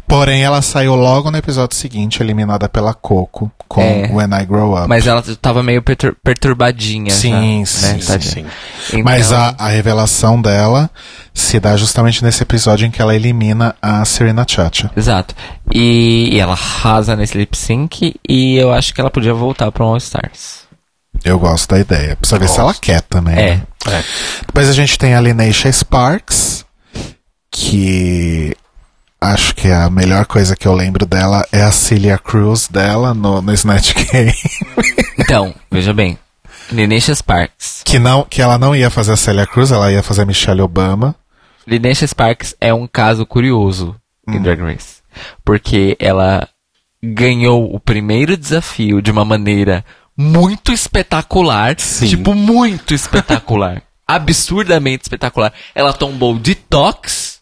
Speaker 2: Porém, ela saiu logo no episódio seguinte, eliminada pela Coco, com
Speaker 1: É.
Speaker 2: When I Grow Up.
Speaker 1: Mas ela tava meio pertur- perturbadinha.
Speaker 2: Sim,
Speaker 1: já, né?
Speaker 2: sim,
Speaker 1: Tadinha. Então-
Speaker 2: Mas a, a revelação dela se dá justamente nesse episódio em que ela elimina a Serena Chacha.
Speaker 1: Exato. E, e ela arrasa nesse lip sync e eu acho que ela podia voltar pra um All Stars.
Speaker 2: Eu gosto da ideia. Precisa ver se ela quer também.
Speaker 1: É.
Speaker 2: né? Depois a gente tem a Lineisha Sparks, que acho que é a melhor coisa que eu lembro dela é a Celia Cruz dela no, no Snatch Game.
Speaker 1: Então, veja bem. Linesha Sparks.
Speaker 2: que, não, que ela não ia fazer a Celia Cruz, ela ia fazer a Michelle Obama.
Speaker 1: Linesha Sparks é um caso curioso em Drag Race. Porque ela ganhou o primeiro desafio de uma maneira muito espetacular.
Speaker 3: Sim.
Speaker 1: Tipo, muito espetacular. Absurdamente espetacular. Ela tombou de tox.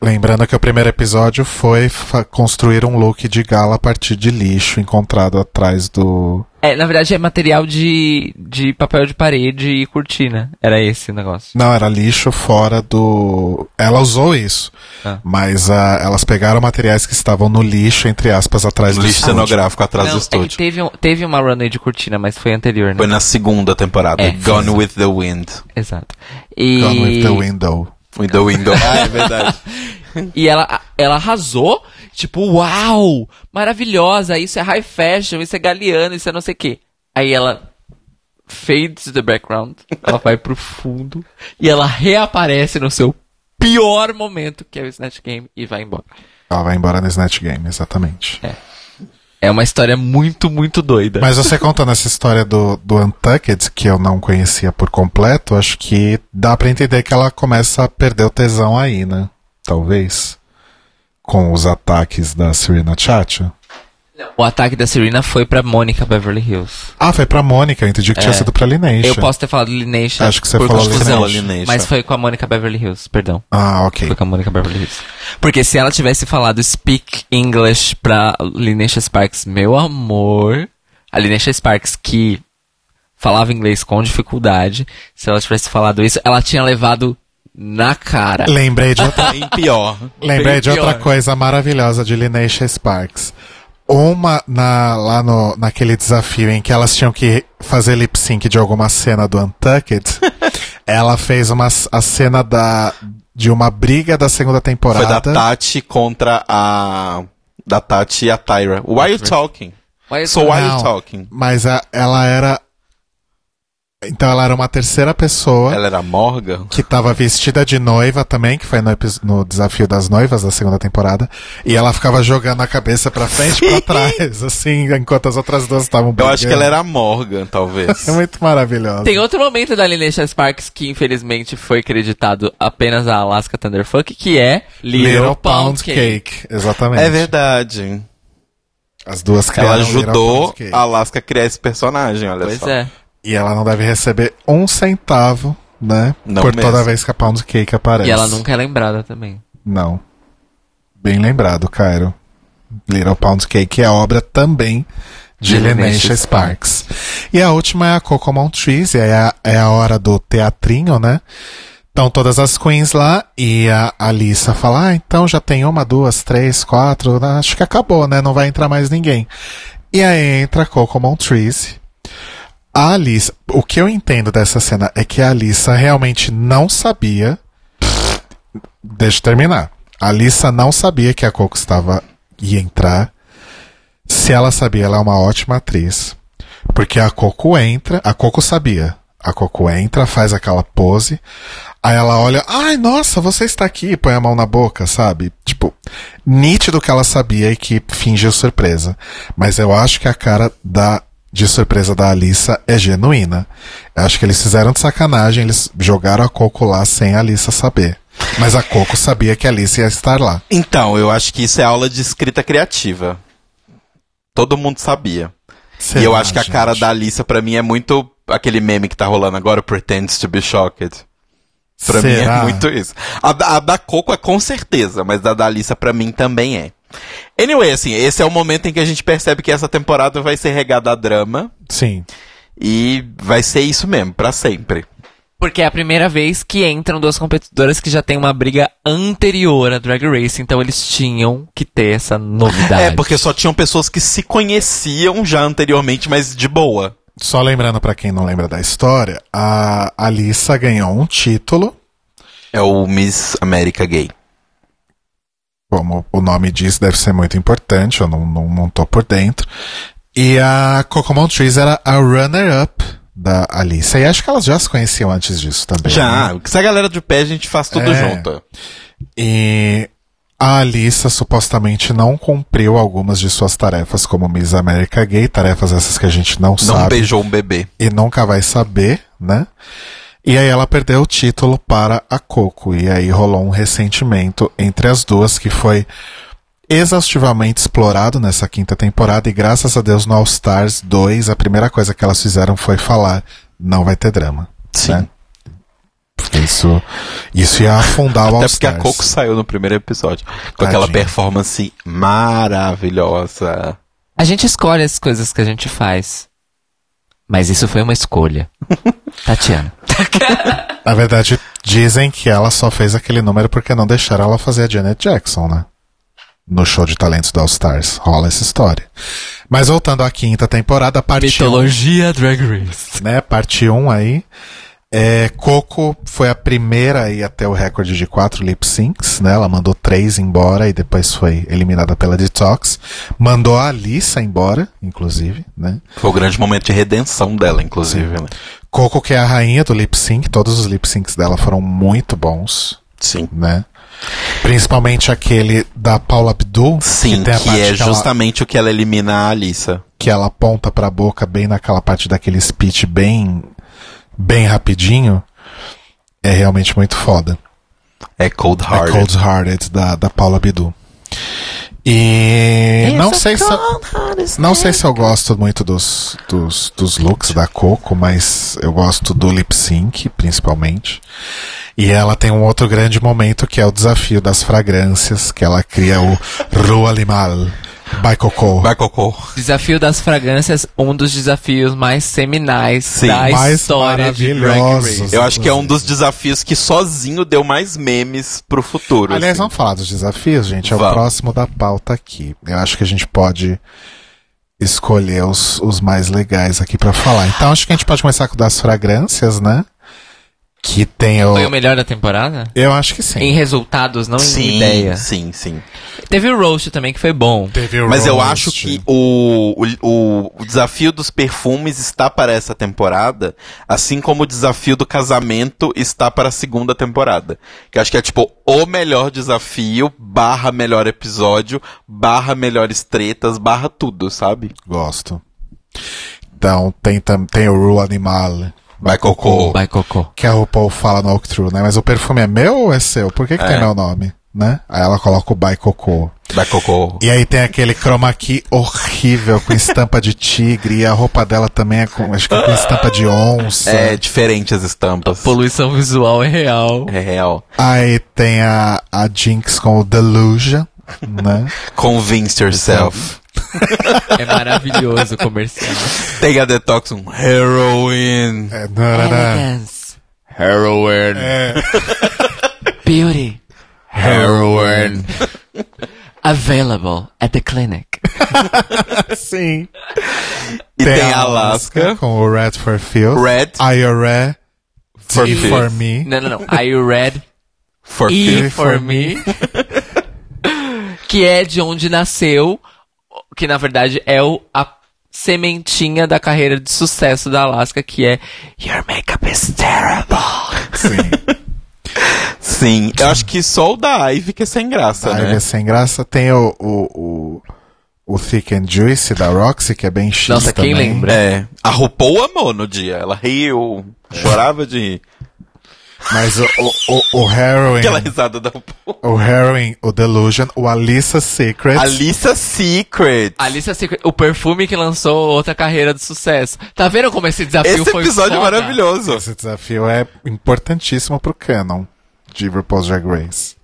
Speaker 2: Lembrando que o primeiro episódio foi fa- construir um look de gala a partir de lixo encontrado atrás do,
Speaker 1: É, na verdade é material de, de papel de parede e cortina. Era esse o negócio.
Speaker 2: Não, era lixo fora do. Ela usou isso.
Speaker 1: Ah.
Speaker 2: Mas ah, elas pegaram materiais que estavam no lixo, entre aspas, atrás do
Speaker 3: Lixo
Speaker 2: estúdio.
Speaker 3: cenográfico atrás
Speaker 1: Não,
Speaker 3: do
Speaker 1: é que
Speaker 3: estúdio.
Speaker 1: teve, um- teve uma runway de cortina, mas foi anterior, né?
Speaker 3: Foi na segunda temporada.
Speaker 1: É.
Speaker 3: Gone with the Wind.
Speaker 1: Exato. E,
Speaker 2: Gone
Speaker 3: é
Speaker 2: with the window.
Speaker 3: With the Window. ah, é verdade.
Speaker 1: e ela, ela arrasou, tipo, uau, maravilhosa, isso é high fashion, isso é galeano, isso é não sei o quê. Aí ela fades to the background, ela vai pro fundo e ela reaparece no seu pior momento, que é o Snatch Game, e vai embora.
Speaker 2: Ela vai embora no Snatch Game, exatamente.
Speaker 1: É uma história muito, muito doida.
Speaker 2: Mas você contando essa história do, do Untucked, que eu não conhecia por completo, acho que dá pra entender que ela começa a perder o tesão aí, né? Talvez. Com os ataques da Serena Chacha.
Speaker 1: O ataque da Serena foi pra Mônica Beverly Hills.
Speaker 2: Ah, foi pra Mônica, eu entendi que tinha
Speaker 1: É.
Speaker 2: sido pra Lineisha.
Speaker 1: Eu posso ter falado Lineisha.
Speaker 2: Acho que você
Speaker 1: por
Speaker 2: falou
Speaker 1: confusão,
Speaker 3: Lineisha. Lineisha.
Speaker 1: Mas foi com a Mônica Beverly Hills, perdão.
Speaker 2: Ah, ok.
Speaker 1: Foi com a Mônica Beverly Hills. Porque se ela tivesse falado Speak English pra Lineisha Sparks, meu amor. A Lineisha Sparks, que falava inglês com dificuldade, se ela tivesse falado isso, ela tinha levado na cara.
Speaker 2: Lembrei de outra
Speaker 3: Em pior.
Speaker 2: Lembrei
Speaker 1: Bem
Speaker 2: de outra
Speaker 1: pior.
Speaker 2: coisa maravilhosa de Lineisha Sparks. Uma na, lá no, naquele desafio em que elas tinham que fazer lip sync de alguma cena do Untucked, ela fez uma, c- a cena da, de uma briga da segunda
Speaker 3: Foi da
Speaker 2: temporada.
Speaker 3: Tati contra a... Da Tati e a Tyra. Why you talking?
Speaker 1: Mas-
Speaker 3: So why
Speaker 2: Não.
Speaker 3: you talking?
Speaker 2: Mas a- ela era Então ela era uma terceira pessoa
Speaker 3: Ela era Morgan?
Speaker 2: que tava vestida de noiva também, que foi no, epi- no desafio das noivas da segunda temporada, e ela ficava jogando a cabeça pra frente e pra trás, assim, enquanto as outras duas estavam
Speaker 3: Eu acho que ela era a Morgan, talvez.
Speaker 2: É muito maravilhosa.
Speaker 1: Tem um outro momento da Linesha Sparks que infelizmente foi creditado apenas a Alaska Thunderfuck, que é Little, Pound Cake.
Speaker 2: Exatamente.
Speaker 3: É verdade.
Speaker 2: As duas criaram
Speaker 3: Ela
Speaker 2: Little
Speaker 3: ajudou
Speaker 2: Pound Cake.
Speaker 3: a Alaska a criar esse personagem, olha
Speaker 1: Pois
Speaker 3: só.
Speaker 1: é.
Speaker 2: E ela não deve receber um centavo, né?
Speaker 3: Não
Speaker 2: por toda
Speaker 3: mesmo.
Speaker 2: vez que a Pound Cake aparece.
Speaker 1: E ela nunca é lembrada também.
Speaker 2: Não. Bem lembrado, Cairo. Little Pound Cake é obra também de
Speaker 1: De
Speaker 2: Lenesha
Speaker 1: Lenesha
Speaker 2: Sparks. E a última é a Cocomon Trees, e é a, é a hora do teatrinho, né? Estão todas as queens lá e a Alissa fala: Ah, então já tem uma, duas, três, quatro, né? acho que acabou, né? Não vai entrar mais ninguém. E aí entra a Cocomon Trees. A Alissa, o que eu entendo dessa cena é que a Alissa realmente não sabia Deixa eu terminar. A Alissa não sabia que a Coco estava ia entrar. Se ela sabia, ela é uma ótima atriz. Porque a Coco entra, a Coco sabia. A Coco entra, faz aquela pose. Aí ela olha, ai, nossa, você está aqui, e põe a mão na boca, sabe? Tipo, nítido que ela sabia e que fingiu surpresa. Mas eu acho que a cara da de surpresa da Alissa é genuína. Eu acho que eles fizeram de sacanagem, eles jogaram a Coco lá sem a Alissa saber. Mas a Coco sabia que a Alissa ia estar lá.
Speaker 3: Então, eu acho que isso é aula de escrita criativa. Todo mundo sabia. e eu
Speaker 2: Será,
Speaker 3: acho que a cara
Speaker 2: gente?
Speaker 3: da Alissa, pra mim, é muito aquele meme que tá rolando agora, Pretends to be Shocked. Pra mim é
Speaker 2: Será?
Speaker 3: muito isso. A, da- a da Coco é com certeza, mas a da Alissa pra mim também é. Anyway, assim, esse é o momento em que a gente percebe que essa temporada vai ser regada a drama
Speaker 2: Sim.
Speaker 3: e vai ser isso mesmo, pra sempre.
Speaker 1: Porque é a primeira vez que entram duas competidoras que já têm uma briga anterior à Drag Race, então eles tinham que ter essa novidade.
Speaker 3: É, porque só tinham pessoas que se conheciam já anteriormente, mas de boa.
Speaker 2: Só lembrando pra quem não lembra da história, a Alissa ganhou um título,
Speaker 3: É o Miss América Gay.
Speaker 2: como o nome diz, deve ser muito importante, eu não, não, não tô por dentro. E a Cocomon Trees era a runner-up da Alissa. E acho que elas já se conheciam antes disso também. né?
Speaker 3: Já, se a galera de pé, a gente faz tudo
Speaker 2: É.
Speaker 3: junto.
Speaker 2: E a Alissa supostamente não cumpriu algumas de suas tarefas como Miss América Gay, tarefas essas que a gente não,
Speaker 3: Não
Speaker 2: sabe.
Speaker 3: beijou um bebê.
Speaker 2: e nunca vai saber, né? E aí ela perdeu o título para a Coco. E aí rolou um ressentimento entre as duas que foi exaustivamente explorado nessa quinta temporada. E graças a Deus no All Stars 2, a primeira coisa que elas fizeram foi falar: não vai ter drama.
Speaker 3: Sim.
Speaker 2: Né? Porque isso, isso ia afundar o All
Speaker 3: Até porque a
Speaker 2: Stars.
Speaker 3: Coco saiu no primeiro episódio. Com aquela
Speaker 2: Tadinha.
Speaker 3: performance maravilhosa.
Speaker 1: A gente escolhe as coisas que a gente faz. Mas isso foi uma escolha. Tatiana.
Speaker 2: Na verdade, dizem que ela só fez aquele número porque não deixaram ela fazer a Janet Jackson, né? No show de talentos do All Stars. Rola essa história. Mas voltando à quinta temporada, parte 1,
Speaker 1: Mitologia Drag Race.
Speaker 2: né? Parte 1 aí. É, Coco foi a primeira aí até o recorde de quatro lip syncs, né? Ela mandou três embora e depois foi eliminada pela Detox. Mandou a Alissa embora, inclusive, né?
Speaker 3: Foi o grande momento de redenção dela, inclusive, né?
Speaker 2: Coco, que é a rainha do lip sync, todos os lip syncs dela foram muito bons.
Speaker 3: Sim.
Speaker 2: né? Principalmente aquele da Paula Abdul,
Speaker 3: Sim,
Speaker 2: tem a
Speaker 3: que,
Speaker 2: parte
Speaker 3: é
Speaker 2: que ela-
Speaker 3: justamente o que ela elimina a Alissa.
Speaker 2: que ela aponta pra boca bem naquela parte daquele speech bem bem rapidinho. É realmente muito foda.
Speaker 3: É Cold
Speaker 2: É
Speaker 3: Heart.
Speaker 2: Cold Hearted da, da Paula Abdul. E É, não sei se não
Speaker 3: É.
Speaker 2: sei se eu gosto muito dos, dos, dos looks da Coco, mas eu gosto do lip sync, principalmente. E ela tem um outro grande momento que é o desafio das fragrâncias, que ela cria o Rua Limal by Coco.
Speaker 3: Vai, Cocô.
Speaker 1: Desafio das fragrâncias, um dos desafios mais seminais
Speaker 3: Sim,
Speaker 1: da
Speaker 2: mais
Speaker 1: história de Drag
Speaker 2: maravilhosos.
Speaker 1: Race.
Speaker 3: Eu acho que é um dos desafios que sozinho deu mais memes pro futuro.
Speaker 2: Aliás,
Speaker 3: assim.
Speaker 2: vamos falar dos desafios, gente. É o
Speaker 3: Vamos.
Speaker 2: próximo da pauta aqui. Eu acho que a gente pode escolher os, os mais legais aqui pra falar. Então acho que a gente pode começar com o das fragrâncias, né? que tem o.
Speaker 1: Foi o melhor da temporada?
Speaker 2: Eu acho que sim.
Speaker 1: Em resultados, não em
Speaker 3: sim,
Speaker 1: ideia.
Speaker 3: sim, sim.
Speaker 1: Teve o Roast também, que foi bom.
Speaker 2: Teve o
Speaker 3: Mas eu
Speaker 2: roast.
Speaker 3: acho que o, o, o desafio dos perfumes está para essa temporada, assim como o desafio do casamento está para a segunda temporada. Que eu acho que é tipo o melhor desafio, barra melhor episódio, barra melhores tretas, barra tudo, sabe?
Speaker 2: Gosto. Então, tem, tam- tem o Rue Animal.
Speaker 3: Vai, Cocô.
Speaker 1: Vai, Cocô.
Speaker 2: Que a RuPaul fala no walkthrough, né? Mas o perfume é meu ou é seu? Por que, que tem meu nome? Né? Aí ela coloca o By Cocô.
Speaker 3: Vai, Cocô.
Speaker 2: E aí tem aquele chroma key horrível com estampa de tigre. E a roupa dela também é com, acho que é com estampa de onça.
Speaker 3: É diferente as estampas.
Speaker 1: Poluição visual é real.
Speaker 3: É real.
Speaker 2: Aí tem a, a Jinx com o Delusion, né?
Speaker 3: Convince yourself.
Speaker 1: É maravilhoso o comercial.
Speaker 3: Tem a detox um heroin.
Speaker 2: É, narará.
Speaker 1: Elegance.
Speaker 3: Heroin.
Speaker 1: Beauty.
Speaker 3: Heroin.
Speaker 1: Available at the clinic.
Speaker 2: Sim.
Speaker 3: E tem, a Alaska.
Speaker 2: Com o Red for Field.
Speaker 3: Red
Speaker 2: IRA.
Speaker 3: For
Speaker 2: D
Speaker 3: Field.
Speaker 2: for Me.
Speaker 1: Não, não, não. Are you red?
Speaker 3: for
Speaker 1: E
Speaker 3: Field.
Speaker 1: for me. que é de onde nasceu, que na verdade é o, a sementinha da carreira de sucesso da Alaska, que é Your Makeup is Terrible.
Speaker 2: Sim.
Speaker 3: Sim, eu acho que só o da Ivy que é sem graça,
Speaker 2: A
Speaker 3: né?
Speaker 2: Ivy é sem graça. Tem o, o, o, o Thick and Juicy da Roxy, que é bem chique
Speaker 1: Nossa, quem
Speaker 2: também.
Speaker 1: lembra?
Speaker 3: É, a RuPaul amou no dia. Ela riu, chorava de rir.
Speaker 2: Mas o, o, o, o Heroin,
Speaker 3: Aquela risada da RuPaul.
Speaker 2: o Heroin, o Delusion, o Alissa Secret.
Speaker 3: Alissa Secret.
Speaker 1: Alicia Secret, o perfume que lançou outra carreira de sucesso. Tá vendo como esse desafio
Speaker 3: Esse
Speaker 1: foi
Speaker 3: episódio é
Speaker 1: foda?
Speaker 3: maravilhoso.
Speaker 2: Esse desafio é importantíssimo pro canon de RuPaul's Drag Race.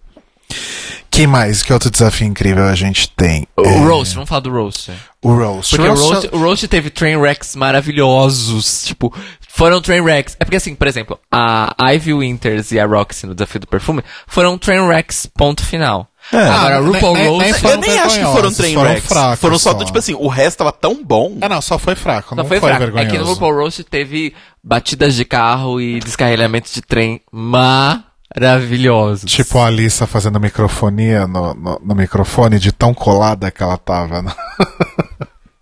Speaker 2: Que mais? Que outro desafio incrível a gente tem? É,
Speaker 1: O Roast, vamos falar do Roast.
Speaker 2: O é- Roast.
Speaker 1: Porque o
Speaker 2: Roast
Speaker 1: Roast, o Roast teve train wrecks maravilhosos. Tipo, foram train wrecks. É porque assim, por exemplo, a Ivy Winters e a Roxy no Desafio do Perfume foram train wrecks, ponto final.
Speaker 3: É.
Speaker 1: Agora,
Speaker 2: Ah,
Speaker 1: o RuPaul
Speaker 2: nem- nem- nem
Speaker 1: Roast
Speaker 2: foram
Speaker 3: eu nem acho que foram
Speaker 2: vergonhosos,
Speaker 3: trem
Speaker 2: foram
Speaker 3: wrecks.
Speaker 2: fracos
Speaker 3: Foram só,
Speaker 2: só.
Speaker 3: tipo assim, o resto tava tão bom.
Speaker 2: Ah, não, só foi fraco.
Speaker 1: só
Speaker 2: não
Speaker 1: foi
Speaker 2: foi,
Speaker 1: fraco. É
Speaker 2: vergonhoso.
Speaker 1: que no RuPaul Roast teve batidas de carro e descarregamentos de trem maravilhosos.
Speaker 2: Tipo a Alissa fazendo microfonia no, no, no microfone, de tão colada que ela tava. né?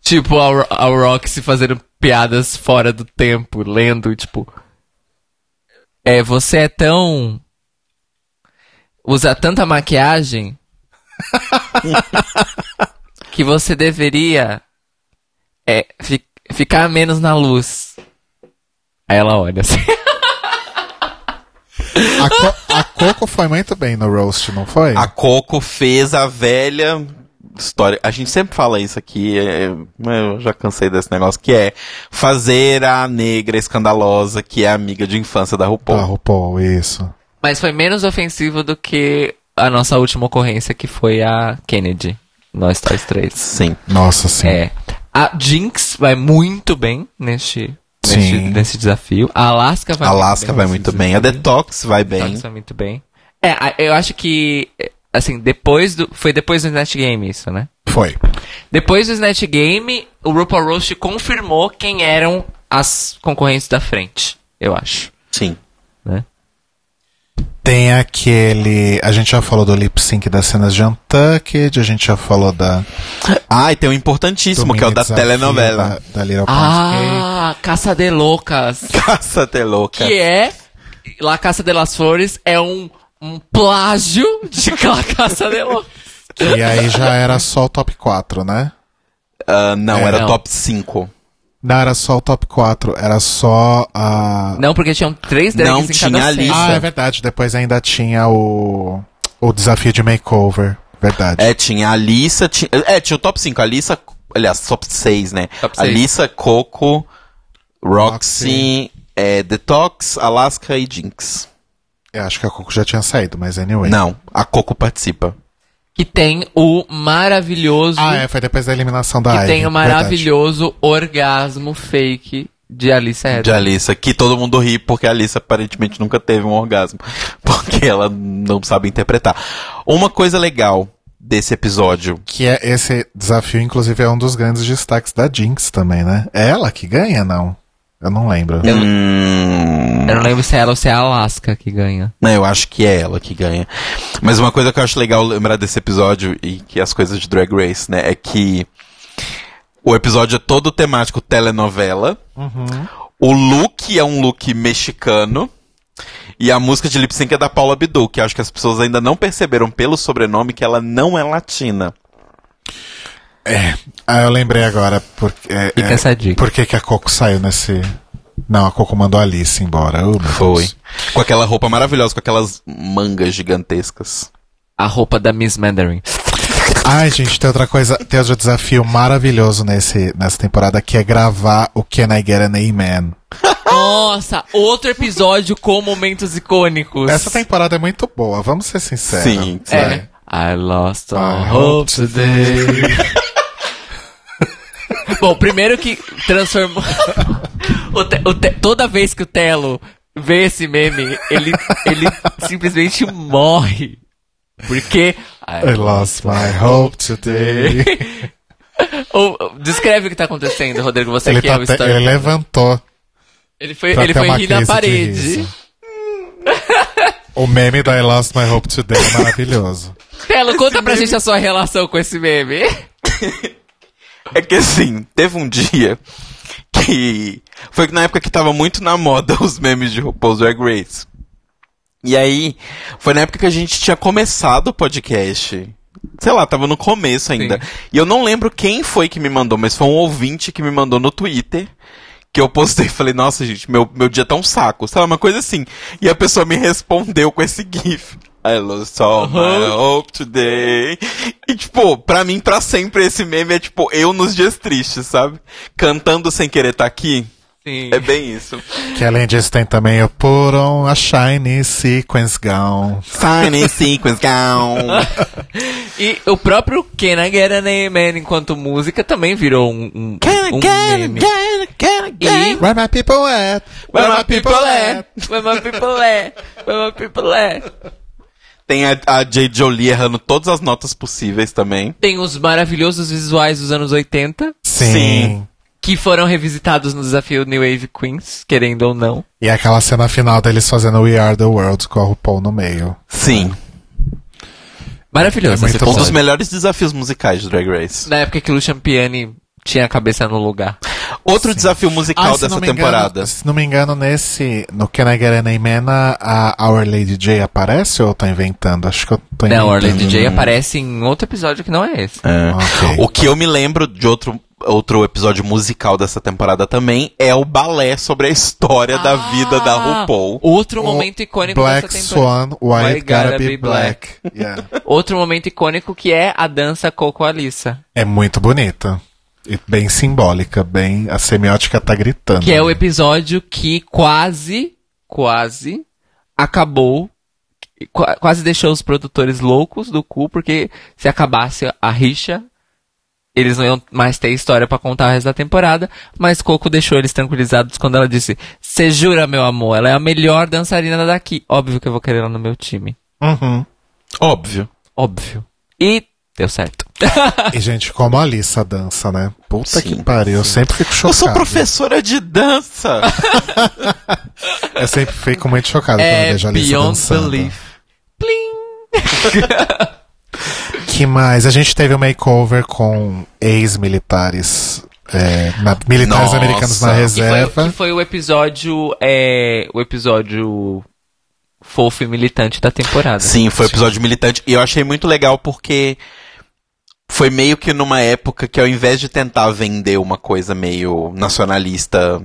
Speaker 1: Tipo a, Ro- a Roxy fazendo piadas fora do tempo, lendo, tipo. É, você é tão. Usa tanta maquiagem. que você deveria. É, fi- ficar menos na luz. Aí ela olha assim.
Speaker 2: A, Co- a Coco foi muito bem no Roast, não foi?
Speaker 3: A Coco fez a velha história. A gente sempre fala isso aqui, é, eu já cansei desse negócio, que é fazer a negra escandalosa, que é amiga de infância da RuPaul.
Speaker 2: Da RuPaul, Ah, isso.
Speaker 1: Mas foi menos ofensivo do que a nossa última ocorrência, que foi a Kennedy. Nós Toys 3.
Speaker 3: Sim.
Speaker 2: Nossa, sim.
Speaker 1: É. A Jinx vai muito bem neste, neste,
Speaker 2: Sim.
Speaker 1: nesse desafio. A Alaska vai
Speaker 3: A Alaska vai muito
Speaker 1: nesse
Speaker 3: bem. A
Speaker 1: desafio.
Speaker 3: Detox vai
Speaker 1: A
Speaker 3: bem.
Speaker 1: Detox vai muito bem. É, a- eu acho que, eh, assim, depois do... Foi depois do Snatch Game isso, né?
Speaker 2: Foi.
Speaker 1: Depois do Snatch Game, o RuPaul Roast confirmou quem eram as concorrentes da frente, eu acho,
Speaker 3: Sim.
Speaker 1: né?
Speaker 2: Tem aquele. A gente já falou do lip sync das cenas de Untucked, a gente já falou da.
Speaker 3: Ah, e tem um
Speaker 2: do
Speaker 3: importantíssimo, que é o
Speaker 2: mini
Speaker 3: da
Speaker 2: desafio
Speaker 3: telenovela.
Speaker 2: Da, da Little Pond Cake.
Speaker 1: Ah, Caça de Loucas.
Speaker 3: Caça até louca.
Speaker 1: Que é. La Caça de las Flores é um, um plágio de La Caça de Loucas.
Speaker 2: E aí já era só o top 4, né?
Speaker 3: Ah, não,
Speaker 2: É,
Speaker 3: era
Speaker 1: não.
Speaker 3: top 5.
Speaker 2: Não era só o top 4, era só a.
Speaker 1: Não, porque tinham três drags
Speaker 3: Não
Speaker 1: em
Speaker 3: tinha
Speaker 1: cada
Speaker 3: a
Speaker 1: cena.
Speaker 3: lista.
Speaker 2: Ah, é verdade. Depois ainda tinha o. O desafio de makeover. Verdade.
Speaker 3: É, tinha a Alissa. Tinha, é, tinha o top 5. A Alissa. Aliás, top 6, né?
Speaker 1: Top seis.
Speaker 3: Alissa, Coco, Roxy, é, Detox, Alaska e Jinx.
Speaker 2: Eu acho que a Coco já tinha saído, mas anyway.
Speaker 3: Não, a Coco participa.
Speaker 1: Que tem o maravilhoso.
Speaker 2: Ah, é, foi depois da eliminação da
Speaker 1: que
Speaker 2: Ivy,
Speaker 1: tem o
Speaker 2: verdade.
Speaker 1: maravilhoso orgasmo fake de Alice
Speaker 3: De
Speaker 1: Edwards.
Speaker 3: Alissa, que todo mundo ri porque a Alissa aparentemente nunca teve um orgasmo. Porque ela não sabe interpretar. Uma coisa legal desse episódio
Speaker 2: Que é esse desafio, inclusive, é um dos grandes destaques da Jinx também, né? É ela que ganha, não? Eu não lembro.
Speaker 1: Eu-
Speaker 3: Hum,
Speaker 1: Eu não lembro se é ela ou se é a Alaska que ganha.
Speaker 3: É, eu acho que é ela que ganha. Mas uma coisa que eu acho legal lembrar desse episódio e que as coisas de Drag Race, né, é que o episódio é todo temático telenovela.
Speaker 1: Uhum.
Speaker 3: O look é um look mexicano. E a música de lip sync é da Paula Abdul, que acho que as pessoas ainda não perceberam pelo sobrenome que ela não é latina.
Speaker 2: Ah, eu lembrei agora. Porque, é,
Speaker 1: Fica
Speaker 2: é,
Speaker 1: essa dica.
Speaker 2: Por que, que a Coco saiu nesse. Não, a Coco mandou a Alice embora. Oh, meu Deus.
Speaker 3: Com aquela roupa maravilhosa, com aquelas mangas gigantescas.
Speaker 1: A roupa da Miss Mandarin.
Speaker 2: Ai, gente, tem outra coisa. Tem outro desafio maravilhoso nesse, nessa temporada que é gravar o Can I Get an Amen?
Speaker 1: Nossa, outro episódio com momentos icônicos.
Speaker 2: Essa temporada é muito boa, vamos ser sinceros.
Speaker 3: Sim,
Speaker 1: É.
Speaker 3: sim.
Speaker 1: I lost all
Speaker 2: I
Speaker 1: hope
Speaker 2: hope
Speaker 1: today. Bom, primeiro que transformou. O Te- o Te- toda vez que o Telo vê esse meme, ele, ele simplesmente morre. Porque.
Speaker 2: I lost my hope today.
Speaker 1: Ou- ou- descreve o que tá acontecendo, Rodrigo. Você
Speaker 2: ele,
Speaker 1: que
Speaker 2: tá
Speaker 1: é o
Speaker 2: até-
Speaker 1: histórico.
Speaker 2: ele levantou
Speaker 1: Ele foi,
Speaker 2: pra
Speaker 1: ele
Speaker 2: ter
Speaker 1: foi
Speaker 2: uma
Speaker 1: rir na
Speaker 2: crise de
Speaker 1: parede.
Speaker 2: riso. O meme da I Lost My Hope Today é maravilhoso.
Speaker 1: Telo, conta pra gente a sua relação com esse meme.
Speaker 3: É que assim, teve um dia que. Foi na época que tava muito na moda os memes de RuPaul's Drag Race. E aí, foi na época que a gente tinha começado o podcast. Sei lá, tava no começo ainda.
Speaker 1: Sim.
Speaker 3: E eu não lembro quem foi que me mandou, mas foi um ouvinte que me mandou no Twitter. Que eu postei e falei, nossa, gente, meu, meu dia tá um saco. Sabe, uma coisa assim. E a pessoa me respondeu com esse GIF. I lost all my
Speaker 1: Uhum.
Speaker 3: hope today. E, tipo, pra mim, pra sempre, esse meme é, tipo, eu nos dias tristes, sabe? Cantando sem querer tá aqui.
Speaker 1: Sim.
Speaker 3: É bem isso.
Speaker 2: que além disso tem também o Put on a Shiny Sequence Gown.
Speaker 3: Sign in sequence gown.
Speaker 1: E o próprio Can I Get an Amen enquanto música também virou um, um,
Speaker 3: Can,
Speaker 1: um
Speaker 3: can,
Speaker 1: meme.
Speaker 3: can, can, can.
Speaker 2: Where my people at?
Speaker 3: Where my people at?
Speaker 1: Where my people at? Where my people at?
Speaker 3: Tem a, a J. Jolie errando todas as notas possíveis também.
Speaker 1: Tem os maravilhosos visuais dos anos 80,
Speaker 2: Sim.
Speaker 3: Sim.
Speaker 1: que foram revisitados no desafio New Wave Queens, querendo ou não.
Speaker 2: E aquela cena final deles fazendo We Are the World com a RuPaul no meio.
Speaker 3: Sim.
Speaker 1: Maravilhoso
Speaker 2: É
Speaker 1: esse
Speaker 2: muito
Speaker 3: Um dos
Speaker 1: episódio.
Speaker 3: melhores desafios musicais de Drag Race.
Speaker 1: Na época que o Lucian Piani tinha a cabeça no lugar.
Speaker 3: Outro desafio musical
Speaker 2: Ah, se não
Speaker 3: dessa
Speaker 2: me engano-
Speaker 3: temporada.
Speaker 2: se não me engano, nesse. No Can I Get an Amen, a a Our Lady J aparece ou eu tô inventando? Acho que eu tô inventando.
Speaker 1: Não, Orlando DJ aparece em outro episódio que não é esse.
Speaker 3: É.
Speaker 2: Ok.
Speaker 3: O que eu me lembro de outro, outro episódio musical dessa temporada também é o balé sobre a história da vida da
Speaker 2: Ah.
Speaker 1: Ah.
Speaker 3: RuPaul.
Speaker 1: Outro
Speaker 2: O
Speaker 1: é momento icônico
Speaker 2: Black
Speaker 1: dessa temporada.
Speaker 2: Swan, Why It Gotta Be Black. Yeah.
Speaker 1: Outro momento icônico que é a dança Coco Alissa.
Speaker 2: É muito bonita. E bem simbólica, bem. A semiótica tá gritando.
Speaker 1: Que é o episódio que quase, quase acabou. qua- Quase deixou os produtores loucos do cu, porque se acabasse a rixa, eles não iam mais ter história pra contar o resto da temporada. Mas Coco deixou eles tranquilizados quando ela disse: Você jura, meu amor, ela é a melhor dançarina daqui. Óbvio que eu vou querer ela no meu time.
Speaker 2: Uhum.
Speaker 3: Óbvio.
Speaker 1: Óbvio. E deu certo.
Speaker 2: E, gente, como a Alissa dança, né? Puta
Speaker 3: Sim,
Speaker 2: que pariu. Eu sempre fico chocado.
Speaker 3: Eu sou professora de dança.
Speaker 2: Eu sempre fico muito chocado quando eu
Speaker 1: é
Speaker 2: vejo a Alissa
Speaker 1: Beyond
Speaker 2: dançando.
Speaker 1: Belief. Plim!
Speaker 2: Que mais? A gente teve um makeover com ex-militares. é, na- militares
Speaker 3: Nossa.
Speaker 2: americanos na
Speaker 3: Que foi-
Speaker 1: Que foi, que
Speaker 2: reserva.
Speaker 1: foi o episódio. É, o episódio fofo e militante da temporada.
Speaker 3: Sim, foi um episódio militante. E eu achei muito legal porque foi meio que numa época que ao invés de tentar vender uma coisa meio nacionalista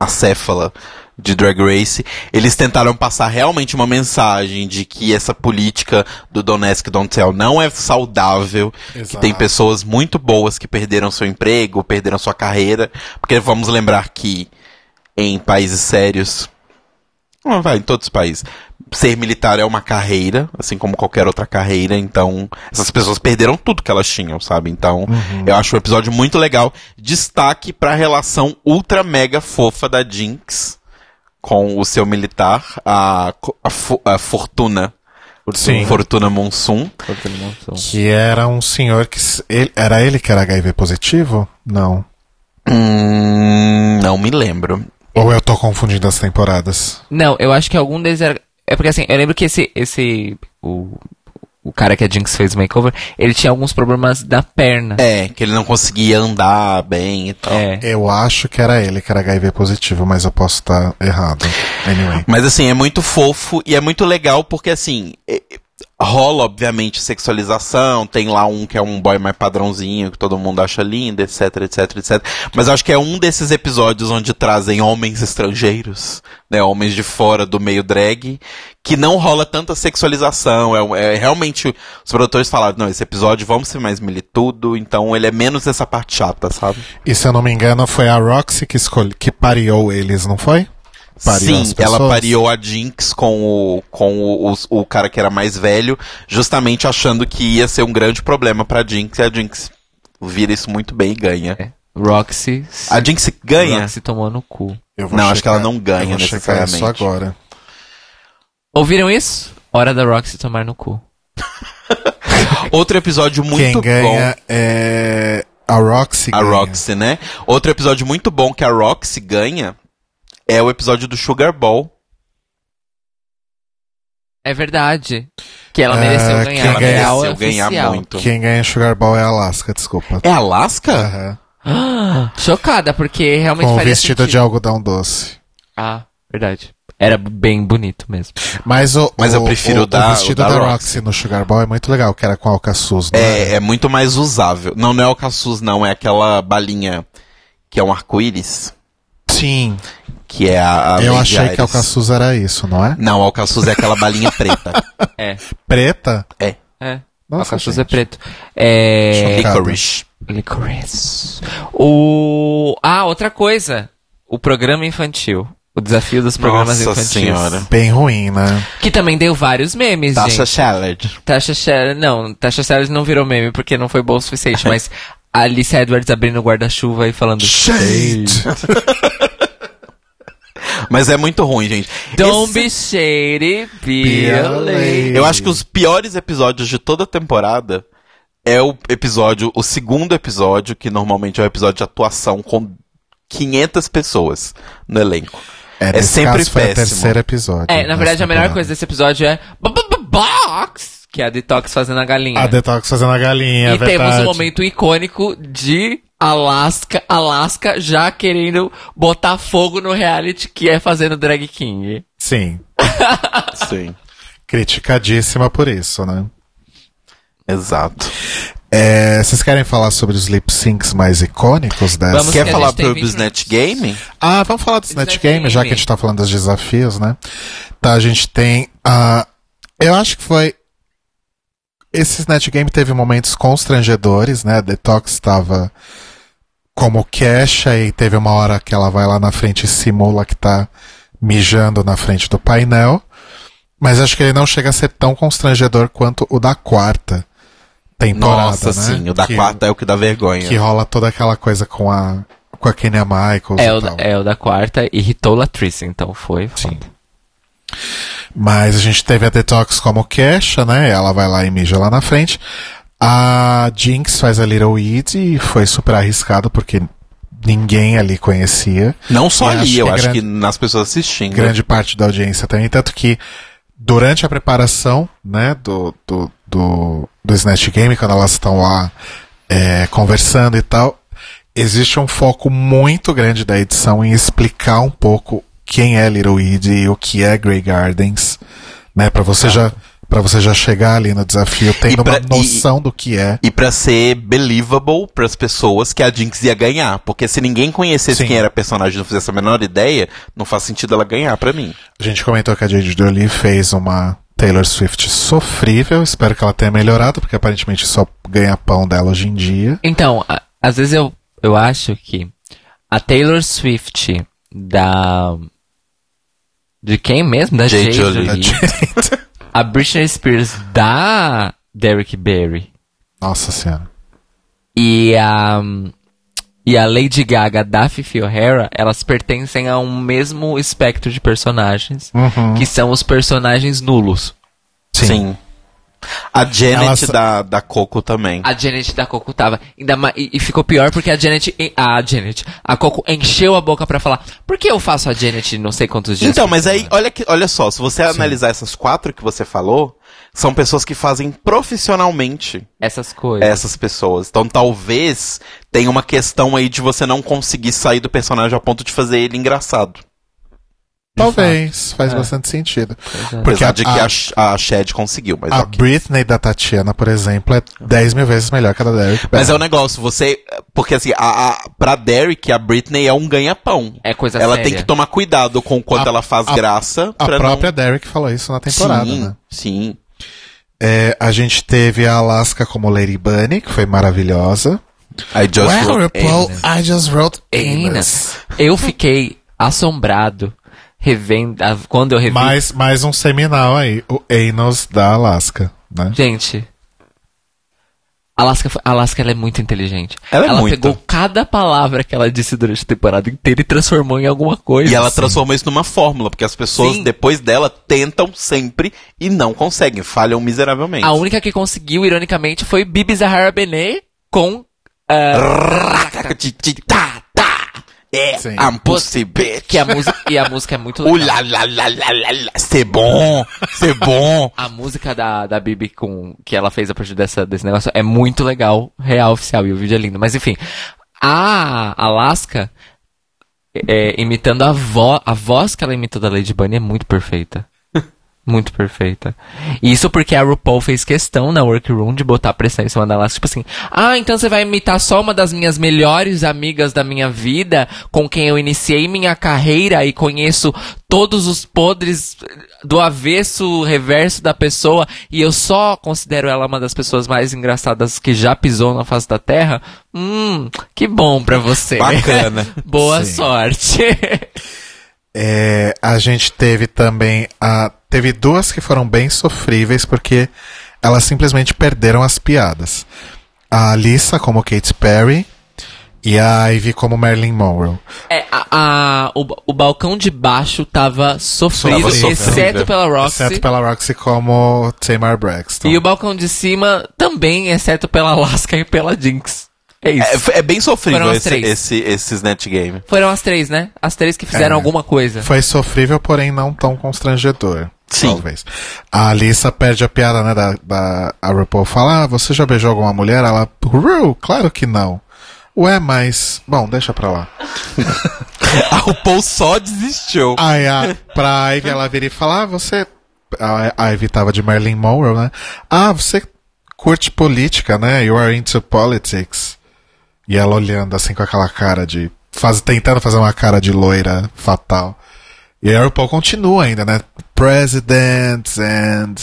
Speaker 3: acéfala de Drag Race, eles tentaram passar realmente uma mensagem de que essa política do Donetsk Don't Tell não é saudável, que
Speaker 2: Exato.
Speaker 3: tem pessoas muito boas que perderam seu emprego, perderam sua carreira, porque vamos lembrar que em países sérios não, vai, em todos os países. Ser militar é uma carreira, assim como qualquer outra carreira, então essas pessoas perderam tudo que elas tinham, sabe? Então,
Speaker 2: Uhum.
Speaker 3: eu acho um episódio muito legal. Destaque pra relação ultra mega fofa da Jinx com o seu militar, a, co- a, fo- a Fortuna.
Speaker 2: Sim.
Speaker 3: Fortuna Monsun.
Speaker 2: Que era um senhor que. s- ele- era ele que era HIV positivo? Não.
Speaker 3: Hum, não me lembro.
Speaker 2: Ou eu tô confundindo as temporadas?
Speaker 1: Não, eu acho que algum deles era. É porque assim, eu lembro que esse. esse o, o cara que a Jinx fez o makeover, ele tinha alguns problemas da perna.
Speaker 3: É, que ele não conseguia andar bem e tal.
Speaker 1: É.
Speaker 2: Eu acho que era ele que era HIV positivo, mas eu posso estar errado. Anyway.
Speaker 3: Mas assim, é muito fofo e é muito legal porque assim. é- é- Rola, obviamente, sexualização. Tem lá um que é um boy mais padrãozinho, que todo mundo acha lindo, etc, etc, etc. Mas acho que é um desses episódios onde trazem homens estrangeiros, né? Homens de fora do meio drag, que não rola tanta sexualização. É, um- é realmente. Os produtores falaram: não, esse episódio vamos ser mais militudo, então ele é menos essa parte chata, sabe?
Speaker 2: E se eu não me engano, foi a Roxy que, escolhe, que pareou eles, não foi? Pariu
Speaker 3: Sim,
Speaker 2: as pessoas?
Speaker 3: ela pareou a Jinx com, o, com o, os- o cara que era mais velho, justamente achando que ia ser um grande problema pra Jinx, e a Jinx vira isso muito bem e ganha.
Speaker 1: Roxy.
Speaker 3: A Jinx ganha?
Speaker 1: Roxy tomou no cu.
Speaker 2: Eu
Speaker 3: Não, acho que ela não ganha
Speaker 2: eu vou checar isso
Speaker 3: necessariamente.
Speaker 2: agora.
Speaker 1: Ouviram isso? Hora da Roxy tomar no cu.
Speaker 3: Outro episódio
Speaker 2: Quem
Speaker 3: muito
Speaker 2: ganha
Speaker 3: bom.
Speaker 2: é a Roxy.
Speaker 3: A
Speaker 2: ganha.
Speaker 3: Roxy, né? Outro episódio muito bom que a Roxy ganha é o episódio do Sugar Ball.
Speaker 1: É verdade. Que ela
Speaker 2: Ah,
Speaker 1: mereceu
Speaker 2: quem
Speaker 1: ganhar.
Speaker 3: ela
Speaker 2: ganha-
Speaker 1: real
Speaker 3: mereceu ganhar
Speaker 1: oficial.
Speaker 3: muito.
Speaker 2: Quem ganha Sugar Ball é a Alaska, desculpa.
Speaker 3: É Alaska?
Speaker 2: Aham.
Speaker 1: Ah, Chocada, porque realmente
Speaker 2: Com o
Speaker 1: faria
Speaker 2: vestido
Speaker 1: sentido.
Speaker 2: de algodão doce.
Speaker 1: Ah, verdade. Era bem bonito mesmo.
Speaker 2: Mas o,
Speaker 3: Mas
Speaker 2: o,
Speaker 3: eu prefiro
Speaker 2: o-
Speaker 3: o da-
Speaker 2: o vestido
Speaker 3: o da
Speaker 2: da,
Speaker 3: Roxy.
Speaker 2: Roxy. no Sugar Ball é muito legal, que era com alcaçuz, não era?
Speaker 3: É, é muito mais usável. Não, não é o Cassus, não. É aquela balinha que é um arco-íris.
Speaker 2: Sim.
Speaker 3: que é a, a
Speaker 2: eu
Speaker 3: Lady
Speaker 2: achei que
Speaker 3: Iris.
Speaker 2: alcaçuz era isso, não é?
Speaker 3: Não, Alcaçuz é aquela balinha preta.
Speaker 1: É,
Speaker 2: Preta?
Speaker 1: é.
Speaker 2: Nossa,
Speaker 1: Alcaçuz é
Speaker 2: gente.
Speaker 1: preto. É.
Speaker 2: Chocada.
Speaker 3: Licorice.
Speaker 1: Licorice. O. Ah, outra coisa. O programa infantil. O desafio dos programas
Speaker 3: Nossa
Speaker 1: infantis.
Speaker 3: Senhora.
Speaker 2: Bem ruim, né?
Speaker 1: Que também deu vários memes,
Speaker 3: Tasha
Speaker 1: gente.
Speaker 3: Shallard.
Speaker 1: Tasha Sher... Não, Tasha Sher não virou meme porque não foi bom o suficiente, mas a Alicia Edwards abrindo o guarda-chuva e falando.
Speaker 3: Mas é muito ruim, gente.
Speaker 1: Don't
Speaker 3: Esse-
Speaker 1: be shady, be
Speaker 2: Be
Speaker 1: a
Speaker 2: a
Speaker 1: lady."
Speaker 2: lady.
Speaker 3: Eu acho que os piores episódios de toda a temporada é o episódio, o segundo episódio, que normalmente é o episódio de atuação com 500 pessoas no elenco.
Speaker 2: É,
Speaker 3: É
Speaker 2: nesse
Speaker 3: sempre
Speaker 2: caso foi o
Speaker 3: péssimo.
Speaker 2: terceiro episódio.
Speaker 1: É, na
Speaker 2: dessa
Speaker 1: verdade a melhor
Speaker 2: temporada.
Speaker 1: coisa desse episódio é. bo- bo- bo- Box! Que é a Detox fazendo a galinha.
Speaker 2: A Detox fazendo a galinha, é
Speaker 1: e temos
Speaker 2: verdade.
Speaker 1: um momento icônico de Alaska, Alaska já querendo botar fogo no reality que é fazendo drag king.
Speaker 2: Sim.
Speaker 3: Sim.
Speaker 2: Criticadíssima por isso, né?
Speaker 3: Exato.
Speaker 2: É, vocês querem falar sobre os lip syncs mais icônicos dessa?
Speaker 1: Vamos-
Speaker 3: Quer
Speaker 1: que a
Speaker 3: falar
Speaker 1: gente tem
Speaker 3: pro
Speaker 1: 20
Speaker 3: Bisnet Game?
Speaker 2: Ah, vamos falar do Snatch
Speaker 1: Snatch
Speaker 2: Game, já
Speaker 1: Game.
Speaker 2: que a gente tá falando dos desafios, né? Tá, a gente tem a. eu acho que foi. Esse Snatch Game teve momentos constrangedores, né? A Detox tava como queixa e teve uma hora que ela vai lá na frente e simula que tá mijando na frente do painel. Mas acho que ele não chega a ser tão constrangedor quanto o da quarta temporada,
Speaker 3: Nossa,
Speaker 2: né?
Speaker 3: sim. O da
Speaker 2: que,
Speaker 3: quarta é o que dá vergonha.
Speaker 2: Que rola toda aquela coisa com a. Com a Kenya Michaels
Speaker 1: É
Speaker 2: e
Speaker 1: o, da,
Speaker 2: tal.
Speaker 1: é o da quarta, irritou Latrice, então foi.
Speaker 2: Sim.
Speaker 1: foda.
Speaker 2: Mas a gente teve a Detox como queixa, né? Ela vai lá e mija lá na frente. A Jinx faz a Little Weed e foi super arriscado porque ninguém ali conhecia.
Speaker 3: Não só
Speaker 2: Eu
Speaker 3: ali,
Speaker 2: acho que
Speaker 3: eu
Speaker 2: é
Speaker 3: acho
Speaker 2: grande-
Speaker 3: que nas pessoas assistindo.
Speaker 2: Grande parte da audiência também. Tanto que durante a preparação, né, do, do, do, do Snatch Game, quando elas estão lá é, conversando e tal, existe um foco muito grande da edição em explicar um pouco quem é Little Weed e o que é Grey Gardens, né, para você já para você já chegar ali no desafio tendo uma
Speaker 3: pra-
Speaker 2: noção do que é.
Speaker 3: E pra ser believable pras pessoas que a Jinx ia ganhar. Porque se ninguém conhecesse
Speaker 2: Sim.
Speaker 3: quem era a personagem e não fizesse a menor ideia, não faz sentido ela ganhar pra mim.
Speaker 2: A gente comentou que a Jade Jolie fez uma Taylor Swift sofrível, espero que ela tenha melhorado, porque aparentemente só ganha pão dela hoje em dia.
Speaker 1: Então, a- às vezes eu, eu acho que a Taylor Swift da. De quem mesmo? Da
Speaker 3: J.
Speaker 1: J.
Speaker 3: Jolie.
Speaker 1: Jolie. A Britney Spears da Derrick Barry.
Speaker 2: Nossa senhora.
Speaker 1: e a e a Lady Gaga da Fifi O'Hara, elas pertencem a um mesmo
Speaker 3: Uhum.
Speaker 1: espectro de personagens, que são os personagens nulos.
Speaker 2: Uhum. Sim.
Speaker 3: A Janet
Speaker 2: Ela-
Speaker 3: da, da Coco também.
Speaker 1: A Janet da Coco tava. Ainda ma- e, e ficou pior porque a Janet. A Janet. A Coco encheu a boca pra falar. Por que eu faço a Janet não sei quantos dias?
Speaker 3: Então,
Speaker 1: por
Speaker 3: mas aí,
Speaker 1: semana?"
Speaker 3: olha, que, olha só, se você analisar essas quatro que você falou, são pessoas que fazem profissionalmente
Speaker 1: Essas coisas.
Speaker 3: essas pessoas. Então talvez tenha uma questão aí de você não conseguir sair do personagem ao ponto de fazer ele engraçado.
Speaker 2: Talvez, faz
Speaker 1: É.
Speaker 2: bastante sentido.
Speaker 1: Exato.
Speaker 2: Porque
Speaker 3: é. Apesar
Speaker 2: a-
Speaker 3: de que é a, Sh- a Shed conseguiu, mas
Speaker 2: A
Speaker 3: ok.
Speaker 2: Britney da Tatiana, por exemplo, é 10 mil vezes melhor que a da Derek
Speaker 3: Uhum. Mas é
Speaker 2: Bell.
Speaker 3: o negócio, você. Porque assim, a, a, pra Derek, a Britney é um ganha-pão.
Speaker 1: É coisa
Speaker 3: ela
Speaker 1: séria.
Speaker 3: tem que tomar cuidado com o quanto
Speaker 2: A-
Speaker 3: ela faz
Speaker 2: a-
Speaker 3: graça.
Speaker 2: A
Speaker 3: pra
Speaker 2: própria Derek falou isso na
Speaker 3: não...
Speaker 2: temporada,
Speaker 3: sim,
Speaker 2: né?
Speaker 3: Sim.
Speaker 2: É, a gente teve a Alaska como Lady Bunny, que foi maravilhosa.
Speaker 3: I just
Speaker 2: Well,
Speaker 3: wrote
Speaker 2: RuPaul,
Speaker 3: Anus.
Speaker 2: I just wrote Anus.
Speaker 1: Enas. Eu fiquei assombrado revendo. a- Quando eu revi.
Speaker 2: Mais, mais um seminal aí, o Anus da Alaska, né?
Speaker 1: Gente. Alaska, foi- Alaska ela é muito inteligente.
Speaker 3: Ela é muito.
Speaker 1: pegou cada palavra que ela disse durante a temporada inteira e transformou em alguma coisa.
Speaker 3: E ela transformou isso numa fórmula, porque as pessoas,
Speaker 1: Sim.
Speaker 3: depois dela, tentam sempre e não conseguem, falham miseravelmente.
Speaker 1: A única que conseguiu, ironicamente, foi Bibi Zahara Benet com. eh,
Speaker 3: tá, É,
Speaker 2: Sim.
Speaker 3: I'm pussy bitch.
Speaker 1: Que a música, e a música é muito
Speaker 3: Uh,
Speaker 1: legal.
Speaker 3: lá, lá, lá, lá, lá, lá. C'est bom, c'est bom.
Speaker 1: A música da, da Bibi com, que ela fez a partir dessa, desse negócio é muito legal, real oficial, e o vídeo é lindo. Mas enfim, a Alaska é, imitando a, vo, a voz que ela imitou da Lady Bunny é muito perfeita. Muito perfeita. E Isso porque a RuPaul fez questão na workroom de botar pressão em cima da Alaska. Tipo assim, ah, então você vai imitar só uma das minhas melhores amigas da minha vida, com quem eu iniciei minha carreira e conheço todos os podres do avesso, reverso da pessoa, e eu só considero ela uma das pessoas mais engraçadas que já pisou na face da Terra? Hum, que bom pra você.
Speaker 3: Bacana.
Speaker 1: Boa
Speaker 2: Sim.
Speaker 1: sorte.
Speaker 2: É, a gente teve também a. Teve duas que foram bem sofríveis porque elas simplesmente perderam as piadas. A Alissa como Kate Perry e a Ivy como Marilyn Monroe.
Speaker 1: É, a- a- o, ba- o balcão de baixo tava sofrido,
Speaker 3: Tava sofrendo.
Speaker 1: exceto pela Roxy.
Speaker 2: Exceto pela Roxy como Tamar Braxton.
Speaker 1: E o balcão de cima também, exceto pela Alaska e pela Jinx. É isso.
Speaker 3: É, é bem sofrível
Speaker 1: Foram as
Speaker 3: esse,
Speaker 1: três.
Speaker 3: esse, esses net game.
Speaker 1: Foram as três, né? As três que fizeram
Speaker 2: É.
Speaker 1: alguma coisa.
Speaker 2: Foi sofrível, porém não tão constrangedor.
Speaker 3: Sim.
Speaker 2: Talvez. A Alissa perde a piada, né? Da, da- a RuPaul fala: ah, você já beijou alguma mulher? Ela, Ru, claro que não. Ué, mas. Bom, deixa pra lá.
Speaker 3: A RuPaul só desistiu.
Speaker 2: Aí a, pra Ivy ela vira e fala, ah, você. A, a Ivy tava de Marilyn Monroe, né? Ah, você curte política, né? You are into politics. E ela olhando assim com aquela cara de. Faz, tentando fazer uma cara de loira fatal. E aí o RuPaul continua ainda, né? Presidents and.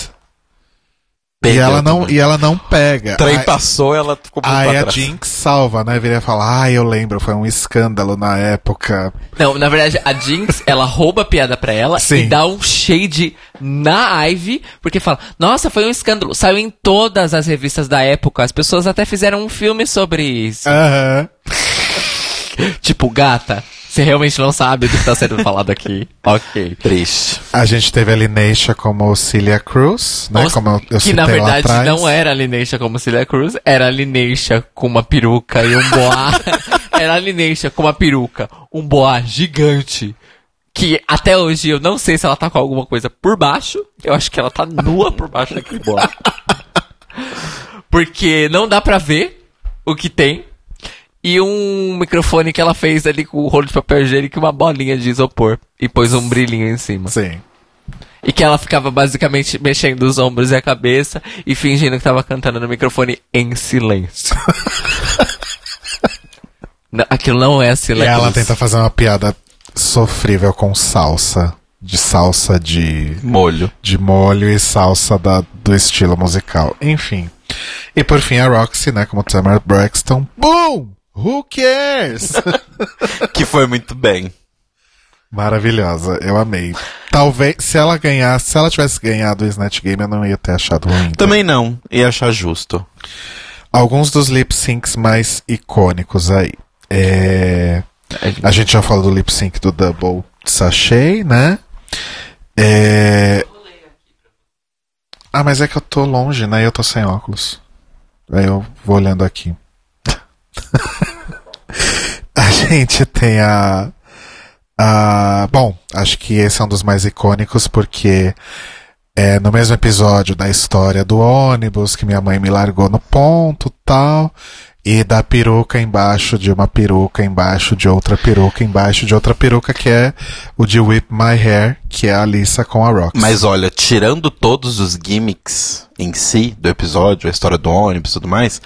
Speaker 2: E
Speaker 3: Perdeu
Speaker 2: ela, não,
Speaker 3: também.
Speaker 2: e ela não pega.
Speaker 3: O trem
Speaker 2: Aí-
Speaker 3: passou, ela ficou muito
Speaker 2: Aí
Speaker 3: pra
Speaker 2: a
Speaker 3: trás.
Speaker 2: Jinx salva, né? Viria falar, ah, eu lembro, foi um escândalo na época.
Speaker 1: Não, na verdade, a Jinx, ela rouba a piada pra ela
Speaker 2: Sim.
Speaker 1: e dá um shade na Ivy, porque fala, nossa, foi um escândalo. Saiu em todas as revistas da época. As pessoas até fizeram um filme sobre isso.
Speaker 2: Aham. É.
Speaker 1: Tipo, gata, você realmente não sabe o que tá sendo falado aqui. ok.
Speaker 3: Triste.
Speaker 2: A gente teve a Lineisha como Celia Cruz, né?
Speaker 1: Os-
Speaker 2: como eu, eu
Speaker 1: que
Speaker 2: citei
Speaker 1: na
Speaker 2: lá
Speaker 1: verdade
Speaker 2: atrás.
Speaker 1: não era a Lineixa como Celia Cruz, era a Lineixa com uma peruca e um boá. era a Lineixa com uma peruca, um boá gigante. Que até hoje eu não sei se ela tá com alguma coisa por baixo. Eu acho que ela tá nua por baixo daquele boá. Porque não dá pra ver o que tem. E um microfone que ela fez ali com o rolo de papel higiênico e uma bolinha de isopor. E pôs um brilhinho em cima.
Speaker 2: Sim.
Speaker 1: E que ela ficava basicamente mexendo os ombros e a cabeça e fingindo que tava cantando no microfone em silêncio. Não, aquilo não é
Speaker 2: E
Speaker 1: silêncio.
Speaker 2: ela tenta fazer uma piada sofrível com salsa. De salsa de,
Speaker 3: Molho.
Speaker 2: de molho e salsa da, do estilo musical. Enfim. E por fim a Roxy, né? Como Tamara Braxton. Boom! Who cares?
Speaker 3: Que foi muito bem.
Speaker 2: Maravilhosa, eu amei. Talvez, se ela ganhasse, se ela tivesse ganhado o Snatch Game, eu não ia ter achado ruim.
Speaker 3: Também não. Ia achar justo.
Speaker 2: Alguns dos lip syncs mais icônicos aí. É, A gente já falou do lip sync do Double Sachet, né? É, Ah, mas é que eu tô longe, né? Eu tô sem óculos. Aí eu vou olhando aqui. a gente tem a. a bom, acho que esse é um dos mais icônicos, porque é no mesmo episódio da história do ônibus, que minha mãe me largou no ponto tal. E da peruca embaixo de uma peruca, embaixo de outra peruca, embaixo de outra peruca, que é o de Whip My Hair, que é a Alissa com a Rox.
Speaker 3: Mas olha, tirando todos os gimmicks em si do episódio, a história do ônibus e tudo mais,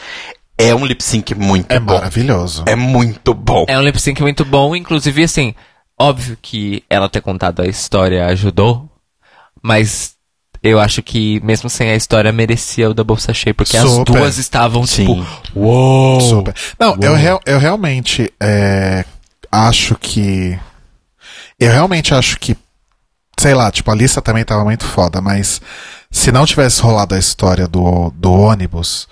Speaker 3: é um lip sync muito
Speaker 2: é
Speaker 3: bom.
Speaker 2: maravilhoso.
Speaker 3: É muito bom.
Speaker 1: É um lip sync muito bom, inclusive assim, óbvio que ela ter contado a história ajudou, mas eu acho que mesmo sem a história merecia o da bolsa cheia, porque as
Speaker 2: Super.
Speaker 1: duas estavam
Speaker 3: Sim.
Speaker 1: tipo, uou.
Speaker 2: Super. Não, eu, real- eu realmente é, acho que. Eu realmente acho que. Sei lá, tipo, a lista também tava muito foda, mas se não tivesse rolado a história do, do ônibus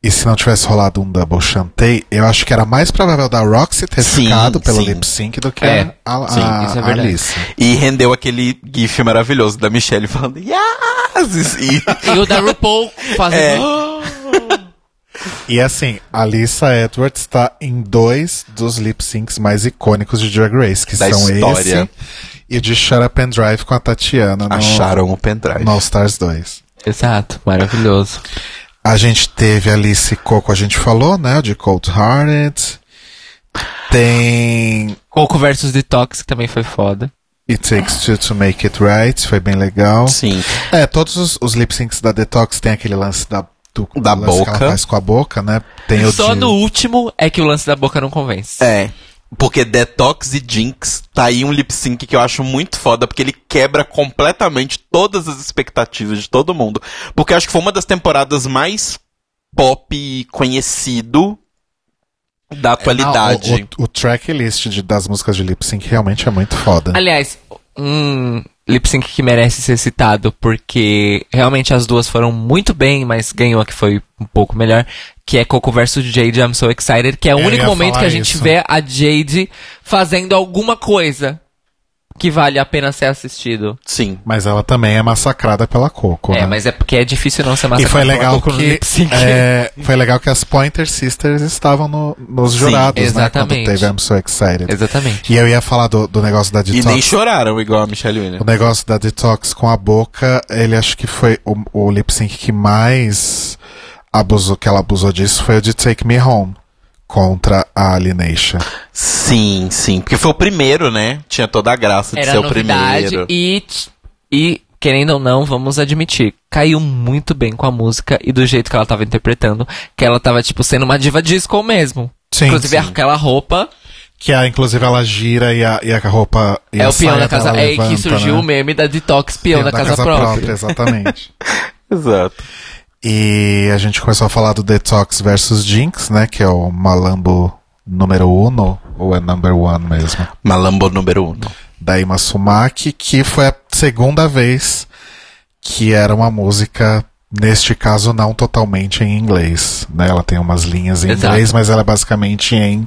Speaker 2: e se não tivesse rolado um double chantei, eu acho que era mais provável da Roxy ter
Speaker 3: Sim,
Speaker 2: ficado pelo
Speaker 3: sim.
Speaker 2: lip sync do que
Speaker 1: É,
Speaker 2: a, a,
Speaker 1: sim,
Speaker 2: a,
Speaker 1: isso é
Speaker 2: a
Speaker 1: verdade.
Speaker 2: Alissa.
Speaker 3: E rendeu aquele gif maravilhoso da Michelle falando Yes! E
Speaker 1: E o da RuPaul
Speaker 3: É.
Speaker 1: fazendo.
Speaker 2: E assim, a Alissa Edwards tá em dois dos lip syncs mais icônicos de Drag Race, que
Speaker 3: Da
Speaker 2: são
Speaker 3: história.
Speaker 2: esse e o de Shut Up and Drive com a Tatiana no,
Speaker 3: acharam o pendrive.
Speaker 2: no All Stars 2.
Speaker 1: Exato, maravilhoso.
Speaker 2: A gente teve a Alice Coco, a gente falou, né? O de Cold Hearted. Tem
Speaker 1: Coco versus Detox, que também foi foda.
Speaker 2: It Takes Two to Make It Right, foi bem legal.
Speaker 3: Sim.
Speaker 2: É, todos os, os lip syncs da Detox tem aquele lance da, do,
Speaker 3: Da
Speaker 2: do lance Que
Speaker 3: boca.
Speaker 2: ela faz com a boca, né? Tem o
Speaker 1: Só
Speaker 2: de-
Speaker 1: no último é que o lance da boca não convence.
Speaker 3: É. Porque Detox e Jinx tá aí um lip sync que eu acho muito foda, porque ele quebra completamente todas as expectativas de todo mundo. Porque eu acho que foi uma das temporadas mais pop conhecido da atualidade.
Speaker 2: Ah, É, o, o, o tracklist de- das músicas de lip sync realmente é muito foda.
Speaker 1: Aliás, um lip sync que merece ser citado, porque realmente as duas foram muito bem, mas ganhou a que foi um pouco melhor, que é Coco versus Jade I'm So Excited, que é o
Speaker 2: Eu
Speaker 1: único
Speaker 2: ia
Speaker 1: momento
Speaker 2: falar
Speaker 1: que a gente
Speaker 2: isso.
Speaker 1: vê a Jade fazendo alguma coisa que vale a pena ser assistido.
Speaker 3: Sim.
Speaker 2: Mas ela também é massacrada pela Coco.
Speaker 1: É,
Speaker 2: né?
Speaker 1: mas é porque é difícil não ser
Speaker 2: E
Speaker 1: massacrado
Speaker 2: foi
Speaker 1: por
Speaker 2: legal
Speaker 1: Coco no
Speaker 2: que
Speaker 1: lip sync.
Speaker 2: é, foi legal que as Pointer Sisters estavam no- nos
Speaker 3: Sim,
Speaker 2: jurados, né?
Speaker 1: exatamente.
Speaker 2: Quando teve I'm So Excited.
Speaker 1: Exatamente.
Speaker 2: E eu ia falar do, do negócio da
Speaker 3: E
Speaker 2: detox.
Speaker 3: nem choraram igual a Michelle Williams.
Speaker 2: O negócio da detox com a boca, ele acho que foi o, o lip sync que mais abusou, que ela abusou disso foi o de Take Me Home contra a Alienation.
Speaker 3: Sim, sim. Porque foi o primeiro, né? Tinha toda a graça de
Speaker 1: Era
Speaker 3: ser o
Speaker 1: novidade
Speaker 3: primeiro.
Speaker 1: e... E, querendo ou não, vamos admitir, caiu muito bem com a música e do jeito que ela tava interpretando, que ela tava, tipo, sendo uma diva disco mesmo.
Speaker 2: Sim,
Speaker 1: Inclusive,
Speaker 2: sim.
Speaker 1: aquela roupa
Speaker 2: Que a, inclusive ela gira e a, e a roupa. E
Speaker 1: é
Speaker 2: a
Speaker 1: o peão
Speaker 2: saia
Speaker 1: da casa.
Speaker 2: dela
Speaker 1: É aí
Speaker 2: levanta,
Speaker 1: que surgiu
Speaker 2: né?
Speaker 1: o meme da detox peão, da, casa, própria.
Speaker 2: Exatamente.
Speaker 3: Exato.
Speaker 2: e a gente começou a falar do Detox versus Jinx, né? Que é o malambo número uno, ou é number one mesmo,
Speaker 3: Malambo número um.
Speaker 2: da Ima Sumaki, que foi a segunda vez que era uma música, neste caso, não totalmente em inglês. Né? Ela tem umas linhas em
Speaker 1: Exato.
Speaker 2: inglês, mas ela é basicamente em,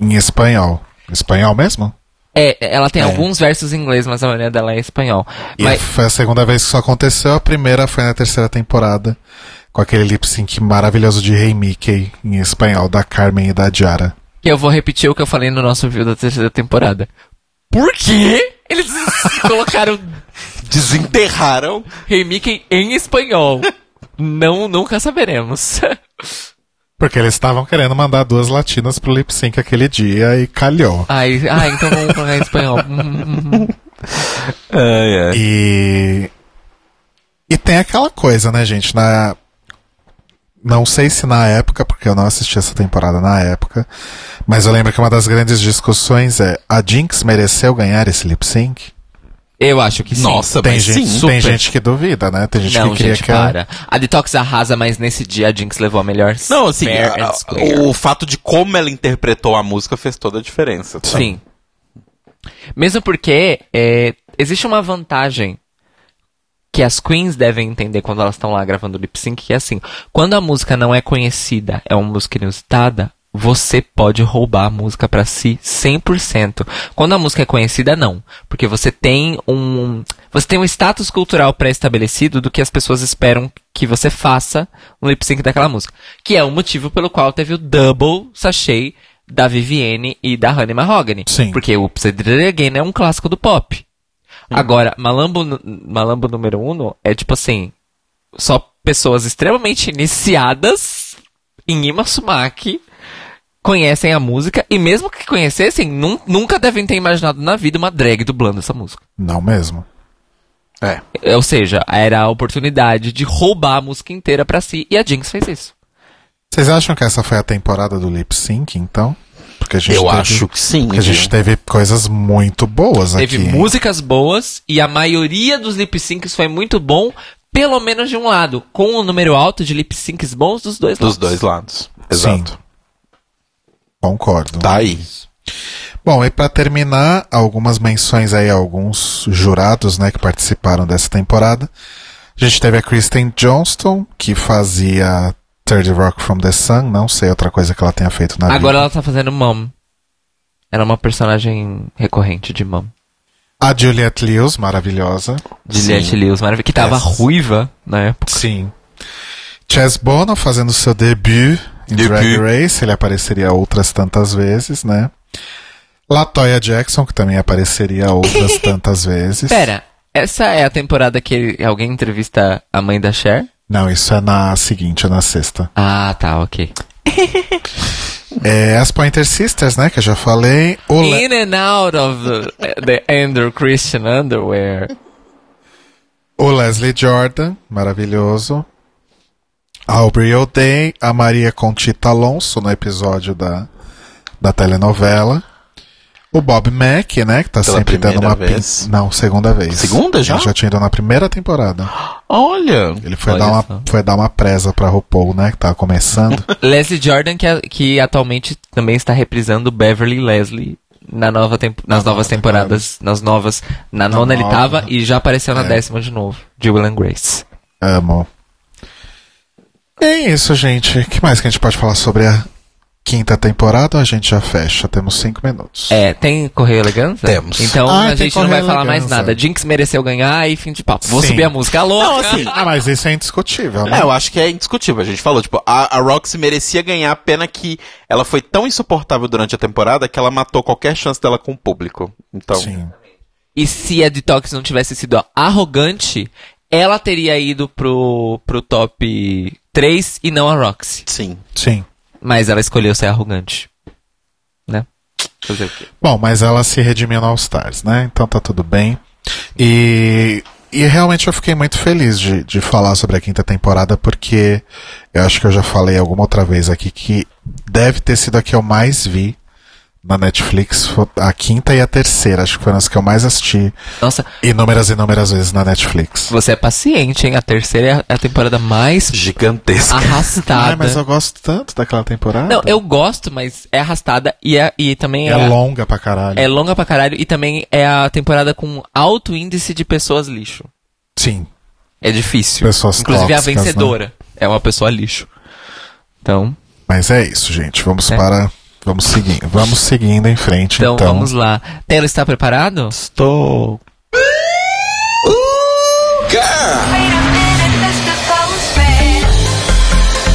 Speaker 2: em espanhol. Espanhol mesmo?
Speaker 1: É, ela tem alguns versos em inglês, mas a maioria dela é em espanhol.
Speaker 2: E
Speaker 1: Mas
Speaker 2: foi a segunda vez que isso aconteceu, a primeira foi na terceira temporada, com aquele lip sync maravilhoso de Hey Mickey em espanhol, da Carmen e da Diara.
Speaker 1: eu vou repetir o que eu falei no nosso vídeo da terceira temporada. Por quê? Eles colocaram
Speaker 3: Desenterraram.
Speaker 1: Hey Mickey em espanhol. Não, nunca saberemos.
Speaker 2: Porque eles estavam querendo mandar duas latinas pro lip sync aquele dia e calhou.
Speaker 1: Ai, ah, então vamos colocar em espanhol.
Speaker 3: Ai, ai.
Speaker 2: E. E tem aquela coisa, né, gente? Na. Não sei se na época, porque eu não assisti essa temporada na época, mas eu lembro que uma das grandes discussões é: a Jinx mereceu ganhar esse lip sync?
Speaker 1: Eu acho que sim.
Speaker 3: Nossa,
Speaker 2: Tem
Speaker 3: mas
Speaker 2: gente,
Speaker 3: sim.
Speaker 2: tem
Speaker 3: super.
Speaker 2: gente que duvida, né? Tem gente
Speaker 1: Não,
Speaker 2: que queria
Speaker 1: gente,
Speaker 2: que ela-
Speaker 1: para. A Detox arrasa, mas nesse dia a Jinx levou a melhor.
Speaker 3: Não, assim,
Speaker 1: fair
Speaker 3: a-
Speaker 1: and
Speaker 3: a-
Speaker 1: square.
Speaker 3: o fato de como ela interpretou a música fez toda a diferença. tá?
Speaker 1: Sim. Mesmo porque é, existe uma vantagem que as queens devem entender quando elas estão lá gravando lip sync, que é assim, quando a música não é conhecida, é uma música inusitada, você pode roubar a música pra si 100%. Quando a música é conhecida, não. Porque você tem um. Você tem um status cultural pré-estabelecido do que as pessoas esperam que você faça no lip sync daquela música. Que é o motivo pelo qual teve o double sachê da Vivienne e da Honey Mahogany.
Speaker 2: Sim.
Speaker 1: Porque o Upside Again é um clássico do pop. Agora, Malambo, nu- Malambo número 1 é tipo assim. Só pessoas extremamente iniciadas em Imasumaki conhecem a música e mesmo que conhecessem, nun- nunca devem ter imaginado na vida uma drag dublando essa música.
Speaker 2: Não mesmo.
Speaker 3: É.
Speaker 1: Ou seja, era a oportunidade de roubar a música inteira pra si e a Jinx fez isso.
Speaker 2: Vocês acham que essa foi a temporada do lip sync, então? Porque a gente
Speaker 3: Eu
Speaker 2: teve,
Speaker 3: acho que um sim. é.
Speaker 2: porque a gente
Speaker 3: viu?
Speaker 2: teve coisas muito boas
Speaker 1: Teve
Speaker 2: aqui. hein?
Speaker 1: músicas boas e a maioria dos lip syncs foi muito bom, pelo menos de um lado, com um número alto de lip syncs bons dos dois
Speaker 3: tá Dos
Speaker 1: lados.
Speaker 3: dois lados.
Speaker 2: Sim.
Speaker 3: Exato.
Speaker 2: Concordo.
Speaker 3: Tá aí.
Speaker 2: Bom, e pra terminar, algumas menções aí a alguns jurados, né, que participaram dessa temporada. A gente teve a Kristen Johnston, que fazia Third Rock from the Sun, não sei outra coisa que ela tenha feito na
Speaker 1: Agora
Speaker 2: vida.
Speaker 1: ela tá fazendo Mom. Era uma personagem recorrente de Mom.
Speaker 2: A Juliette Lewis, maravilhosa.
Speaker 1: Juliette Lewis, maravilhosa, que tava
Speaker 2: Yes.
Speaker 1: ruiva na época.
Speaker 2: Sim. Chess Bono fazendo seu debut em
Speaker 3: Debut.
Speaker 2: Drag Race, ele apareceria outras tantas vezes, né? Latoya Jackson, que também apareceria outras tantas vezes.
Speaker 1: Pera, essa é a temporada que ele- alguém entrevista a mãe da Cher?
Speaker 2: Não, isso é na seguinte, é na sexta.
Speaker 1: Ah, tá, ok.
Speaker 2: É, as Pointer Sisters, né, que eu já falei. O Le-
Speaker 1: In and out of the, the Andrew Christian underwear.
Speaker 2: O Leslie Jordan, maravilhoso. A Aubrey O'Day, a Maria Conchita Alonso no episódio da, da telenovela. O Bob Mack, né, que tá
Speaker 3: Pela
Speaker 2: sempre dando
Speaker 3: primeira
Speaker 2: uma
Speaker 3: vez.
Speaker 2: pin- Não, segunda vez.
Speaker 3: Segunda já?
Speaker 2: Ele já tinha ido na primeira temporada.
Speaker 3: Olha.
Speaker 2: Ele foi
Speaker 1: Olha
Speaker 2: dar,
Speaker 1: só.
Speaker 2: uma, foi dar uma presa pra RuPaul, né, que tava começando.
Speaker 1: Leslie Jordan, que, a- que atualmente também está reprisando Beverly Leslie na nova tempo- nas
Speaker 2: Na
Speaker 1: novas
Speaker 2: nova
Speaker 1: temporadas. Nas novas. Na,
Speaker 2: Na
Speaker 1: nona ele
Speaker 2: nova.
Speaker 1: tava e já apareceu na
Speaker 2: É.
Speaker 1: décima de novo. De Will and Grace.
Speaker 2: Amo. É isso, gente. O que mais que a gente pode falar sobre a quinta temporada? A gente já fecha, temos cinco minutos.
Speaker 1: É, tem Correio Elegância?
Speaker 3: Temos.
Speaker 1: Então
Speaker 2: Ah,
Speaker 1: a
Speaker 2: tem
Speaker 1: gente não vai
Speaker 2: Correio
Speaker 1: falar mais
Speaker 2: Elegância.
Speaker 1: nada. Jinx mereceu ganhar e fim de papo. Vou
Speaker 2: Sim.
Speaker 1: subir a música. Alô?
Speaker 3: Não, assim,
Speaker 2: Ah, mas isso é indiscutível, né?
Speaker 3: É, eu acho que é indiscutível. A gente falou, tipo, a, a Roxy merecia ganhar, pena que ela foi tão insuportável durante a temporada que ela matou qualquer chance dela com o público. Então,
Speaker 2: Sim.
Speaker 1: E se a Detox não tivesse sido arrogante, ela teria ido pro, pro top 3 e não a Roxy.
Speaker 3: sim.
Speaker 2: Sim.
Speaker 1: Mas ela escolheu ser arrogante. Né? Fazer o quê?
Speaker 2: Bom, mas ela se redimiu no All Stars, né? Então tá tudo bem. E, e realmente eu fiquei muito feliz de, de falar sobre a quinta temporada, porque eu acho que eu já falei alguma outra vez aqui que deve ter sido a que eu mais vi na Netflix, fo- a quinta e a terceira, acho que foram as que eu mais assisti
Speaker 1: Nossa,
Speaker 2: inúmeras e inúmeras vezes na Netflix.
Speaker 1: você é paciente, hein? A terceira é a- é a temporada mais
Speaker 3: Gigantesca.
Speaker 1: arrastada.
Speaker 2: Ai, mas eu gosto tanto daquela temporada.
Speaker 1: Não, eu gosto, mas é arrastada e, é, e também é,
Speaker 2: É longa pra caralho.
Speaker 1: é longa pra caralho e também é a temporada com alto índice de pessoas lixo.
Speaker 2: Sim.
Speaker 1: É difícil.
Speaker 2: Pessoas
Speaker 1: Inclusive
Speaker 2: tóxicas, né?
Speaker 1: a vencedora é uma pessoa lixo. Então,
Speaker 2: Mas é isso, gente. Vamos
Speaker 1: É.
Speaker 2: para. Vamos seguindo. Vamos seguindo em frente.
Speaker 1: então,
Speaker 2: Então,
Speaker 1: vamos lá. Telo está preparado?
Speaker 3: Estou. Uh,
Speaker 4: Wait a minute, Mr. Postman.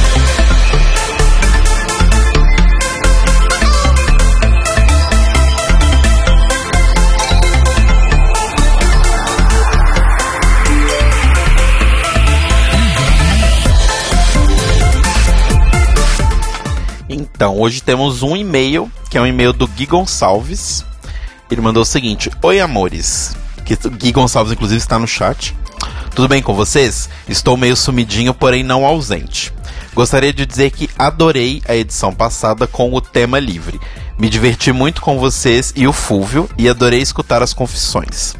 Speaker 3: Então, hoje temos um e-mail, que é um e-mail do Gui Gonçalves. Ele mandou o seguinte: Oi, amores. Que o Gui Gonçalves, inclusive, está no chat. Tudo bem com vocês? Estou meio sumidinho, porém não ausente. Gostaria de dizer que adorei a edição passada com o tema livre. Me diverti muito com vocês e o Fúvio e adorei escutar as confissões.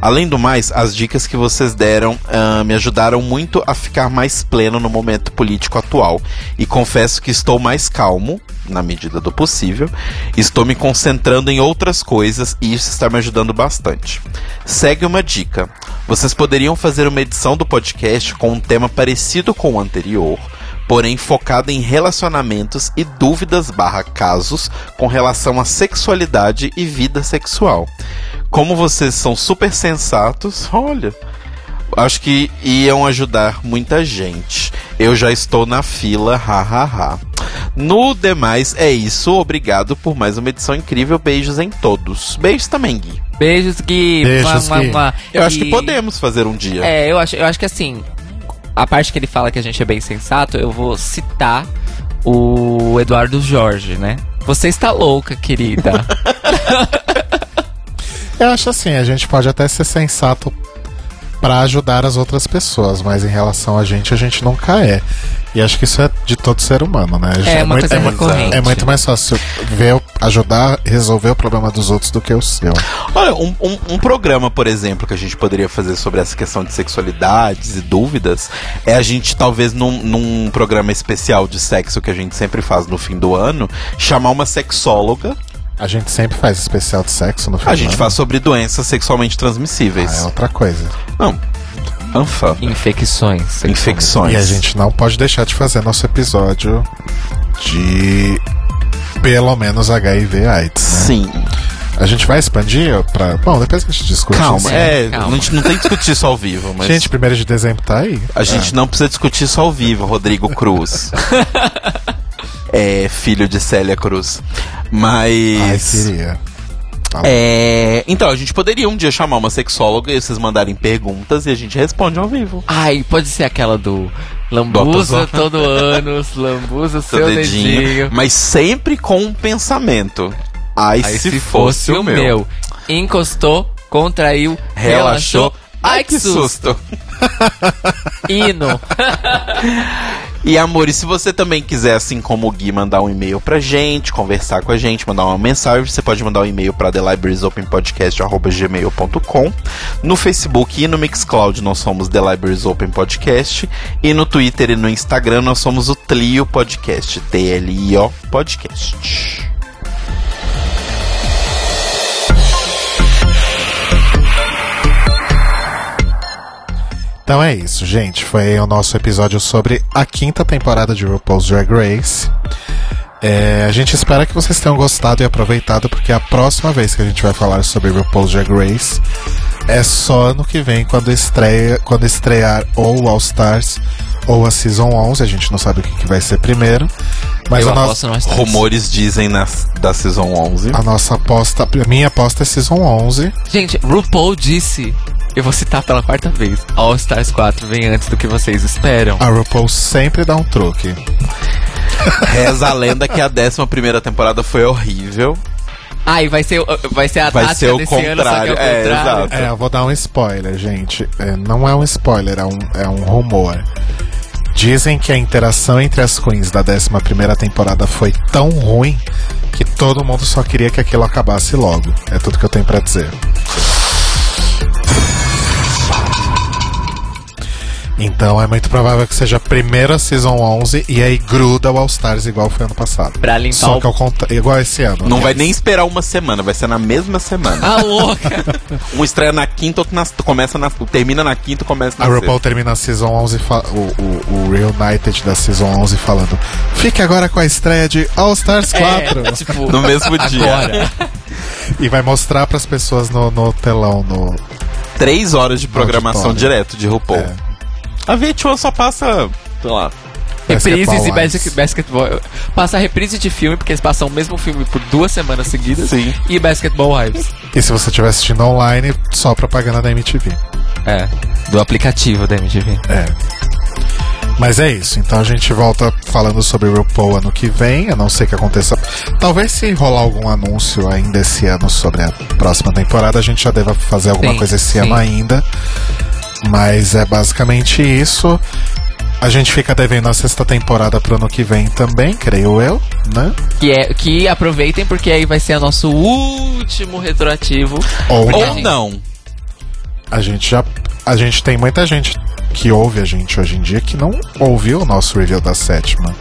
Speaker 3: Além do mais, as dicas que vocês deram ah, me ajudaram muito a ficar mais pleno no momento político atual. E confesso que estou mais calmo, na medida do possível. Estou me concentrando em outras coisas e isso está me ajudando bastante. Segue uma dica: vocês poderiam fazer uma edição do podcast com um tema parecido com o anterior. porém focada em relacionamentos e dúvidas barra casos com relação à sexualidade e vida sexual. Como vocês são super sensatos, olha, acho que iam ajudar muita gente. Eu já estou na fila, hahaha. No demais, é isso. Obrigado por mais uma edição incrível. Beijos em todos. Beijos também, Gui.
Speaker 1: Beijos, Gui.
Speaker 2: Beijos, Gui.
Speaker 3: Eu acho que
Speaker 1: E-
Speaker 3: podemos fazer um dia.
Speaker 1: É, eu acho, eu acho que assim, a parte que ele fala que a gente é bem sensato, eu vou citar o Eduardo Jorge, né? Você está louca, querida.
Speaker 2: Eu acho assim, a gente pode até ser sensato pra ajudar as outras pessoas, mas em relação a gente, a gente nunca é. E acho que isso é de todo ser humano, né?
Speaker 1: É uma coisa
Speaker 2: muito,
Speaker 1: recorrente.
Speaker 2: é muito mais fácil ver, o- ajudar, resolver o problema dos outros do que o seu.
Speaker 3: Olha, um, um- um programa, por exemplo, que a gente poderia fazer sobre essa questão de sexualidades e dúvidas, é a gente, talvez, num, num programa especial de sexo que a gente sempre faz no fim do ano, chamar uma sexóloga.
Speaker 2: A gente sempre faz especial de sexo no final.
Speaker 3: A gente faz sobre doenças sexualmente
Speaker 2: Ah, é
Speaker 3: transmissíveis.
Speaker 2: outra coisa.
Speaker 3: Não. Anfa.
Speaker 1: Infecções. sexuais.
Speaker 3: Infecções.
Speaker 2: E a gente não pode deixar de fazer nosso episódio de pelo menos HIV AIDS. né?
Speaker 3: Sim.
Speaker 2: A gente vai expandir pra. Bom, depois que a gente discute
Speaker 3: Calma.
Speaker 2: isso.
Speaker 3: É,
Speaker 1: Calma.
Speaker 3: a gente não tem que discutir isso ao vivo, mas.
Speaker 2: Gente, primeiro de dezembro tá aí.
Speaker 3: A gente não precisa discutir isso ao vivo, Rodrigo Cruz. é, filho de Célia Cruz.
Speaker 2: Ai,
Speaker 3: Mas.
Speaker 2: queria.
Speaker 3: é, então, a gente poderia um dia chamar uma sexóloga e vocês mandarem perguntas e a gente responde ao vivo.
Speaker 1: Ai, pode ser aquela do Lambuza
Speaker 3: Bota só.
Speaker 1: todo ano, lambuza seu, dedinho.
Speaker 3: Mas sempre com um pensamento. Ai,
Speaker 1: Aí
Speaker 3: se, fosse, o meu.
Speaker 1: Encostou, contraiu,
Speaker 3: Relaxou. Ai, que
Speaker 1: susto.
Speaker 3: susto.
Speaker 1: Hino.
Speaker 3: E amor, e se você também quiser, assim como o Gui, mandar um e-mail pra gente, conversar com a gente, mandar uma mensagem, você pode mandar um e-mail pra thelibrariesopenpodcast.gmail.com No Facebook e no Mixcloud nós somos The Libraries Open Podcast e no Twitter e no Instagram nós somos o Tlio Podcast, T-L-I-O Podcast.
Speaker 2: Então é isso, gente. Foi o nosso episódio sobre a quinta temporada de RuPaul's Drag Race. É, a gente espera que vocês tenham gostado e aproveitado, porque é a próxima vez que a gente vai falar sobre RuPaul's Drag Race é só ano que vem, quando, estreia, quando estrear ou o All Stars ou a Season 11. A gente não sabe o que, que vai ser primeiro. Mas
Speaker 1: Eu
Speaker 2: a, nossa-
Speaker 1: aposto nós três.
Speaker 3: Rumores dizem nas, da Season 11.
Speaker 2: a nossa aposta, a minha aposta é Season 11.
Speaker 1: Gente, RuPaul disse, eu vou citar pela quarta vez, All Stars 4 vem antes do que vocês esperam.
Speaker 2: A RuPaul sempre dá um truque.
Speaker 3: Reza a lenda que a 11 primeira temporada foi horrível.
Speaker 1: Ah, e vai ser, o- vai ser a
Speaker 3: Vai
Speaker 1: tática
Speaker 3: ser o
Speaker 1: desse ano, só que é
Speaker 3: contrário.
Speaker 1: o
Speaker 3: É,
Speaker 1: contrário.
Speaker 3: exato.
Speaker 2: É, eu vou dar um spoiler, gente. É, não é um spoiler, é um, é um rumor. Dizem que a interação entre as queens da 11 temporada foi tão ruim que todo mundo só queria que aquilo acabasse logo. É tudo que eu tenho pra dizer. Então é muito provável que seja a primeira Season 11 e aí gruda o All Stars igual foi ano passado.
Speaker 1: Pra limpar
Speaker 2: Só
Speaker 1: o-
Speaker 2: que ao contra... igual esse ano.
Speaker 3: Não
Speaker 2: né?
Speaker 3: vai nem esperar uma semana, vai ser na mesma semana.
Speaker 1: Ah, louca!
Speaker 3: Um estreia na quinta, outro na, começa na, termina na quinta, começa
Speaker 2: A
Speaker 3: na
Speaker 2: RuPaul
Speaker 3: sexta.
Speaker 2: termina a Season 11, fa- o, o, o Reunited da Season 11 falando Fique agora com a estreia de All Stars 4
Speaker 1: É, tipo,
Speaker 3: No mesmo dia.
Speaker 1: agora.
Speaker 2: E vai mostrar pras pessoas no, no telão no...
Speaker 3: Três horas de programação
Speaker 2: Auditório.
Speaker 3: direto de RuPaul.
Speaker 2: É.
Speaker 3: A VH1 só passa, sei lá.
Speaker 1: Reprises e
Speaker 2: Basketball Wives.
Speaker 1: basket- basketball. Passa reprise de filme, porque eles passam o mesmo filme por duas semanas seguidas.
Speaker 3: Sim.
Speaker 1: E Basketball Wives.
Speaker 2: E se você estiver assistindo online, só propaganda da MTV
Speaker 1: É, do aplicativo da MTV.
Speaker 2: É mas é isso, então a gente volta falando sobre RuPaul ano que vem, a não ser que aconteça. Talvez se rolar algum anúncio ainda esse ano sobre a próxima temporada, a gente já deva fazer alguma
Speaker 1: Sim,
Speaker 2: coisa esse
Speaker 1: sim.
Speaker 2: ano ainda. Mas é basicamente isso. A gente fica devendo a sexta temporada pro ano que vem também, creio eu, né?
Speaker 1: Que, é, que aproveitem, porque aí vai ser nosso último retroativo.
Speaker 2: Ou
Speaker 1: Porque
Speaker 3: Ou
Speaker 1: a gente-
Speaker 3: não.
Speaker 2: A gente já. A gente tem muita gente que ouve a gente hoje em dia que não ouviu o nosso review da sétima.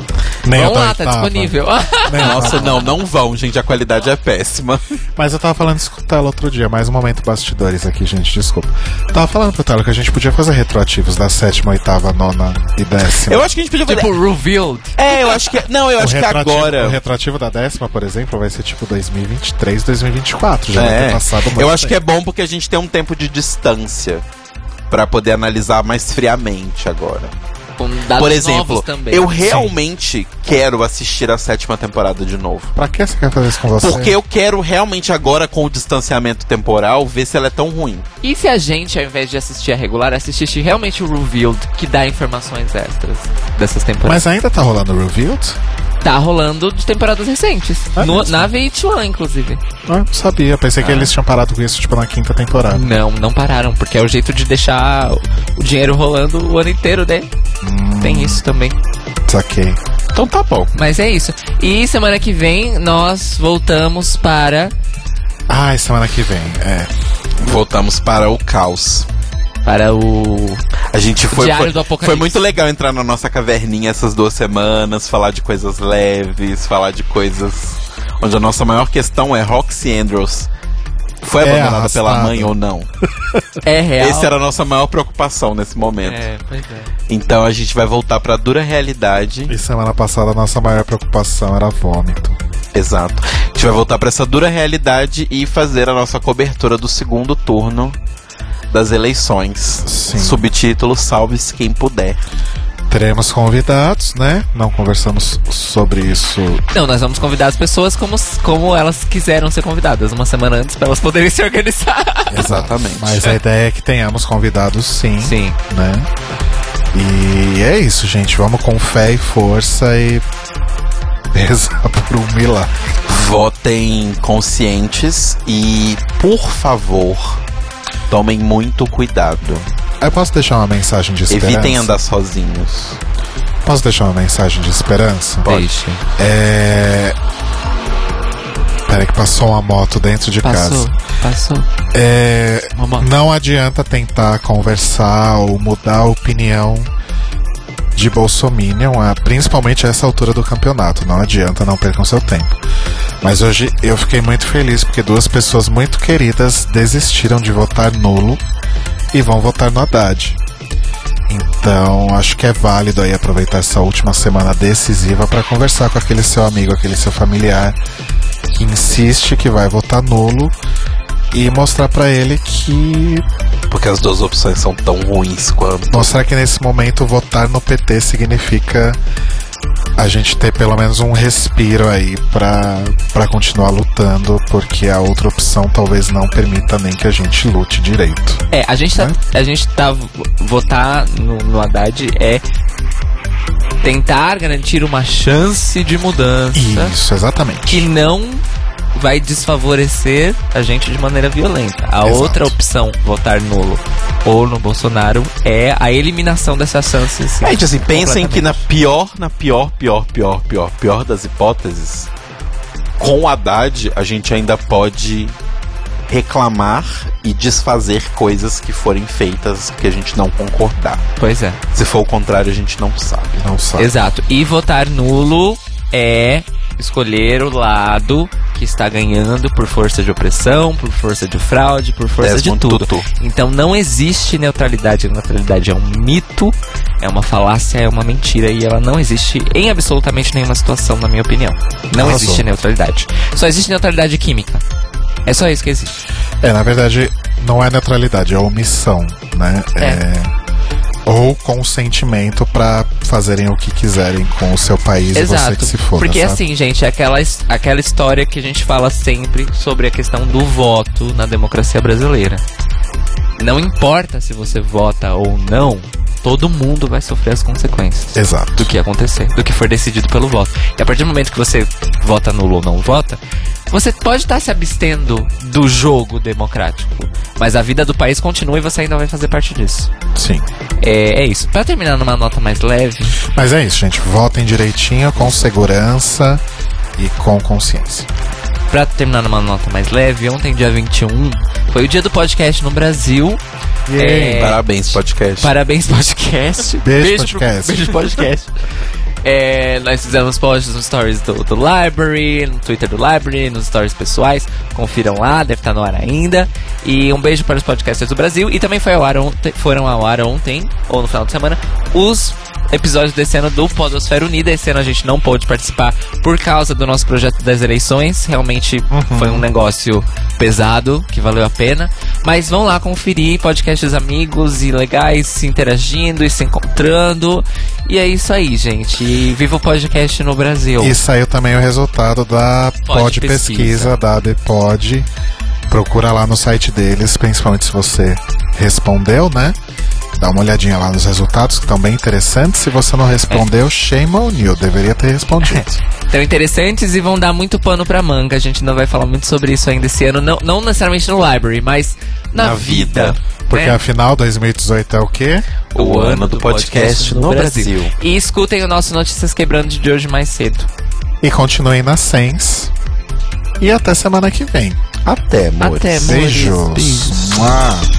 Speaker 2: Nem o
Speaker 1: Vamos
Speaker 2: da
Speaker 1: lá, tá
Speaker 2: oitava,
Speaker 1: disponível.
Speaker 2: nem o da
Speaker 3: Nossa, não, não vão, gente. A qualidade é péssima.
Speaker 2: Mas eu tava falando isso com o Telo outro dia, mais um momento bastidores aqui, gente, desculpa. Tava falando pro Telo que a gente podia fazer retroativos da sétima, oitava, nona e décima.
Speaker 3: Eu acho que a gente podia fazer.
Speaker 1: tipo, revealed.
Speaker 3: é, eu acho que. Não, eu acho que
Speaker 2: retroativo- O
Speaker 3: agora.
Speaker 2: retroativo da décima, por exemplo, vai ser tipo 2023, 2024. Já vai
Speaker 3: É,
Speaker 2: ter passado muito
Speaker 3: eu acho que
Speaker 2: tempo.
Speaker 3: é bom porque a gente tem um tempo de distância pra poder analisar mais friamente agora.
Speaker 1: Com dados
Speaker 3: Por exemplo,
Speaker 1: novos também.
Speaker 3: eu realmente quero assistir a sétima temporada de novo.
Speaker 2: Pra que você quer fazer isso com você?
Speaker 3: é- Porque eu quero realmente agora, com o distanciamento temporal, ver se ela é tão ruim.
Speaker 1: E se a gente, ao invés de assistir a regular, assistisse realmente o Revealed, que dá informações extras dessas temporadas?
Speaker 2: Mas ainda tá rolando o Revealed?
Speaker 1: Tá rolando de temporadas recentes.
Speaker 2: É
Speaker 1: No,
Speaker 2: mesmo?
Speaker 1: na VH1, inclusive.
Speaker 2: Ah, Não sabia, pensei que eles tinham parado com isso, tipo, na quinta temporada.
Speaker 3: Hum.
Speaker 1: Não, não pararam, porque é o jeito de deixar o- o dinheiro rolando o ano inteiro, né? Tem isso também.
Speaker 2: Saquei.
Speaker 3: Então tá bom.
Speaker 1: Mas é isso. E semana que vem nós voltamos para.
Speaker 2: Ah, semana que vem, é.
Speaker 3: Voltamos para o caos.
Speaker 1: Para o.
Speaker 3: A gente foi.
Speaker 1: Diário
Speaker 3: foi,
Speaker 1: do Apocalipse.
Speaker 3: foi muito legal entrar na nossa caverninha essas duas semanas, falar de coisas leves, falar de coisas. Onde a nossa maior questão é Roxy Andrews. Foi
Speaker 2: É
Speaker 3: abandonada pela
Speaker 2: arrastada.
Speaker 3: mãe ou não?
Speaker 1: É real.
Speaker 3: Essa era a nossa maior preocupação nesse momento.
Speaker 1: É, pois é.
Speaker 3: Então a gente vai voltar pra dura realidade.
Speaker 2: E semana passada a nossa maior preocupação era vômito.
Speaker 3: Exato. A gente vai voltar pra essa dura realidade e fazer a nossa cobertura do segundo turno das eleições.
Speaker 2: Sim.
Speaker 3: Subtítulo Salve-se quem puder.
Speaker 2: Teremos convidados, né? Não conversamos sobre isso.
Speaker 1: Não, nós vamos convidar as pessoas como, como elas quiseram ser convidadas, uma semana antes, para elas poderem se organizar.
Speaker 3: Exatamente.
Speaker 2: Mas a ideia é que tenhamos convidados sim,
Speaker 1: Sim.
Speaker 2: né? E é isso, gente. Vamos com fé e força e rezar por um milagre.
Speaker 3: Votem conscientes e, por favor, tomem muito cuidado.
Speaker 2: Eu posso deixar uma mensagem de esperança?
Speaker 3: Evitem andar sozinhos.
Speaker 2: Posso deixar uma mensagem de esperança?
Speaker 1: Deixa.
Speaker 2: É. Peraí que passou uma moto dentro de
Speaker 1: Passou,
Speaker 2: casa.
Speaker 1: passou.
Speaker 2: É.
Speaker 1: Mamãe.
Speaker 2: Não adianta tentar conversar ou mudar a opinião de Bolsominion, a- principalmente a essa altura do campeonato. Não adianta, não percam seu tempo. Mas hoje eu fiquei muito feliz porque duas pessoas muito queridas desistiram de votar nulo e vão votar no Haddad. Então, acho que é válido aí aproveitar essa última semana decisiva para conversar com aquele seu amigo, aquele seu familiar que insiste que vai votar nulo e mostrar para ele que
Speaker 3: Porque as duas opções são tão ruins quanto.
Speaker 2: mostrar que nesse momento votar no PT significa a gente ter pelo menos um respiro aí pra para continuar lutando, porque a outra opção talvez não permita nem que a gente lute direito.
Speaker 1: É, a gente tá.
Speaker 2: Né?
Speaker 1: A gente tá. v- Votar no, no Haddad é tentar garantir uma chance de mudança
Speaker 2: Isso,
Speaker 1: que
Speaker 2: exatamente.
Speaker 1: não vai desfavorecer a gente de maneira violenta. A
Speaker 2: Exato.
Speaker 1: outra opção, votar nulo ou no Bolsonaro, é a eliminação dessas chances.
Speaker 3: É, gente, assim, pensem
Speaker 1: Completamente.
Speaker 3: que na pior, na pior, pior, pior, pior, pior das hipóteses, com o Haddad a gente ainda pode reclamar e desfazer coisas que forem feitas que a gente não concordar.
Speaker 1: Pois é.
Speaker 3: Se for o contrário, a gente não sabe.
Speaker 2: Não sabe.
Speaker 1: Exato. E votar nulo é escolher o lado que está ganhando por força de opressão, por força de fraude, por força
Speaker 3: Desmond
Speaker 1: de tudo.
Speaker 3: Tutu.
Speaker 1: Então não existe neutralidade. A neutralidade é um mito, é uma falácia, é uma mentira e ela não existe em absolutamente nenhuma situação, na minha opinião. Não
Speaker 2: Arrasou.
Speaker 1: existe neutralidade. Só existe neutralidade química. É só isso que existe.
Speaker 2: É, na verdade, não é neutralidade, é omissão, né?
Speaker 1: É.
Speaker 2: Ou consentimento pra fazerem o que quiserem com o seu país e você
Speaker 1: Exato.
Speaker 2: que se foda.
Speaker 1: Porque
Speaker 2: sabe?
Speaker 1: assim, gente, é aquela, his- aquela história que a gente fala sempre sobre a questão do voto na democracia brasileira. Não importa se você vota ou não, todo mundo vai sofrer as consequências.
Speaker 2: Exato.
Speaker 1: do que acontecer, do que for decidido pelo voto. E a partir do momento que você vota nulo ou não vota, você pode estar se abstendo do jogo democrático, mas a vida do país continua e você ainda vai fazer parte disso.
Speaker 2: Sim.
Speaker 1: É, é isso. Pra terminar numa nota mais leve,
Speaker 2: Mas é isso, gente. Votem direitinho, com segurança e com consciência.
Speaker 1: Pra terminar numa nota mais leve, ontem, dia 21, foi o dia do podcast no Brasil.
Speaker 2: Yay.
Speaker 1: É,
Speaker 3: Parabéns, podcast.
Speaker 1: Parabéns, podcast.
Speaker 2: Beijo,
Speaker 1: pro-
Speaker 2: podcast.
Speaker 1: beijo, podcast. É, nós fizemos posts nos stories do, do Library, no Twitter do Library, nos stories pessoais. Confiram lá, deve estar no ar ainda. E um beijo para os podcasters do Brasil. E também foi ao ar ontem, foram ao ar ontem, ou no final de semana, os episódios desse ano do Podosfera Unida. Esse ano a gente não pôde participar por causa do nosso projeto das eleições. Realmente
Speaker 3: Uhum.
Speaker 1: foi um negócio pesado, que valeu a pena. Mas vão lá conferir podcasts amigos e legais, se interagindo e se encontrando. E é isso aí, gente. E viva o podcast no Brasil.
Speaker 2: E saiu também o resultado da
Speaker 1: Pod
Speaker 2: Pod Pesquisa,
Speaker 1: Pesquisa.
Speaker 2: da ADPod. Procura lá no site deles, principalmente se você respondeu, né? Dá uma olhadinha lá nos resultados, que estão bem interessantes. Se você não respondeu, shame on you. Deveria ter respondido.
Speaker 1: Então, interessantes e vão dar muito pano pra manga. A gente não vai falar muito sobre isso ainda esse ano. Não, não necessariamente no Library, mas na,
Speaker 3: Na vida.
Speaker 1: vida.
Speaker 2: Porque
Speaker 1: né?
Speaker 2: afinal, 2018 é o quê?
Speaker 3: O ano do podcast no Brasil.
Speaker 1: E escutem o nosso Notícias Quebrando de hoje mais cedo.
Speaker 2: E continuem na Sens. E até semana que vem.
Speaker 3: Até, amores.
Speaker 1: Até, amores.
Speaker 2: Beijos.
Speaker 1: Beijos.
Speaker 2: Mua.